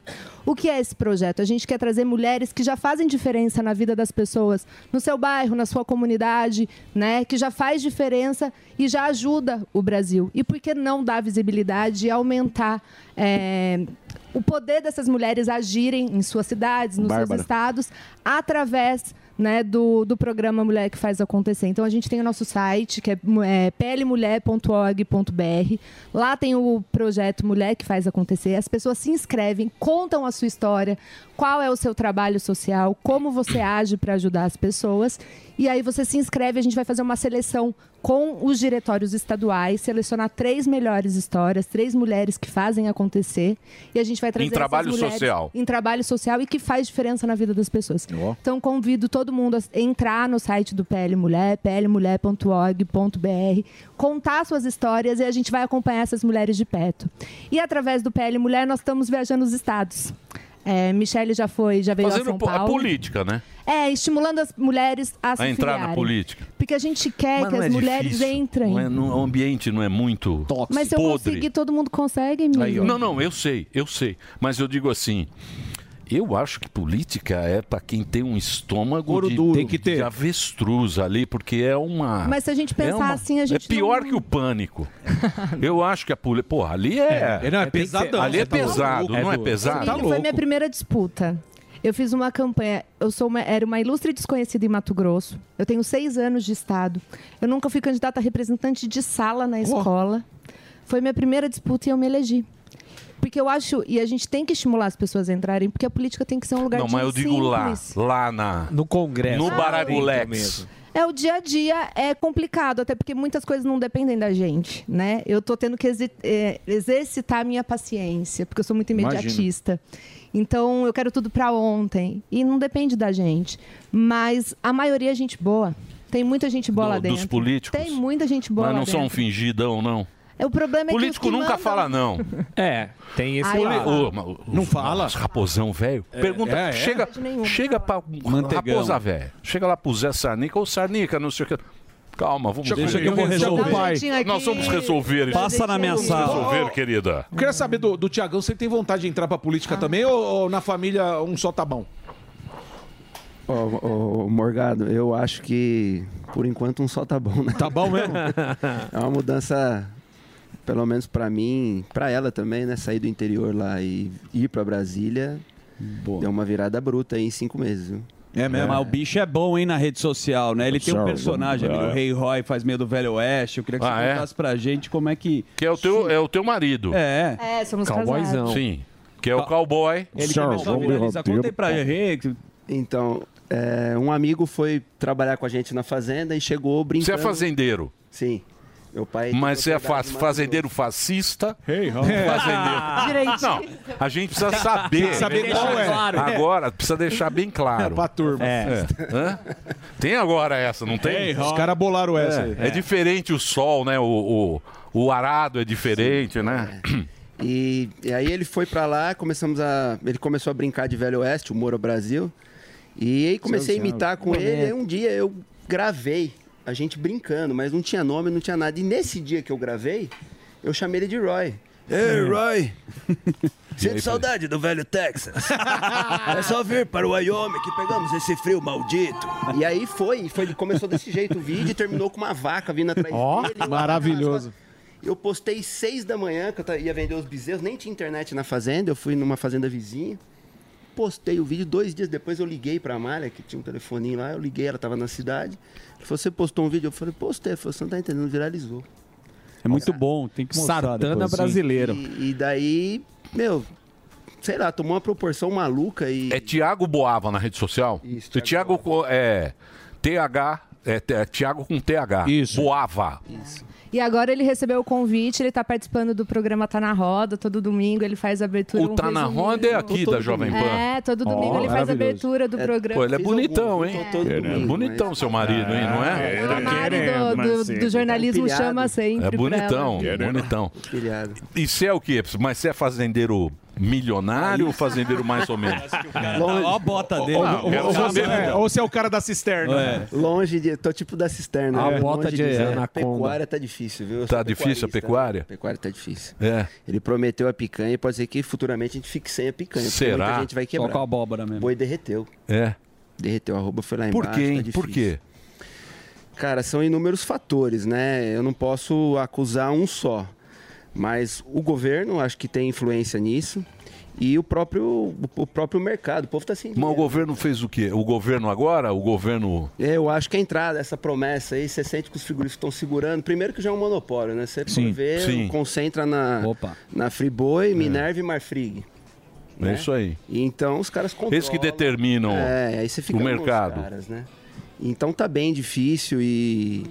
Speaker 22: O que é esse projeto? A gente quer trazer mulheres que já fazem diferença na vida das pessoas, no seu bairro, na sua comunidade, né? Que já faz diferença e já ajuda o Brasil. E por que não dar visibilidade e aumentar eh, o poder dessas mulheres agirem em suas cidades, nos
Speaker 3: Bárbara.
Speaker 22: seus estados, através né, do, do programa Mulher que Faz Acontecer. Então, a gente tem o nosso site, que é, mu- é plmulher.org.br. Lá tem o projeto Mulher que Faz Acontecer. As pessoas se inscrevem, contam a sua história, qual é o seu trabalho social, como você age para ajudar as pessoas. E aí você se inscreve, a gente vai fazer uma seleção com os diretórios estaduais, selecionar três melhores histórias, três mulheres que fazem acontecer. E a gente vai trazer essas
Speaker 6: trabalho
Speaker 22: mulheres
Speaker 6: social.
Speaker 22: em trabalho social e que faz diferença na vida das pessoas. Então convido todo mundo a entrar no site do PL Mulher, plmulher.org.br, contar suas histórias e a gente vai acompanhar essas mulheres de perto. E através do PL Mulher nós estamos viajando os estados. É, Michele já foi, já veio a
Speaker 6: Fazendo
Speaker 22: São
Speaker 6: po- a
Speaker 22: Paulo.
Speaker 6: política, né?
Speaker 22: É, estimulando as mulheres a, se
Speaker 6: A entrar na
Speaker 22: filiarem.
Speaker 6: política.
Speaker 22: Porque a gente quer
Speaker 6: Mas
Speaker 22: que
Speaker 6: não
Speaker 22: as
Speaker 6: é
Speaker 22: mulheres
Speaker 6: difícil,
Speaker 22: entrem.
Speaker 6: Não é- não- o ambiente não é muito tóxico.
Speaker 22: Mas se eu conseguir, todo mundo consegue,
Speaker 6: Aí, ó.
Speaker 22: amigo.
Speaker 6: não, não, eu sei, eu sei. Mas eu digo assim. Eu acho que política é pra quem tem um estômago
Speaker 22: Ouro
Speaker 6: de,
Speaker 22: duro.
Speaker 6: Tem que ter. de avestruz ali, porque é uma.
Speaker 22: Mas se a gente
Speaker 6: é
Speaker 22: pensar
Speaker 6: uma-
Speaker 22: assim, a gente
Speaker 6: É pior
Speaker 22: não-
Speaker 6: que o pânico. eu acho que a política. Pô, ali é.
Speaker 7: É, não, é pesadão,
Speaker 6: Ali é
Speaker 7: você tá louco.
Speaker 6: pesado,
Speaker 7: É
Speaker 6: não é
Speaker 7: duro.
Speaker 6: pesado?
Speaker 22: Amigo, foi minha primeira disputa. Eu fiz uma campanha. Eu sou uma- era uma ilustre desconhecida em Mato Grosso. Eu tenho seis anos de estado. Eu nunca fui candidata a representante de sala
Speaker 7: Oh.
Speaker 22: na escola. Foi minha primeira disputa e eu me elegi. Porque eu acho e a gente tem que estimular as pessoas a entrarem, porque a política tem que ser um lugar
Speaker 6: Não,
Speaker 22: de
Speaker 6: mas eu digo lá,
Speaker 22: simples.
Speaker 6: lá na.
Speaker 11: No Congresso.
Speaker 6: No
Speaker 22: Ah,
Speaker 6: Baragulex.
Speaker 22: É, o dia a dia é complicado, até porque muitas coisas não dependem da gente, né? Eu tô tendo que exi- eh, exercitar a minha paciência, porque eu sou muito
Speaker 4: Imagino.
Speaker 22: imediatista. Então, eu quero tudo para ontem. E não depende da gente. Mas a maioria é gente boa. Tem muita gente boa lá
Speaker 6: Do-
Speaker 22: dentro.
Speaker 6: dos políticos?
Speaker 22: Tem muita gente boa
Speaker 6: Mas
Speaker 22: lá
Speaker 6: não são um
Speaker 22: dentro.
Speaker 6: fingidão, não.
Speaker 22: É, O problema é
Speaker 6: Político
Speaker 22: que os que
Speaker 6: nunca
Speaker 22: mandam-
Speaker 6: fala não.
Speaker 11: É, tem
Speaker 22: esse Aí, lado. ó.
Speaker 6: não fala? rapozão velho.
Speaker 11: É,
Speaker 6: Pergunta,
Speaker 11: é, é.
Speaker 6: chega, chega pra
Speaker 11: Mantegão.
Speaker 6: raposa velho. Chega lá pro Zé Sarnica ou Sarnica, não sei o que. Calma, vamos
Speaker 10: Deixa eu-
Speaker 6: deixa
Speaker 10: deixa eu resolver. Dá um
Speaker 6: Pai,
Speaker 10: jeitinho aqui.
Speaker 6: Nós vamos resolver isso.
Speaker 10: Passa na minha
Speaker 6: Vamos
Speaker 10: sala.
Speaker 6: resolver, querida.
Speaker 10: Eu queria saber do, do Tiagão, você tem vontade de entrar pra
Speaker 22: Ah.
Speaker 10: política também ou, ou na família um só tá bom?
Speaker 23: Ô, ô, ô, Morgado, eu acho que por enquanto um só tá bom, né? Tá bom mesmo? é uma mudança, pelo menos pra mim, pra ela também, né? Sair do interior lá e ir pra Brasília, deu uma virada bruta aí em cinco meses, viu?
Speaker 7: É mesmo. Mas o bicho é bom, hein, na rede social, né? Ele tem um
Speaker 23: Social,
Speaker 7: personagem ali,
Speaker 23: é.
Speaker 7: o Rei Roy, faz meio do Velho Oeste. Eu queria que
Speaker 6: Ah,
Speaker 7: você
Speaker 6: é?
Speaker 7: contasse pra gente como é que...
Speaker 6: Que é o teu, é o teu marido.
Speaker 7: É.
Speaker 22: É, somos
Speaker 6: Cowboyzão.
Speaker 22: casados.
Speaker 6: Sim. Que é o cowboy.
Speaker 7: Ele começou a viralizar. Conta aí pra
Speaker 23: Henrique. Então, é, um amigo foi trabalhar com a gente na fazenda e chegou brincando.
Speaker 6: Você é fazendeiro.
Speaker 23: Sim. Meu pai. tem
Speaker 6: Mas você é fa-
Speaker 23: propriedade em Mato
Speaker 6: fazendeiro fascista.
Speaker 23: Ah.
Speaker 6: fazendeiro.
Speaker 23: Direitista.
Speaker 6: Não, a gente precisa saber.
Speaker 23: Tem que saber
Speaker 6: Deixa
Speaker 23: qual é.
Speaker 6: claro. Agora, precisa deixar bem claro.
Speaker 10: pra turma.
Speaker 6: É. Hã? Tem agora essa, não tem?
Speaker 10: Hey, ho. Os cara bolaram essa
Speaker 6: É,
Speaker 10: aí.
Speaker 6: é
Speaker 10: É.
Speaker 6: diferente o sol, né? O, o, o arado é diferente, né?
Speaker 23: É. E, e aí ele foi pra lá, começamos a. Ele começou a brincar de Velho Oeste, o Moro Brasil. E aí comecei a imitar com ele. Aí um dia eu gravei, a gente brincando, mas não tinha nome, não tinha nada. E nesse dia que eu gravei, eu chamei ele de Roy. Ei, Roy! Sinto saudade do velho Texas. É só vir para o Wyoming que pegamos esse frio maldito. E aí foi, foi ele começou desse jeito o vídeo e terminou com uma vaca vindo atrás dele.
Speaker 10: maravilhoso.
Speaker 23: Eu postei seis da manhã, que eu ta- ia vender os bezerros, nem tinha internet na fazenda, eu fui numa fazenda vizinha. Postei o vídeo, dois dias depois eu liguei pra Amália, que tinha um telefoninho lá, eu liguei, ela tava na cidade. Ela falou, você postou um vídeo? Eu falei, postei. Ela falou, você não tá entendendo, viralizou.
Speaker 7: É muito bom, tem que mostrar depois, sim.
Speaker 23: E, e daí, meu, sei lá, tomou uma proporção maluca e...
Speaker 6: É Tiago Boava na rede social? Isso. Thiago, co- é TH, é, Tiago com TH.
Speaker 23: Isso.
Speaker 6: Boava.
Speaker 23: Isso.
Speaker 22: E agora ele recebeu o convite, ele tá participando do programa Tá na Roda, todo domingo ele faz a abertura. um
Speaker 6: O Tá na
Speaker 22: resuminho.
Speaker 6: Roda é aqui da Jovem Pan.
Speaker 22: É, todo domingo ele faz a abertura do programa.
Speaker 6: Pô, ele é bonitão, hein? É bonitão
Speaker 10: tá
Speaker 6: seu marido, hein? Não é?
Speaker 22: O Leonardo do,
Speaker 10: assim,
Speaker 22: do, do jornalismo chama sempre. né? Tá
Speaker 6: É
Speaker 22: pra
Speaker 6: bonitão,
Speaker 22: ela.
Speaker 6: bonitão.
Speaker 10: Tá
Speaker 6: E você é o quê? Mas você é fazendeiro milionário ou fazendeiro mais ou menos? Ah,
Speaker 7: Olha a bota dele.
Speaker 6: tá Ó, ó, ó,
Speaker 10: Ou você,
Speaker 6: ó,
Speaker 10: é, ou você é o cara da cisterna. né?
Speaker 23: Longe de. Tô tipo da cisterna.
Speaker 10: A
Speaker 23: né?
Speaker 10: bota
Speaker 23: Longe
Speaker 10: de
Speaker 23: disso, é.
Speaker 10: anaconda.
Speaker 23: Pecuária tá difícil, viu? Eu
Speaker 6: Tá
Speaker 23: sou
Speaker 6: difícil a
Speaker 23: pecuarista, né?
Speaker 6: pecuária?
Speaker 23: Pecuária tá difícil.
Speaker 6: É.
Speaker 23: Ele prometeu a picanha e pode ser que futuramente a gente fique sem a picanha. porque
Speaker 6: Será?
Speaker 23: Muita gente vai
Speaker 6: Só
Speaker 23: quebrar.
Speaker 6: com a
Speaker 7: abóbora mesmo.
Speaker 23: Boi derreteu.
Speaker 6: É.
Speaker 23: Derreteu a arroba, foi lá
Speaker 6: Por
Speaker 23: embaixo.
Speaker 6: quê, hein?
Speaker 23: tá
Speaker 6: Por
Speaker 23: difícil.
Speaker 6: quê?
Speaker 23: Cara, são inúmeros fatores, né? Eu não posso acusar um só. Mas o governo, acho que tem influência nisso. E o próprio, o próprio mercado. O povo tá sem
Speaker 6: Mas o governo fez o quê? O governo agora? O governo.
Speaker 23: Eu acho que a entrada, essa promessa aí, você sente que os frigoríficos estão segurando. Primeiro que já é um monopólio, né? Você
Speaker 6: Sim,
Speaker 23: vê,
Speaker 6: sim.
Speaker 23: concentra na, na Friboi, Minerva e Marfrig.
Speaker 6: É
Speaker 23: né?
Speaker 6: isso aí.
Speaker 23: E então os caras controlam.
Speaker 6: Eles que determinam
Speaker 23: é, aí você fica
Speaker 6: o
Speaker 23: nos
Speaker 6: mercado.
Speaker 23: caras, né? Então tá bem difícil e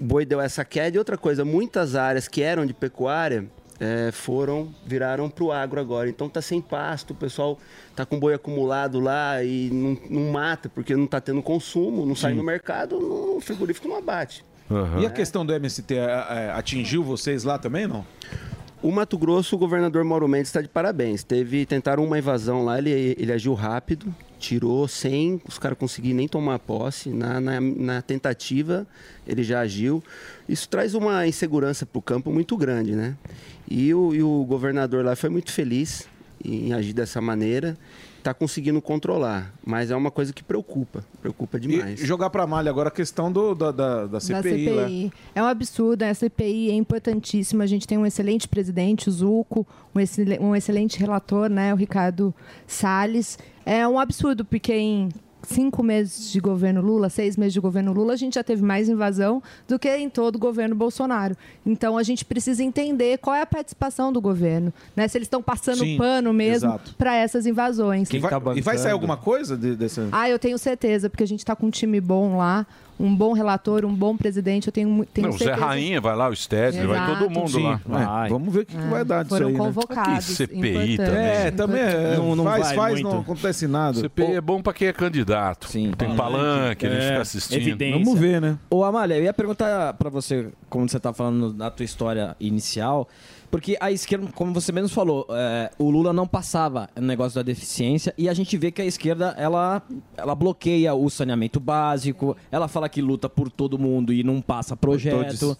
Speaker 23: o boi deu essa queda. E outra coisa, muitas áreas que eram de pecuária é, foram viraram para o agro agora. Então tá sem pasto, o pessoal tá com boi acumulado lá e não, não mata porque não tá tendo consumo, não sai no mercado, não- o frigorífico não abate.
Speaker 10: E a questão do MST é, é, atingiu vocês lá também, não?
Speaker 23: O Mato Grosso, o governador Mauro Mendes está de parabéns. Teve, tentaram uma invasão lá, ele, ele agiu rápido, tirou sem os caras conseguirem nem tomar posse. Na, na, na tentativa, ele já agiu. Isso traz uma insegurança para o campo muito grande, né? E o, e o governador lá foi muito feliz em agir dessa maneira. Está conseguindo controlar, mas é uma coisa que preocupa, preocupa demais.
Speaker 10: E jogar pra malha agora a questão do, da, da, da
Speaker 23: Da
Speaker 10: CPI,
Speaker 23: CPI,
Speaker 10: né?
Speaker 23: né?
Speaker 22: Da CPI. É um absurdo, a CPI é importantíssima. A gente tem um excelente presidente, o Zuco, um, excel- um excelente relator, né, o Ricardo Salles. É um absurdo, porque em cinco meses de governo Lula, seis meses de governo Lula, a gente já teve mais invasão do que em todo o governo Bolsonaro. Então a gente precisa entender qual é a participação do governo, né? Se eles estão passando
Speaker 10: Sim,
Speaker 22: pano mesmo
Speaker 10: exato.
Speaker 22: para essas invasões.
Speaker 10: E vai, e vai sair alguma coisa de- dessa.
Speaker 22: Ah, eu tenho certeza, porque a gente está com um time bom lá, um bom relator, um bom presidente. Eu tenho, mu- tenho
Speaker 6: Não, o Zé
Speaker 22: certeza.
Speaker 6: Rainha vai lá, o Stedley, vai
Speaker 22: Exato.
Speaker 6: todo mundo
Speaker 22: Sim,
Speaker 6: lá.
Speaker 10: vai. Vamos ver o que, que vai dar disso
Speaker 22: foram
Speaker 10: aí. né?
Speaker 22: convocados,
Speaker 6: Que CPI importante. também.
Speaker 10: É, também. é,
Speaker 6: Não- não
Speaker 10: faz,
Speaker 6: vai
Speaker 10: faz,
Speaker 6: muito.
Speaker 10: não acontece nada.
Speaker 6: CPI é bom pra quem é candidato. Tem palanque, ele
Speaker 5: É,
Speaker 6: fica assistindo.
Speaker 5: evidência.
Speaker 10: Ah, Vamos ver, né?
Speaker 5: Ô, Amália, eu ia perguntar pra você, como você tá falando da tua história inicial, porque a esquerda, como você mesmo falou, é, o Lula não passava no negócio da deficiência e a gente vê que a esquerda, ela, ela bloqueia o saneamento básico, ela fala que luta por todo mundo e não passa projeto.
Speaker 3: todos.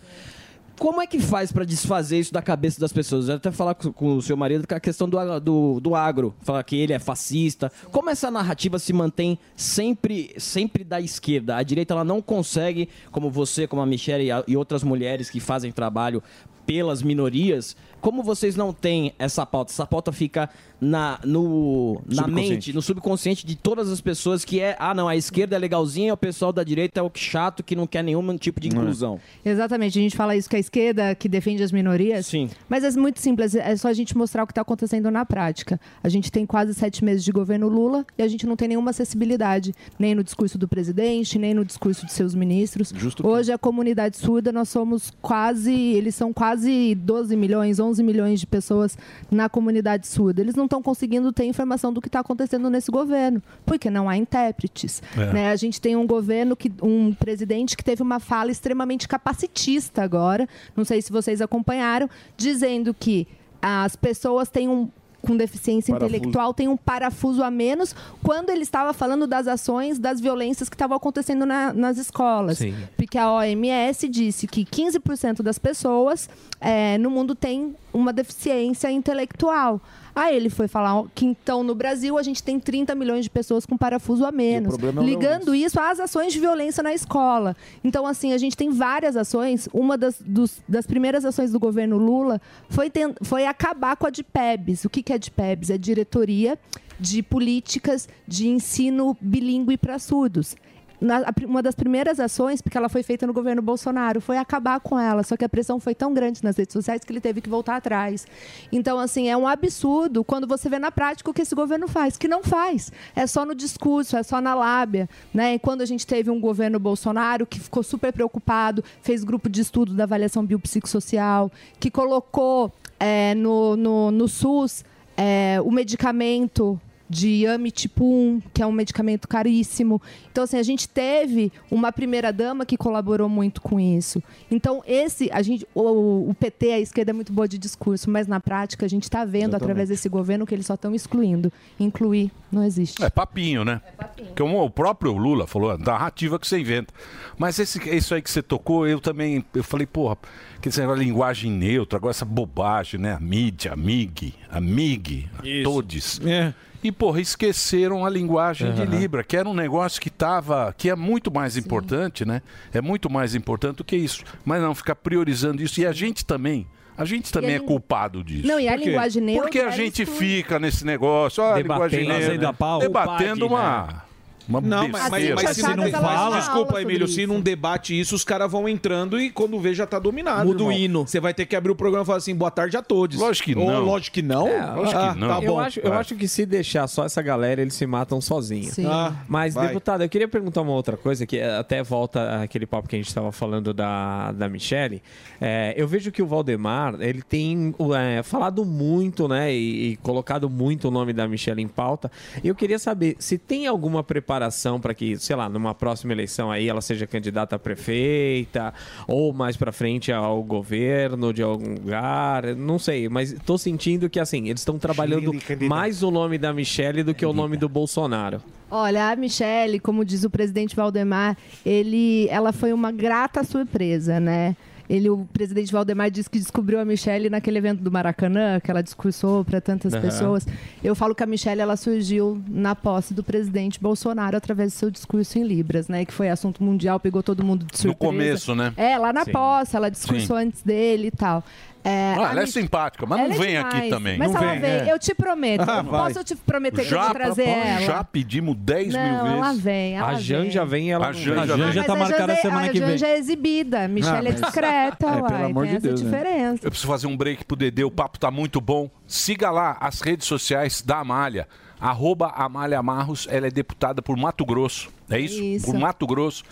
Speaker 5: Como é que faz pra desfazer isso da cabeça das pessoas? Eu até falar com, com o seu marido que a questão do, a- do, do agro, falar que ele é fascista. Como essa narrativa se mantém sempre sempre da esquerda? A direita ela não consegue, como você, como a Michelle e, a- e outras mulheres que fazem trabalho pelas minorias, como vocês não têm essa pauta? Essa pauta fica na, no, na
Speaker 11: Subconsciente.
Speaker 5: mente, no subconsciente de todas as pessoas que é, ah não, a esquerda é legalzinha, o pessoal da direita é o chato que não quer nenhum tipo de inclusão.
Speaker 22: Exatamente, a gente fala isso que a esquerda que defende as minorias.
Speaker 5: Sim.
Speaker 22: Mas é muito simples, é só a gente mostrar o que está acontecendo na prática. A gente tem quase sete meses de governo Lula e a gente não tem nenhuma acessibilidade, nem no discurso do presidente, nem no discurso de seus ministros. Hoje a comunidade surda, nós somos quase, eles são quase 12 milhões, 11 milhões de pessoas na comunidade surda. Eles não estão conseguindo ter informação do que está acontecendo nesse governo, porque não há intérpretes.
Speaker 4: É.
Speaker 22: né? A gente tem um governo que um presidente que teve uma fala extremamente capacitista agora, não sei se vocês acompanharam, dizendo que as pessoas têm um com deficiência
Speaker 17: Parafuso.
Speaker 22: intelectual têm um parafuso a menos quando ele estava falando das ações, das violências que estavam acontecendo na- nas escolas.
Speaker 17: Sim.
Speaker 22: Porque a OMS disse que 15% das pessoas eh, no mundo tem uma deficiência intelectual. Aí ele foi falar que então no Brasil a gente tem 30 milhões de pessoas com parafuso a menos.
Speaker 17: problema é o
Speaker 22: ligando isso às ações de violência na escola. Então, assim, a gente tem várias ações. Uma das, dos- das primeiras ações do governo Lula foi, ten- foi acabar com a DPEBs. O que, que é DPEBs? É diretoria de políticas de ensino bilíngue para surdos na- a pri- uma das primeiras ações, porque ela foi feita no governo Bolsonaro, foi acabar com ela. Só que a pressão foi tão grande nas redes sociais que ele teve que voltar atrás. Então, assim, é um absurdo quando você vê na prática o que esse governo faz, que não faz. É só no discurso, é só na lábia. Né? E quando a gente teve um governo Bolsonaro que ficou super preocupado, fez grupo de estudo da avaliação biopsicossocial, que colocou eh, no, no, no SUS eh, o medicamento de Yami tipo 1, que é um medicamento caríssimo. Então, assim, a gente teve uma primeira-dama que colaborou muito com isso. Então, esse, a gente, o, o PT, a esquerda é muito boa de discurso, mas na prática a gente está vendo, através desse governo, que eles só estão excluindo. Incluir não existe.
Speaker 6: É papinho, né? Que o o próprio Lula falou, a narrativa que você inventa. Mas esse, isso aí que você tocou, eu também, eu falei, porra, que essa linguagem neutra, agora essa bobagem, né? A mídia, amig, amig, todes. E, porra, esqueceram a linguagem de
Speaker 16: Aham.
Speaker 6: Libra, que era um negócio que tava, que é muito mais importante, né? É muito mais importante do que isso. Mas não, ficar priorizando isso. E a gente também. A gente também é
Speaker 22: lin-
Speaker 6: culpado disso.
Speaker 22: Não, e a
Speaker 6: Por quê?
Speaker 22: linguagem neutra,
Speaker 6: Porque a
Speaker 22: ela
Speaker 6: gente fica nesse negócio, "Ah, ó, tá a linguagem
Speaker 7: Debatendo.
Speaker 6: neutra,
Speaker 7: Fazendo a pau-
Speaker 6: debatendo
Speaker 7: o
Speaker 6: uma,
Speaker 7: padre, né?
Speaker 6: uma
Speaker 10: Não, mas, mas-
Speaker 6: besteira.
Speaker 10: mas se não
Speaker 22: é
Speaker 10: faz, desculpa,
Speaker 6: sobre
Speaker 10: Emílio, se não debate isso, os caras vão entrando e quando vê já tá dominado.
Speaker 6: Muda o
Speaker 10: irmão. Você vai ter que abrir o programa e falar assim, boa tarde a todos. Lógico
Speaker 6: que não.
Speaker 10: lógico que não.
Speaker 11: É,
Speaker 10: Ah, Tá
Speaker 11: eu,
Speaker 10: bom.
Speaker 11: acho, eu acho que se deixar só essa galera, eles se matam sozinhos.
Speaker 10: Sim. Ah,
Speaker 11: Mas,
Speaker 10: vai.
Speaker 11: deputado, eu queria perguntar uma outra coisa, que eh, até volta àquele papo que a gente estava falando da, da Michelle. Eh, eu vejo que o Valdemar, ele tem eh, falado muito, né, e, e colocado muito o nome da Michelle em pauta. E eu queria saber se tem alguma preparação para que, sei lá, numa próxima eleição aí ela seja candidata a prefeita ou mais para frente ao governo de algum lugar, não sei, mas tô sentindo que assim, eles estão trabalhando mais o nome da Michelle do que o nome do Bolsonaro.
Speaker 22: Olha, a Michelle, como diz o presidente Valdemar, ele, ela foi uma grata surpresa, né? Ele, o presidente Valdemar disse que descobriu a Michelle naquele evento do Maracanã, que ela discursou para tantas
Speaker 3: Aham.
Speaker 22: pessoas. Eu falo que a Michelle ela surgiu na posse do presidente Bolsonaro através do seu discurso em Libras, né? Que foi assunto mundial, pegou todo mundo de surpresa.
Speaker 6: começo, né?
Speaker 22: É, lá na
Speaker 6: Sim.
Speaker 22: posse, ela discursou
Speaker 6: Sim.
Speaker 22: antes dele e tal. É,
Speaker 6: Ah,
Speaker 22: a
Speaker 6: ela é
Speaker 22: Mich-
Speaker 6: simpática, mas não
Speaker 22: Ela é
Speaker 6: vem aqui
Speaker 22: demais.
Speaker 6: também.
Speaker 22: Mas
Speaker 6: não
Speaker 22: ela
Speaker 6: vem.
Speaker 22: vem, eu te prometo.
Speaker 6: Ah, vai.
Speaker 22: Posso te prometer que eu
Speaker 6: já,
Speaker 22: vou trazer ela?
Speaker 6: já pedimos 10
Speaker 22: Não,
Speaker 6: mil vezes.
Speaker 22: ela vem, ela A Janja vem.
Speaker 11: já vem e ela
Speaker 6: A
Speaker 11: não
Speaker 6: Janja,
Speaker 11: vem. A Janja
Speaker 6: vem.
Speaker 11: tá Mas a marcada
Speaker 22: Janja- a Janja é exibida, a Michelle
Speaker 6: Ah,
Speaker 22: é
Speaker 6: mas- É,
Speaker 22: discreta, uai,
Speaker 6: pelo amor
Speaker 22: tem
Speaker 6: de
Speaker 22: essa
Speaker 6: Deus, né?
Speaker 22: diferença.
Speaker 6: Eu preciso fazer um break pro Dedê, o papo tá muito bom. Siga lá as redes sociais da Amália. Arroba Amália Marros, ela é deputada por Mato Grosso, é isso?
Speaker 22: Isso.
Speaker 6: Por Mato Grosso.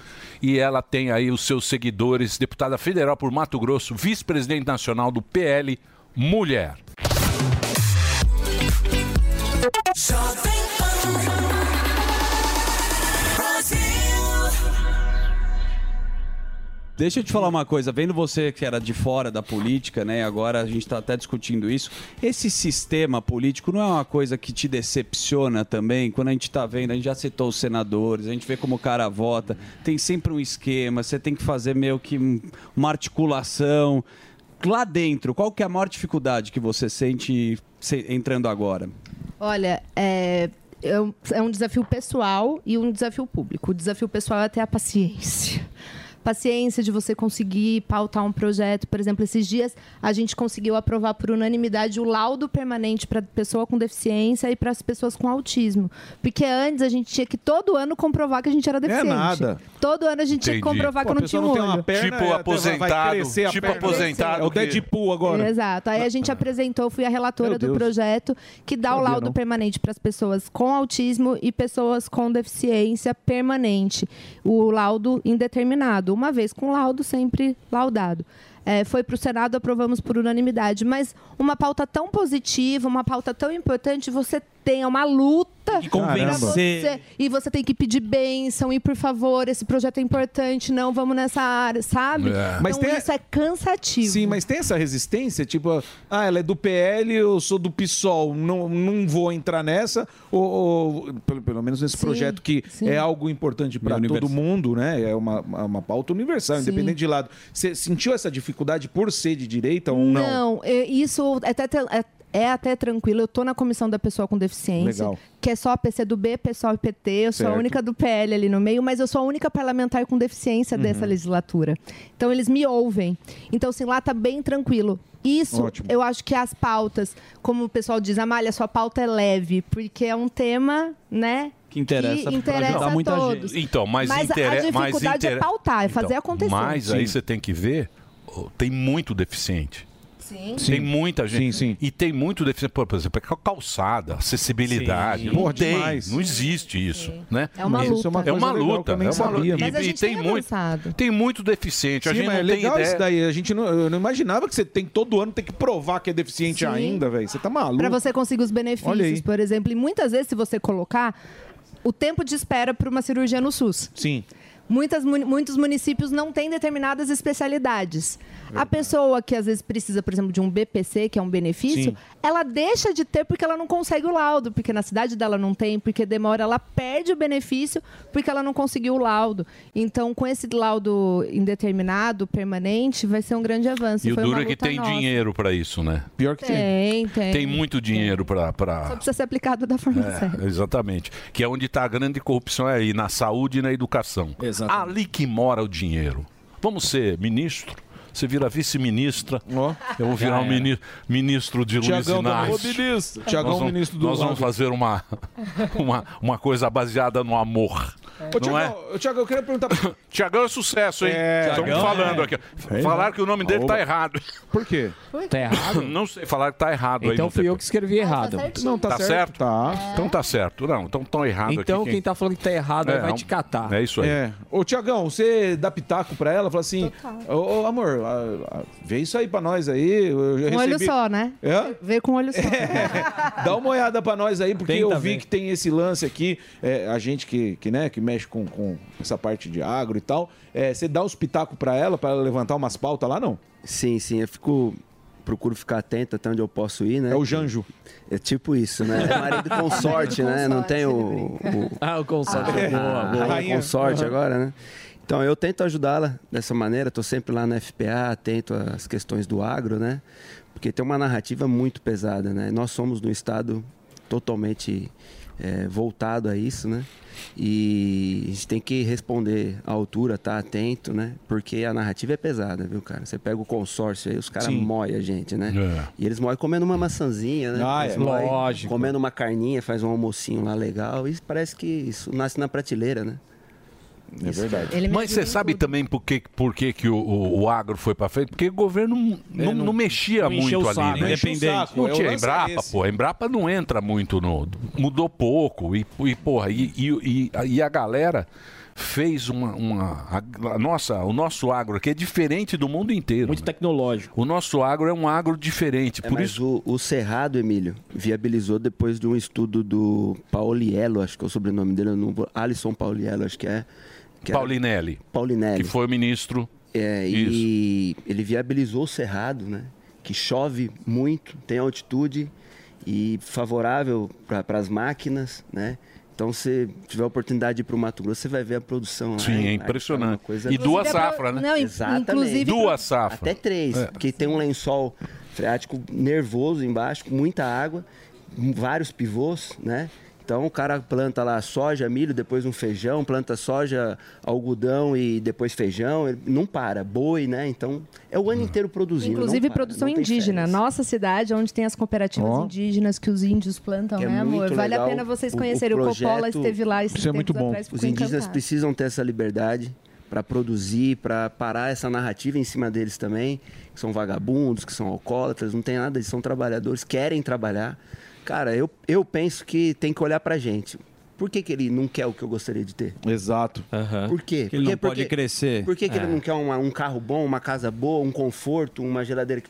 Speaker 6: E ela tem aí os seus seguidores, deputada federal por Mato Grosso, vice-presidente nacional do PL, mulher.
Speaker 7: Deixa eu te falar uma coisa, vendo você que era de fora da política, né? e Agora a gente está até discutindo isso. Esse sistema político não é uma coisa que te decepciona também? Quando a gente está vendo, a gente já citou os senadores, a gente vê como o cara vota, tem sempre um esquema, você tem que fazer meio que um- uma articulação. Lá dentro, qual que é a maior dificuldade que você sente se- entrando agora?
Speaker 22: Olha, é, é um- é um desafio pessoal e um desafio público. O desafio pessoal é ter a paciência. Paciência de você conseguir pautar um projeto. Por exemplo, esses dias a gente conseguiu aprovar por unanimidade o laudo permanente para pessoa com deficiência e para as pessoas com autismo. Porque antes a gente tinha que todo ano comprovar que a gente era deficiente.
Speaker 10: nada.
Speaker 22: Todo ano a gente tinha que
Speaker 10: Entendi.
Speaker 22: comprovar
Speaker 10: Pô,
Speaker 22: que
Speaker 10: a
Speaker 22: eu não
Speaker 10: pessoa
Speaker 22: tinha
Speaker 10: não
Speaker 22: um
Speaker 10: tem
Speaker 22: olho.
Speaker 10: uma perna,
Speaker 6: Tipo
Speaker 10: vai
Speaker 6: aposentado,
Speaker 10: crescer a
Speaker 6: tipo
Speaker 10: perna.
Speaker 6: aposentado
Speaker 10: É o
Speaker 6: que-
Speaker 10: Deadpool agora.
Speaker 22: Exato. Aí a gente apresentou, fui a relatora
Speaker 10: Meu
Speaker 22: do
Speaker 10: Deus.
Speaker 22: projeto que dá o
Speaker 10: Sabia,
Speaker 22: laudo
Speaker 10: não.
Speaker 22: permanente para as pessoas com autismo e pessoas com deficiência permanente. O laudo indeterminado. Uma vez com laudo, sempre laudado. É, foi para o Senado, aprovamos por unanimidade. Mas uma pauta tão positiva, uma pauta tão importante, você tem é uma luta
Speaker 7: que convencer.
Speaker 22: pra você. E você tem que pedir bênção e, por favor, esse projeto é importante, não vamos nessa área,
Speaker 10: É.
Speaker 22: sabe? Então,
Speaker 10: Mas tem-
Speaker 22: isso é cansativo.
Speaker 10: Sim, mas tem essa resistência, tipo, ah, ela é do PL, eu sou do PSOL, não, não vou entrar nessa, ou, ou, pelo, pelo menos nesse projeto que
Speaker 4: sim.
Speaker 10: é algo importante para todo mundo, né? É uma, uma, uma pauta universal,
Speaker 22: Sim.
Speaker 10: independente de lado. Você sentiu essa dificuldade por ser de direita ou não?
Speaker 22: Não, é- isso é até, tra- é- é até tranquilo. Eu tô na comissão da pessoa com deficiência,
Speaker 10: Legal.
Speaker 22: que é só PCdoB, pessoal e PT. Eu sou
Speaker 17: Certo.
Speaker 22: a única do PL ali no meio, mas eu sou a única parlamentar com deficiência dessa legislatura. Então eles me ouvem. Então, assim, lá tá bem tranquilo. Isso,
Speaker 17: Ótimo.
Speaker 22: eu acho que as pautas, como o pessoal diz, Amália, sua pauta é leve, porque é um tema, né?
Speaker 7: que interessa.
Speaker 22: Que interessa
Speaker 7: pra ajudar
Speaker 22: a
Speaker 7: muita
Speaker 22: todos.
Speaker 7: gente.
Speaker 6: Então, mas,
Speaker 22: Mas a- a
Speaker 6: interessa.
Speaker 22: dificuldade é pautar, é fazer acontecer.
Speaker 6: Mas aí
Speaker 22: Sim.
Speaker 6: você tem que ver, oh, tem muito deficiente.
Speaker 22: Sim.
Speaker 6: Tem muita gente. E tem muito deficiente. Pô, por exemplo, cal- calçada, acessibilidade.
Speaker 10: Sim.
Speaker 6: Não
Speaker 10: Porra,
Speaker 6: tem.
Speaker 10: demais.
Speaker 6: Não existe isso. Né?
Speaker 22: É uma
Speaker 6: E-
Speaker 22: luta. Isso é uma
Speaker 6: É uma
Speaker 10: coisa legal
Speaker 6: luta.
Speaker 10: que eu nem
Speaker 6: é uma luta.
Speaker 10: sabia.
Speaker 6: E-
Speaker 22: Mas a
Speaker 6: e
Speaker 22: gente
Speaker 6: tem
Speaker 22: tem
Speaker 6: muito.
Speaker 22: avançado.
Speaker 6: Tem muito deficiente. a
Speaker 10: Sim,
Speaker 6: gente
Speaker 10: mas
Speaker 6: não
Speaker 10: é
Speaker 6: tem
Speaker 10: legal
Speaker 6: ideia.
Speaker 10: isso daí. A gente não, eu não imaginava que você tem todo ano tem que provar que é deficiente
Speaker 22: Sim.
Speaker 10: ainda, velho. Você tá maluco.
Speaker 22: Para você conseguir os
Speaker 10: Olha aí.
Speaker 22: benefícios, por exemplo. E muitas vezes, se você colocar o tempo de espera para uma cirurgia no SUS.
Speaker 10: Sim.
Speaker 22: Muitas, muni- muitos municípios não têm determinadas especialidades. A pessoa que às vezes precisa, por exemplo, de um BPC, que é um benefício,
Speaker 3: Sim.
Speaker 22: ela deixa de ter porque ela não consegue o laudo, porque na cidade dela não tem, porque demora, ela perde o benefício porque ela não conseguiu o laudo. Então, com esse laudo indeterminado, permanente, vai ser um grande avanço.
Speaker 6: E o
Speaker 22: Foi uma
Speaker 6: duro é que
Speaker 22: luta
Speaker 6: tem
Speaker 22: nossa.
Speaker 6: dinheiro pra isso, né?
Speaker 7: Pior
Speaker 22: Tem, tem.
Speaker 6: Tem muito dinheiro pra. pra...
Speaker 22: Só precisa ser aplicado da forma
Speaker 6: Ah. É,
Speaker 22: certa.
Speaker 6: exatamente. Que é onde está a grande corrupção é aí, na saúde e na educação. Ali que mora o dinheiro. Vamos ser ministro? Você vira vice-ministra. Eu vou virar
Speaker 10: Já
Speaker 6: um
Speaker 10: era.
Speaker 6: mini- ministro de Luiz
Speaker 10: Tiagão da-
Speaker 6: Inácio.
Speaker 10: Ô, ministro.
Speaker 6: Nós
Speaker 10: Tiagão,
Speaker 6: vamos-
Speaker 10: ministro do
Speaker 6: Nós vamos
Speaker 10: lado.
Speaker 6: fazer uma, uma, uma coisa baseada no amor.
Speaker 10: Ô,
Speaker 6: não é?
Speaker 10: Tiagão, ô, Tiagão, eu queria perguntar.
Speaker 6: Tiagão é sucesso, hein?
Speaker 10: É,
Speaker 6: Estamos
Speaker 10: Tiagão,
Speaker 6: falando
Speaker 10: é.
Speaker 6: aqui.
Speaker 10: É,
Speaker 6: Falaram
Speaker 10: né?
Speaker 6: que o nome dele
Speaker 10: Oba.
Speaker 6: tá errado.
Speaker 10: Por quê?
Speaker 6: Tá errado? Não sei, falaram que tá errado aí
Speaker 11: Então
Speaker 6: no
Speaker 11: fui eu que escrevi errado.
Speaker 10: Não,
Speaker 6: Tá, certo? Então tá certo. Não, então tão errado
Speaker 11: Então
Speaker 6: aqui.
Speaker 11: quem tá falando que tá errado aí
Speaker 6: É,
Speaker 11: vai
Speaker 6: é um-
Speaker 11: te catar.
Speaker 6: É isso aí.
Speaker 10: É. Ô, Tiagão, você dá pitaco pra ela? Fala assim, ô, ô, amor, a- a- vê isso aí pra nós aí. Eu já
Speaker 22: Um olho
Speaker 10: recebi-
Speaker 22: só, né?
Speaker 10: É?
Speaker 22: Vê com um olho só.
Speaker 10: Dá uma olhada pra nós aí, porque
Speaker 22: Tenta
Speaker 10: eu vi
Speaker 22: ver.
Speaker 10: que tem esse lance aqui. é, a gente que, que, né, que mexe com, com essa parte de agro e tal. é, você dá uns pitacos pra ela, pra ela levantar umas pautas lá, não?
Speaker 23: Sim, sim, assim, eu fico. Procuro ficar atento até onde eu posso ir, né? É o
Speaker 10: Janjo.
Speaker 23: É tipo isso, né? É marido consorte, né? Não tem o. o-
Speaker 11: Ah, o consorte.
Speaker 23: a-
Speaker 11: boa,
Speaker 23: a
Speaker 11: boa.
Speaker 23: rainha consorte
Speaker 11: Aham.
Speaker 23: agora, né? Então, eu tento ajudá-la dessa maneira, tô sempre lá na FPA, atento às questões do agro, né? Porque tem uma narrativa muito pesada, né? Nós somos no estado totalmente é, voltado a isso, né? E a gente tem que responder à altura, tá atento, né? Porque a narrativa é pesada, viu, cara? Você pega o consórcio aí, os caras
Speaker 4: Sim. É.
Speaker 23: moem a gente, né? E eles moem comendo uma maçãzinha, né?
Speaker 4: Ah,
Speaker 23: Eles
Speaker 4: é.
Speaker 23: moem
Speaker 4: Lógico.
Speaker 23: Comendo uma carninha, faz um almocinho lá legal. E parece que isso nasce na prateleira, né?
Speaker 10: É verdade.
Speaker 6: Mas você sabe também por que, por que, que o, o- o agro foi pra frente? Porque o governo não, não,
Speaker 10: não-
Speaker 6: não mexia
Speaker 10: não encheu
Speaker 6: muito
Speaker 10: o
Speaker 6: ali.
Speaker 10: saco,
Speaker 6: né?
Speaker 10: não encheu o Independente. saco,
Speaker 6: Não
Speaker 10: é, o
Speaker 6: tinha
Speaker 10: lance é
Speaker 6: Embrapa,
Speaker 10: esse.
Speaker 6: pô. A Embrapa não entra muito no. Mudou pouco. E, e porra, e, e, e- e a galera fez uma. uma a- a nossa, o nosso agro aqui é diferente do mundo inteiro. Muito
Speaker 11: tecnológico.
Speaker 6: O nosso agro é um agro diferente.
Speaker 23: É,
Speaker 6: por
Speaker 23: mas
Speaker 6: isso.
Speaker 23: o, o Cerrado, Emílio, viabilizou depois de um estudo do Pauliello, acho que é o sobrenome dele, eu não vou, Alisson Pauliello, acho que é. que era-
Speaker 6: Paulinelli.
Speaker 23: Paulinelli.
Speaker 6: Que foi o ministro.
Speaker 23: É, e ele viabilizou o Cerrado, né? Que chove muito, tem altitude e favorável para as máquinas, né? Então, se tiver a oportunidade de ir para o Mato Grosso, você vai ver a produção lá. né,
Speaker 6: Sim, é impressionante. E duas Inclusive, é safras, pro- né? não, in- inclusive- Duas safras.
Speaker 23: Até três,
Speaker 6: É.
Speaker 23: porque tem um lençol freático nervoso embaixo, com muita água, m- vários pivôs, né? Então o cara planta lá soja, milho, depois um feijão, planta soja, algodão e depois feijão, ele não para, boi, né? Então é o ano inteiro produzindo. não
Speaker 22: Inclusive
Speaker 23: para, né?
Speaker 22: produção
Speaker 23: não tem
Speaker 22: indígena. Nossa cidade, onde tem as cooperativas
Speaker 23: Ó.
Speaker 22: indígenas que os índios plantam,
Speaker 23: É
Speaker 22: né, amor?
Speaker 23: muito
Speaker 22: vale a
Speaker 23: legal
Speaker 22: pena vocês
Speaker 23: o- o
Speaker 22: conhecerem. O, Coppola
Speaker 23: projeto. é
Speaker 22: esteve lá
Speaker 10: é
Speaker 22: esses tempos atrás.
Speaker 23: Os
Speaker 22: ficou
Speaker 23: indígenas
Speaker 22: encantado.
Speaker 23: precisam ter essa liberdade para produzir, para parar essa narrativa em cima deles também, que são vagabundos, que são alcoólatras, não tem nada, eles são trabalhadores, querem trabalhar. Cara, eu, eu penso que tem que olhar pra gente. Por que, que ele não quer o que eu gostaria de ter?
Speaker 10: Exato.
Speaker 23: Por quê?
Speaker 7: Que ele
Speaker 23: Porque-
Speaker 7: não pode
Speaker 23: porque-
Speaker 7: crescer.
Speaker 23: Por que, que
Speaker 7: É.
Speaker 23: ele não quer uma- um carro bom, uma casa boa, um conforto, uma geladeira?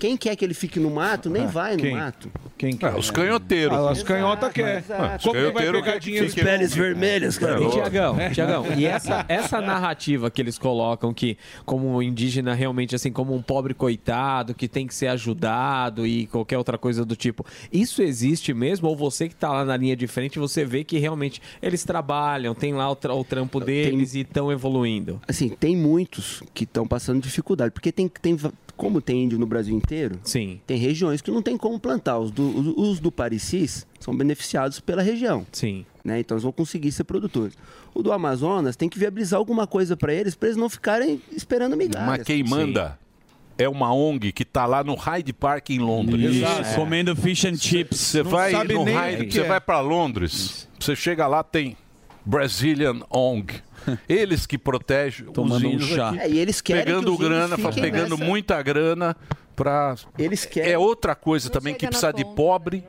Speaker 23: Quem quer que ele fique no mato, nem
Speaker 10: Ah,
Speaker 23: vai
Speaker 10: quem?
Speaker 23: no mato.
Speaker 10: Quem
Speaker 6: Ah, os canhoteiros.
Speaker 10: Ah, os canhota
Speaker 23: é.
Speaker 10: quer.
Speaker 6: Ah,
Speaker 10: Como que vai
Speaker 6: canhoteiro
Speaker 10: pegar
Speaker 6: quer que
Speaker 10: dinheiro?
Speaker 6: fique- É,
Speaker 11: E
Speaker 6: louco.
Speaker 11: Tiagão,
Speaker 6: É.
Speaker 11: Tiagão, e essa, essa narrativa que eles colocam que como um indígena realmente assim, como um pobre coitado, que tem que ser ajudado e qualquer outra coisa do tipo, isso existe mesmo? Ou você que tá lá na linha de frente, você vê que realmente eles trabalham, tem lá o, tra- o trampo deles e estão evoluindo?
Speaker 23: Assim, tem muitos que estão passando dificuldade, porque tem, tem va- como tem índio no Brasil inteiro,
Speaker 11: Sim.
Speaker 23: tem regiões que não tem como plantar. Os do, os, os do Parecis são beneficiados pela região.
Speaker 11: Sim.
Speaker 23: Né? Então eles vão conseguir ser produtores. O do Amazonas tem que viabilizar alguma coisa para eles, para eles não ficarem esperando migalhas.
Speaker 6: Mas quem manda? é uma ONG que tá lá no Hyde Park em Londres.
Speaker 7: Isso, comendo fish and chips.
Speaker 6: Você vai no Hyde,
Speaker 7: é.
Speaker 6: você vai para Londres, você chega lá tem Brazilian ONG. Eles que protegem os
Speaker 7: Tomando um
Speaker 6: índios
Speaker 7: chá.
Speaker 6: aqui,
Speaker 7: É, e eles querem
Speaker 6: pegando
Speaker 7: que os
Speaker 6: grana,
Speaker 7: índios
Speaker 6: faz-
Speaker 7: fiquem
Speaker 6: pegando
Speaker 7: nessa-
Speaker 6: muita grana para
Speaker 23: eles
Speaker 6: querem. É outra coisa também que
Speaker 23: chega na
Speaker 6: precisa de pobre.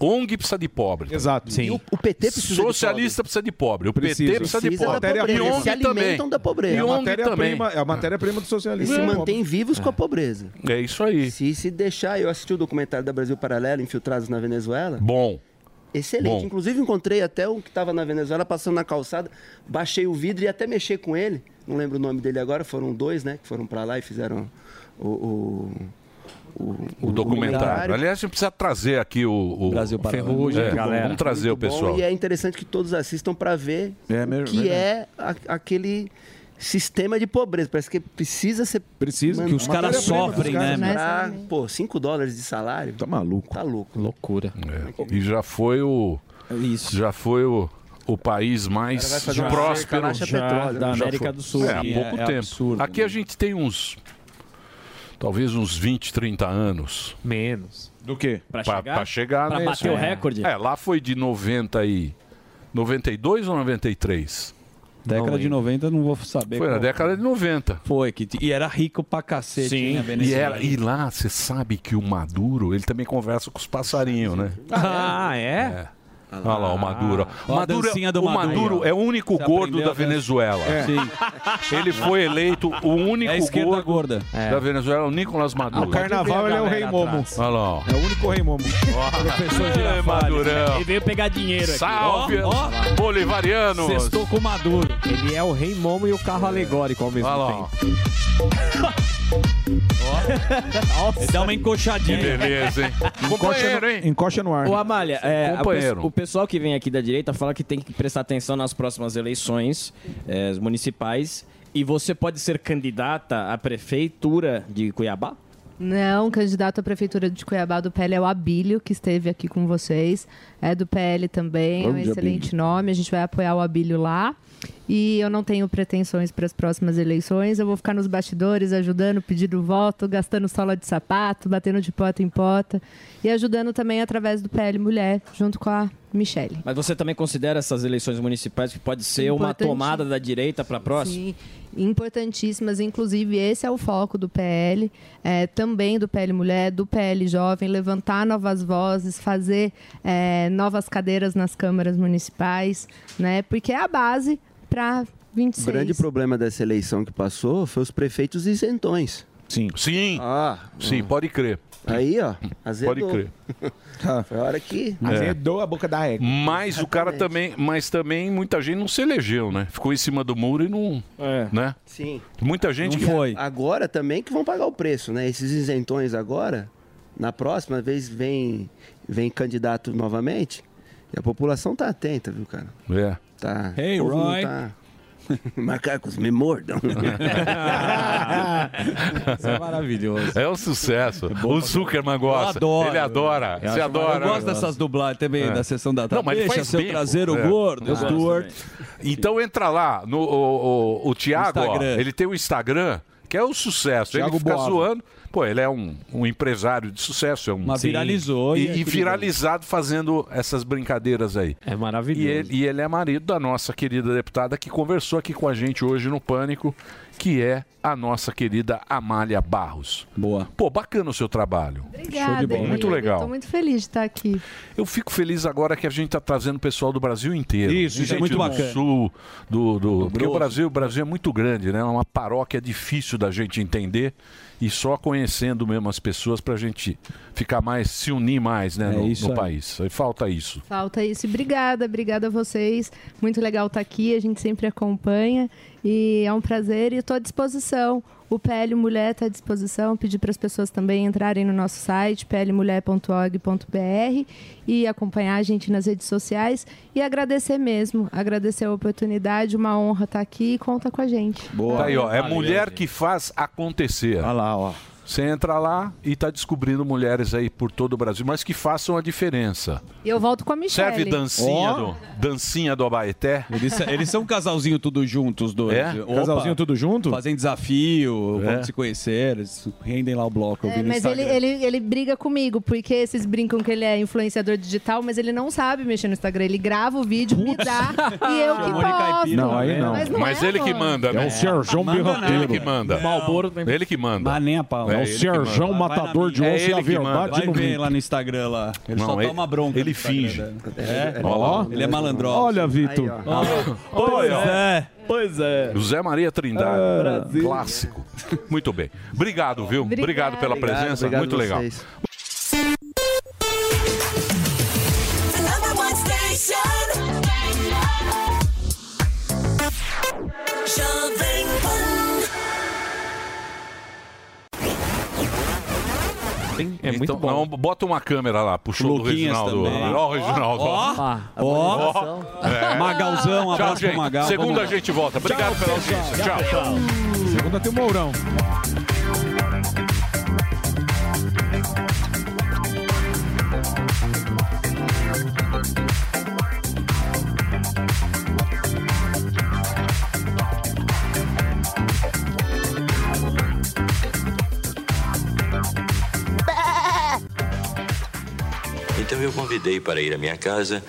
Speaker 6: ONG precisa de pobre.
Speaker 10: Exato.
Speaker 6: Sim.
Speaker 23: o, o PT precisa
Speaker 6: Socialista precisa de pobre. O PT precisa de
Speaker 23: Precisa da
Speaker 6: pobre.
Speaker 23: pobreza.
Speaker 6: E ONG
Speaker 23: Se alimentam
Speaker 6: também.
Speaker 23: da pobreza.
Speaker 6: E
Speaker 23: É a
Speaker 6: ONG também.
Speaker 23: matéria-prima-
Speaker 10: É a matéria-prima do
Speaker 23: E
Speaker 10: socialismo.
Speaker 23: se mantém vivos com a pobreza.
Speaker 6: É isso aí.
Speaker 23: Se se deixar, eu assisti o documentário da Brasil Paralelo, Infiltrados na Venezuela.
Speaker 6: Bom.
Speaker 23: Excelente.
Speaker 6: Bom.
Speaker 23: Inclusive, encontrei até um que estava na Venezuela passando na calçada, baixei o vidro e até mexer com ele. Não lembro o nome dele agora, foram dois, né? Que foram para lá e fizeram o. o, o-
Speaker 6: O
Speaker 23: o
Speaker 6: documentário. Aliás, a gente precisa trazer aqui o, o
Speaker 23: Brasil para-
Speaker 6: É, Vamos trazer o
Speaker 23: Muito bom,
Speaker 6: pessoal.
Speaker 23: E é interessante que todos assistam para ver
Speaker 6: É
Speaker 23: o
Speaker 6: mesmo,
Speaker 23: que
Speaker 6: verdade.
Speaker 23: é a- aquele sistema de pobreza. Parece que precisa ser.
Speaker 10: Precisa.
Speaker 7: Que os caras sofrem, né,
Speaker 23: pô, 5 dólares de salário. Tá
Speaker 10: maluco.
Speaker 23: Tá louco.
Speaker 6: Loucura. É. E já foi o. Já foi o. O país
Speaker 23: O cara vai
Speaker 6: mais
Speaker 23: fazer uma cerca
Speaker 6: próspero
Speaker 23: lá, acha petróleo, né?
Speaker 6: Já
Speaker 23: da América
Speaker 6: foi.
Speaker 23: do Sul.
Speaker 6: É, há
Speaker 23: E
Speaker 6: pouco
Speaker 23: é- é
Speaker 6: tempo.
Speaker 23: absurdo,
Speaker 6: Aqui a gente tem uns. Talvez uns 20, 30 anos. Menos.
Speaker 10: Do quê?
Speaker 6: Pra,
Speaker 13: chegar?
Speaker 6: pra chegar
Speaker 13: Pra
Speaker 6: nisso,
Speaker 13: bater o
Speaker 6: é.
Speaker 13: recorde?
Speaker 6: É, lá foi de 90 e. 92 ou 93?
Speaker 7: Década de 90, não vou saber.
Speaker 6: Foi na
Speaker 7: qual.
Speaker 6: década de 90.
Speaker 7: Foi, que, e era rico pra cacete,
Speaker 6: Sim,
Speaker 7: né, a
Speaker 6: e,
Speaker 7: Venezuela.
Speaker 6: era, e lá você sabe que o Maduro, ele também conversa com os passarinhos, né?
Speaker 7: Ah, é?
Speaker 6: Olha lá o Maduro.
Speaker 7: Ah,
Speaker 11: Ah,
Speaker 7: Ó, a
Speaker 6: Maduro, é
Speaker 7: dancinha do
Speaker 6: o
Speaker 7: Maduro.
Speaker 6: Maduro é o único
Speaker 7: Você
Speaker 6: gordo da
Speaker 7: aprendeu a dança.
Speaker 6: Venezuela.
Speaker 7: É.
Speaker 6: Ele foi eleito o único
Speaker 7: É a esquerda
Speaker 6: gordo
Speaker 7: gorda.
Speaker 6: da Venezuela, o Nicolas Maduro.
Speaker 10: No carnaval ele é Ah, o rei momo.
Speaker 6: Olha lá. ó.
Speaker 10: É o único rei momo.
Speaker 6: Ei, Madurão.
Speaker 13: Ele veio pegar dinheiro aqui.
Speaker 6: Salve,
Speaker 13: Ó, ó.
Speaker 6: bolivariano.
Speaker 13: Sextou
Speaker 7: com Maduro.
Speaker 11: Ele é o rei momo e o carro alegórico ao mesmo
Speaker 6: Olha
Speaker 11: tempo.
Speaker 7: Dá uma encoxadinha.
Speaker 6: Que beleza, hein?
Speaker 7: Companheiro, hein?
Speaker 10: Encoxa no ar.
Speaker 13: Ô, Amália, é, a
Speaker 10: Companheiro.
Speaker 13: pes- o pessoal que vem aqui da direita fala que tem que prestar atenção nas próximas eleições é, municipais. E você pode ser candidata à prefeitura de Cuiabá?
Speaker 22: Não, candidato à prefeitura de Cuiabá do PL é o Abílio, que esteve aqui com vocês. É do PL também, é um
Speaker 3: Grande
Speaker 22: excelente nome. A gente vai apoiar o Abílio lá. E eu não tenho pretensões para as próximas eleições. Eu vou ficar nos bastidores ajudando, pedindo voto, gastando sola de sapato, batendo de pota em pota e ajudando também através do PL Mulher, junto com a Michelle.
Speaker 13: Mas você também considera essas eleições municipais que pode ser uma
Speaker 22: Importante.
Speaker 13: tomada da direita para a próxima?
Speaker 22: Sim, importantíssimas. Inclusive, esse é o foco do PL, eh, também do PL Mulher, do PL Jovem, levantar novas vozes, fazer eh, novas cadeiras nas câmaras municipais, né? Porque é a base para
Speaker 23: O
Speaker 22: 26.
Speaker 23: grande problema dessa eleição que passou foi os prefeitos isentões.
Speaker 6: Sim. Sim.
Speaker 23: Ah, hum. Uhum.
Speaker 6: Sim, pode crer.
Speaker 23: Aí, ó, azedou. Tá.
Speaker 6: Pode crer.
Speaker 23: Foi a hora que...
Speaker 6: É.
Speaker 10: Azedou a boca da égua.
Speaker 6: Mas o cara também, mas também muita gente não se elegeu, né? Ficou em cima do muro e não,
Speaker 10: É.
Speaker 6: né?
Speaker 23: Sim.
Speaker 6: Muita gente que
Speaker 23: Agora também que vão pagar o preço, né? Esses isentões agora, na próxima vez vem, vem candidato novamente, e a população tá atenta, viu, cara?
Speaker 6: É.
Speaker 23: Tá.
Speaker 7: Hey,
Speaker 23: o povo não
Speaker 7: Roy.
Speaker 23: tá- Macacos, me mordam.
Speaker 7: Isso é maravilhoso.
Speaker 6: É um sucesso. o Zuckerman gosta.
Speaker 7: Eu adoro.
Speaker 6: Ele adora. Você
Speaker 7: Eu acho
Speaker 6: adora. É.
Speaker 7: maravilhoso. Eu gosto dessas dublagens também, da sessão da tarde.
Speaker 6: Não, mas ele
Speaker 7: Deixa
Speaker 6: faz
Speaker 7: seu
Speaker 6: tempo.
Speaker 7: traseiro gordo,
Speaker 6: Eu gosto
Speaker 7: Stuart.
Speaker 6: também. Então entra lá no o, o, o Thiago, ó,
Speaker 7: Instagram.
Speaker 6: ele tem o Instagram que é o sucesso.
Speaker 7: Thiago
Speaker 6: ele fica
Speaker 7: Boava.
Speaker 6: zoando. Pô, ele é um, um empresário de sucesso, é um
Speaker 7: Mas viralizou e é
Speaker 6: e, e
Speaker 7: perigoso.
Speaker 6: viralizado fazendo essas brincadeiras aí. É maravilhoso. E ele, e ele é marido da nossa querida deputada que conversou aqui com a gente hoje no Pânico, que é a nossa querida Amália Barros.
Speaker 7: Boa.
Speaker 6: Pô, bacana o seu trabalho.
Speaker 22: Obrigada,
Speaker 6: Muito legal.
Speaker 22: Estou muito feliz de estar aqui.
Speaker 6: Eu fico feliz agora que a gente está trazendo o pessoal do Brasil inteiro.
Speaker 7: Isso, isso é
Speaker 6: Gente
Speaker 7: muito
Speaker 6: do
Speaker 7: bacana.
Speaker 6: Sul, do, do- porque o
Speaker 7: grosso.
Speaker 6: Brasil, o Brasil é muito grande, né? É uma paróquia difícil da gente entender e só conhecendo mesmo as pessoas para a gente ficar mais, se unir mais, né?
Speaker 7: É
Speaker 6: no
Speaker 7: isso
Speaker 6: no
Speaker 7: aí.
Speaker 6: país. E falta isso.
Speaker 22: Falta isso. E Obrigada, obrigada a vocês. Muito legal estar aqui, a gente sempre acompanha e é um prazer e estou à disposição. O PL Mulher está à disposição. Pedir para as pessoas também entrarem no nosso site, plmulher.org.br e acompanhar a gente nas redes sociais e agradecer mesmo, agradecer a oportunidade, uma honra estar aqui e conta com a gente.
Speaker 6: Tá aí, ó. É mulher que faz acontecer. Olha lá, ó. Você entra lá e está descobrindo mulheres aí por todo o Brasil, mas que façam a diferença.
Speaker 22: E eu volto com a Michelle.
Speaker 6: Serve dancinha, do, dancinha do Abaeté.
Speaker 7: Eles, eles são um casalzinho tudo junto, os dois.
Speaker 6: É?
Speaker 7: Opa,
Speaker 6: Casalzinho
Speaker 8: tudo junto?
Speaker 7: Fazem desafio,
Speaker 6: É.
Speaker 7: vão se conhecer, eles rendem lá o bloco. eu vi
Speaker 22: É,
Speaker 7: no
Speaker 22: mas ele,
Speaker 7: Instagram.
Speaker 22: ele, ele briga comigo, porque esses brincam que ele é influenciador digital, mas ele não sabe mexer no Instagram. Ele grava o vídeo, me dá, e eu que
Speaker 6: Chamou de
Speaker 22: posto.
Speaker 6: caipira,
Speaker 8: Não, aí
Speaker 6: né?
Speaker 8: não.
Speaker 6: Mas,
Speaker 22: Mas não é,
Speaker 6: ele que
Speaker 22: amor.
Speaker 6: manda,
Speaker 8: É
Speaker 6: né?
Speaker 8: o Serjão É
Speaker 6: Manda não.
Speaker 8: Birrateiro.
Speaker 6: Ele que manda. Ele que manda.
Speaker 7: Mas nem a pau.
Speaker 6: É
Speaker 8: É o
Speaker 6: ele que
Speaker 8: Serjão
Speaker 6: manda.
Speaker 8: Matador de
Speaker 6: É
Speaker 8: Onça e a
Speaker 6: ele que manda.
Speaker 8: Verdade
Speaker 6: Vai
Speaker 8: no
Speaker 6: ver
Speaker 8: Mundo.
Speaker 7: lá no Instagram lá. Ele
Speaker 6: Não,
Speaker 7: só
Speaker 6: ele-
Speaker 7: toma bronca.
Speaker 6: ele
Speaker 7: no Instagram
Speaker 6: finge.
Speaker 7: dele.
Speaker 6: É,
Speaker 7: É?
Speaker 6: ele- Ó.
Speaker 7: Ele é malandro.
Speaker 8: Olha, Vitor.
Speaker 6: Pois
Speaker 7: é.
Speaker 6: Pois é. José Maria Trindade.
Speaker 8: É.
Speaker 6: Brasil. Clássico. Muito bem. Obrigado, viu? Obrigado, pela
Speaker 23: Obrigado,
Speaker 6: presença.
Speaker 23: obrigado
Speaker 6: Muito legal.
Speaker 23: vocês.
Speaker 2: Number one station. Jovem
Speaker 6: É muito bom. bota uma câmera lá, puxou do
Speaker 7: Luquinhas
Speaker 6: Reginaldo.
Speaker 7: também.
Speaker 6: Ó, o Reginaldo.
Speaker 7: Ó, ó.
Speaker 6: É.
Speaker 7: Magalzão,
Speaker 6: Tchau,
Speaker 7: abraço pro
Speaker 6: gente.
Speaker 7: Magal, vamos
Speaker 6: Segunda
Speaker 7: lá.
Speaker 6: a gente volta. Obrigado pela audiência. Tchau.
Speaker 10: Segunda tem o Mourão.
Speaker 3: Então eu convidei para ir à minha casa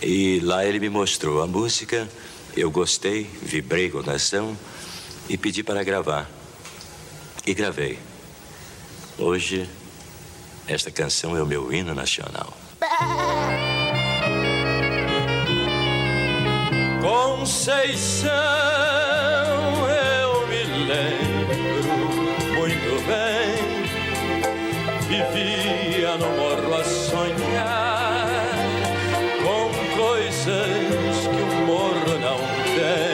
Speaker 3: e lá ele me mostrou a música. Eu gostei, vibrei com a canção e pedi para gravar. E gravei. Hoje, esta canção é o meu hino nacional.
Speaker 4: Conceição, eu me lembro muito bem. Vivia no morro a sonhar com coisas que um o morro não tem.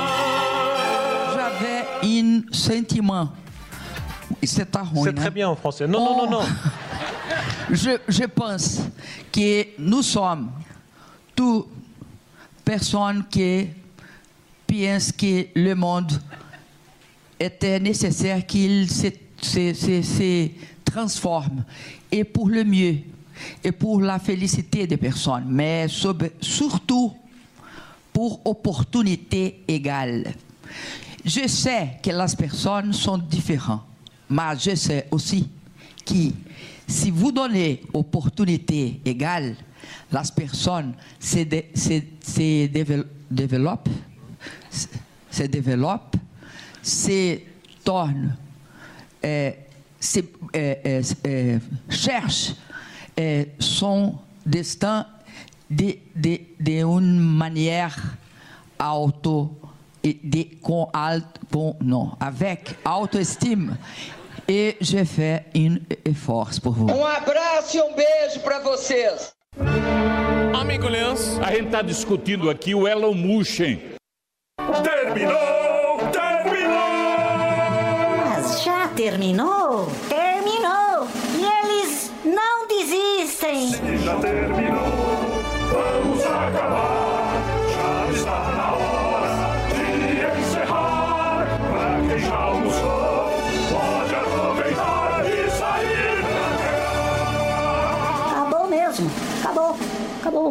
Speaker 4: Conceição.
Speaker 17: J'avais un sentiment. Et C'est pas ruim, C'est très bien en français. Non, non, non, non.
Speaker 4: hein. Oh. Je, je pense que nous sommes toutes personnes qui pensent que le monde était nécessaire qu'il se, se- se- se transforme et pour le mieux et pour la félicité des personnes, mais sob- surtout pour opportunité égale. Je sais que les personnes sont différentes, mais je sais aussi que si vous donnez opportunité égale, les personnes se, dé- se- se dével- développent, se- se développent, se tornent, euh, se- euh, euh, euh, cherchent euh, son destin d'une de, de une manière auto et de, con alt- con- non, avec autoestime. Et j'ai fait un effort pour vous. Um abraço e um beijo para vocês.
Speaker 17: Amigo Leãs, a gente tá discutindo aqui o Elon Musk. hein? Terminou!
Speaker 2: Mas já terminou? Terminou! E eles não desistem! Se já terminou, vamos acabar! Já está na hora de encerrar! Pra quem já almoçou, pode aproveitar e sair pra Acabou mesmo! Acabou! Acabou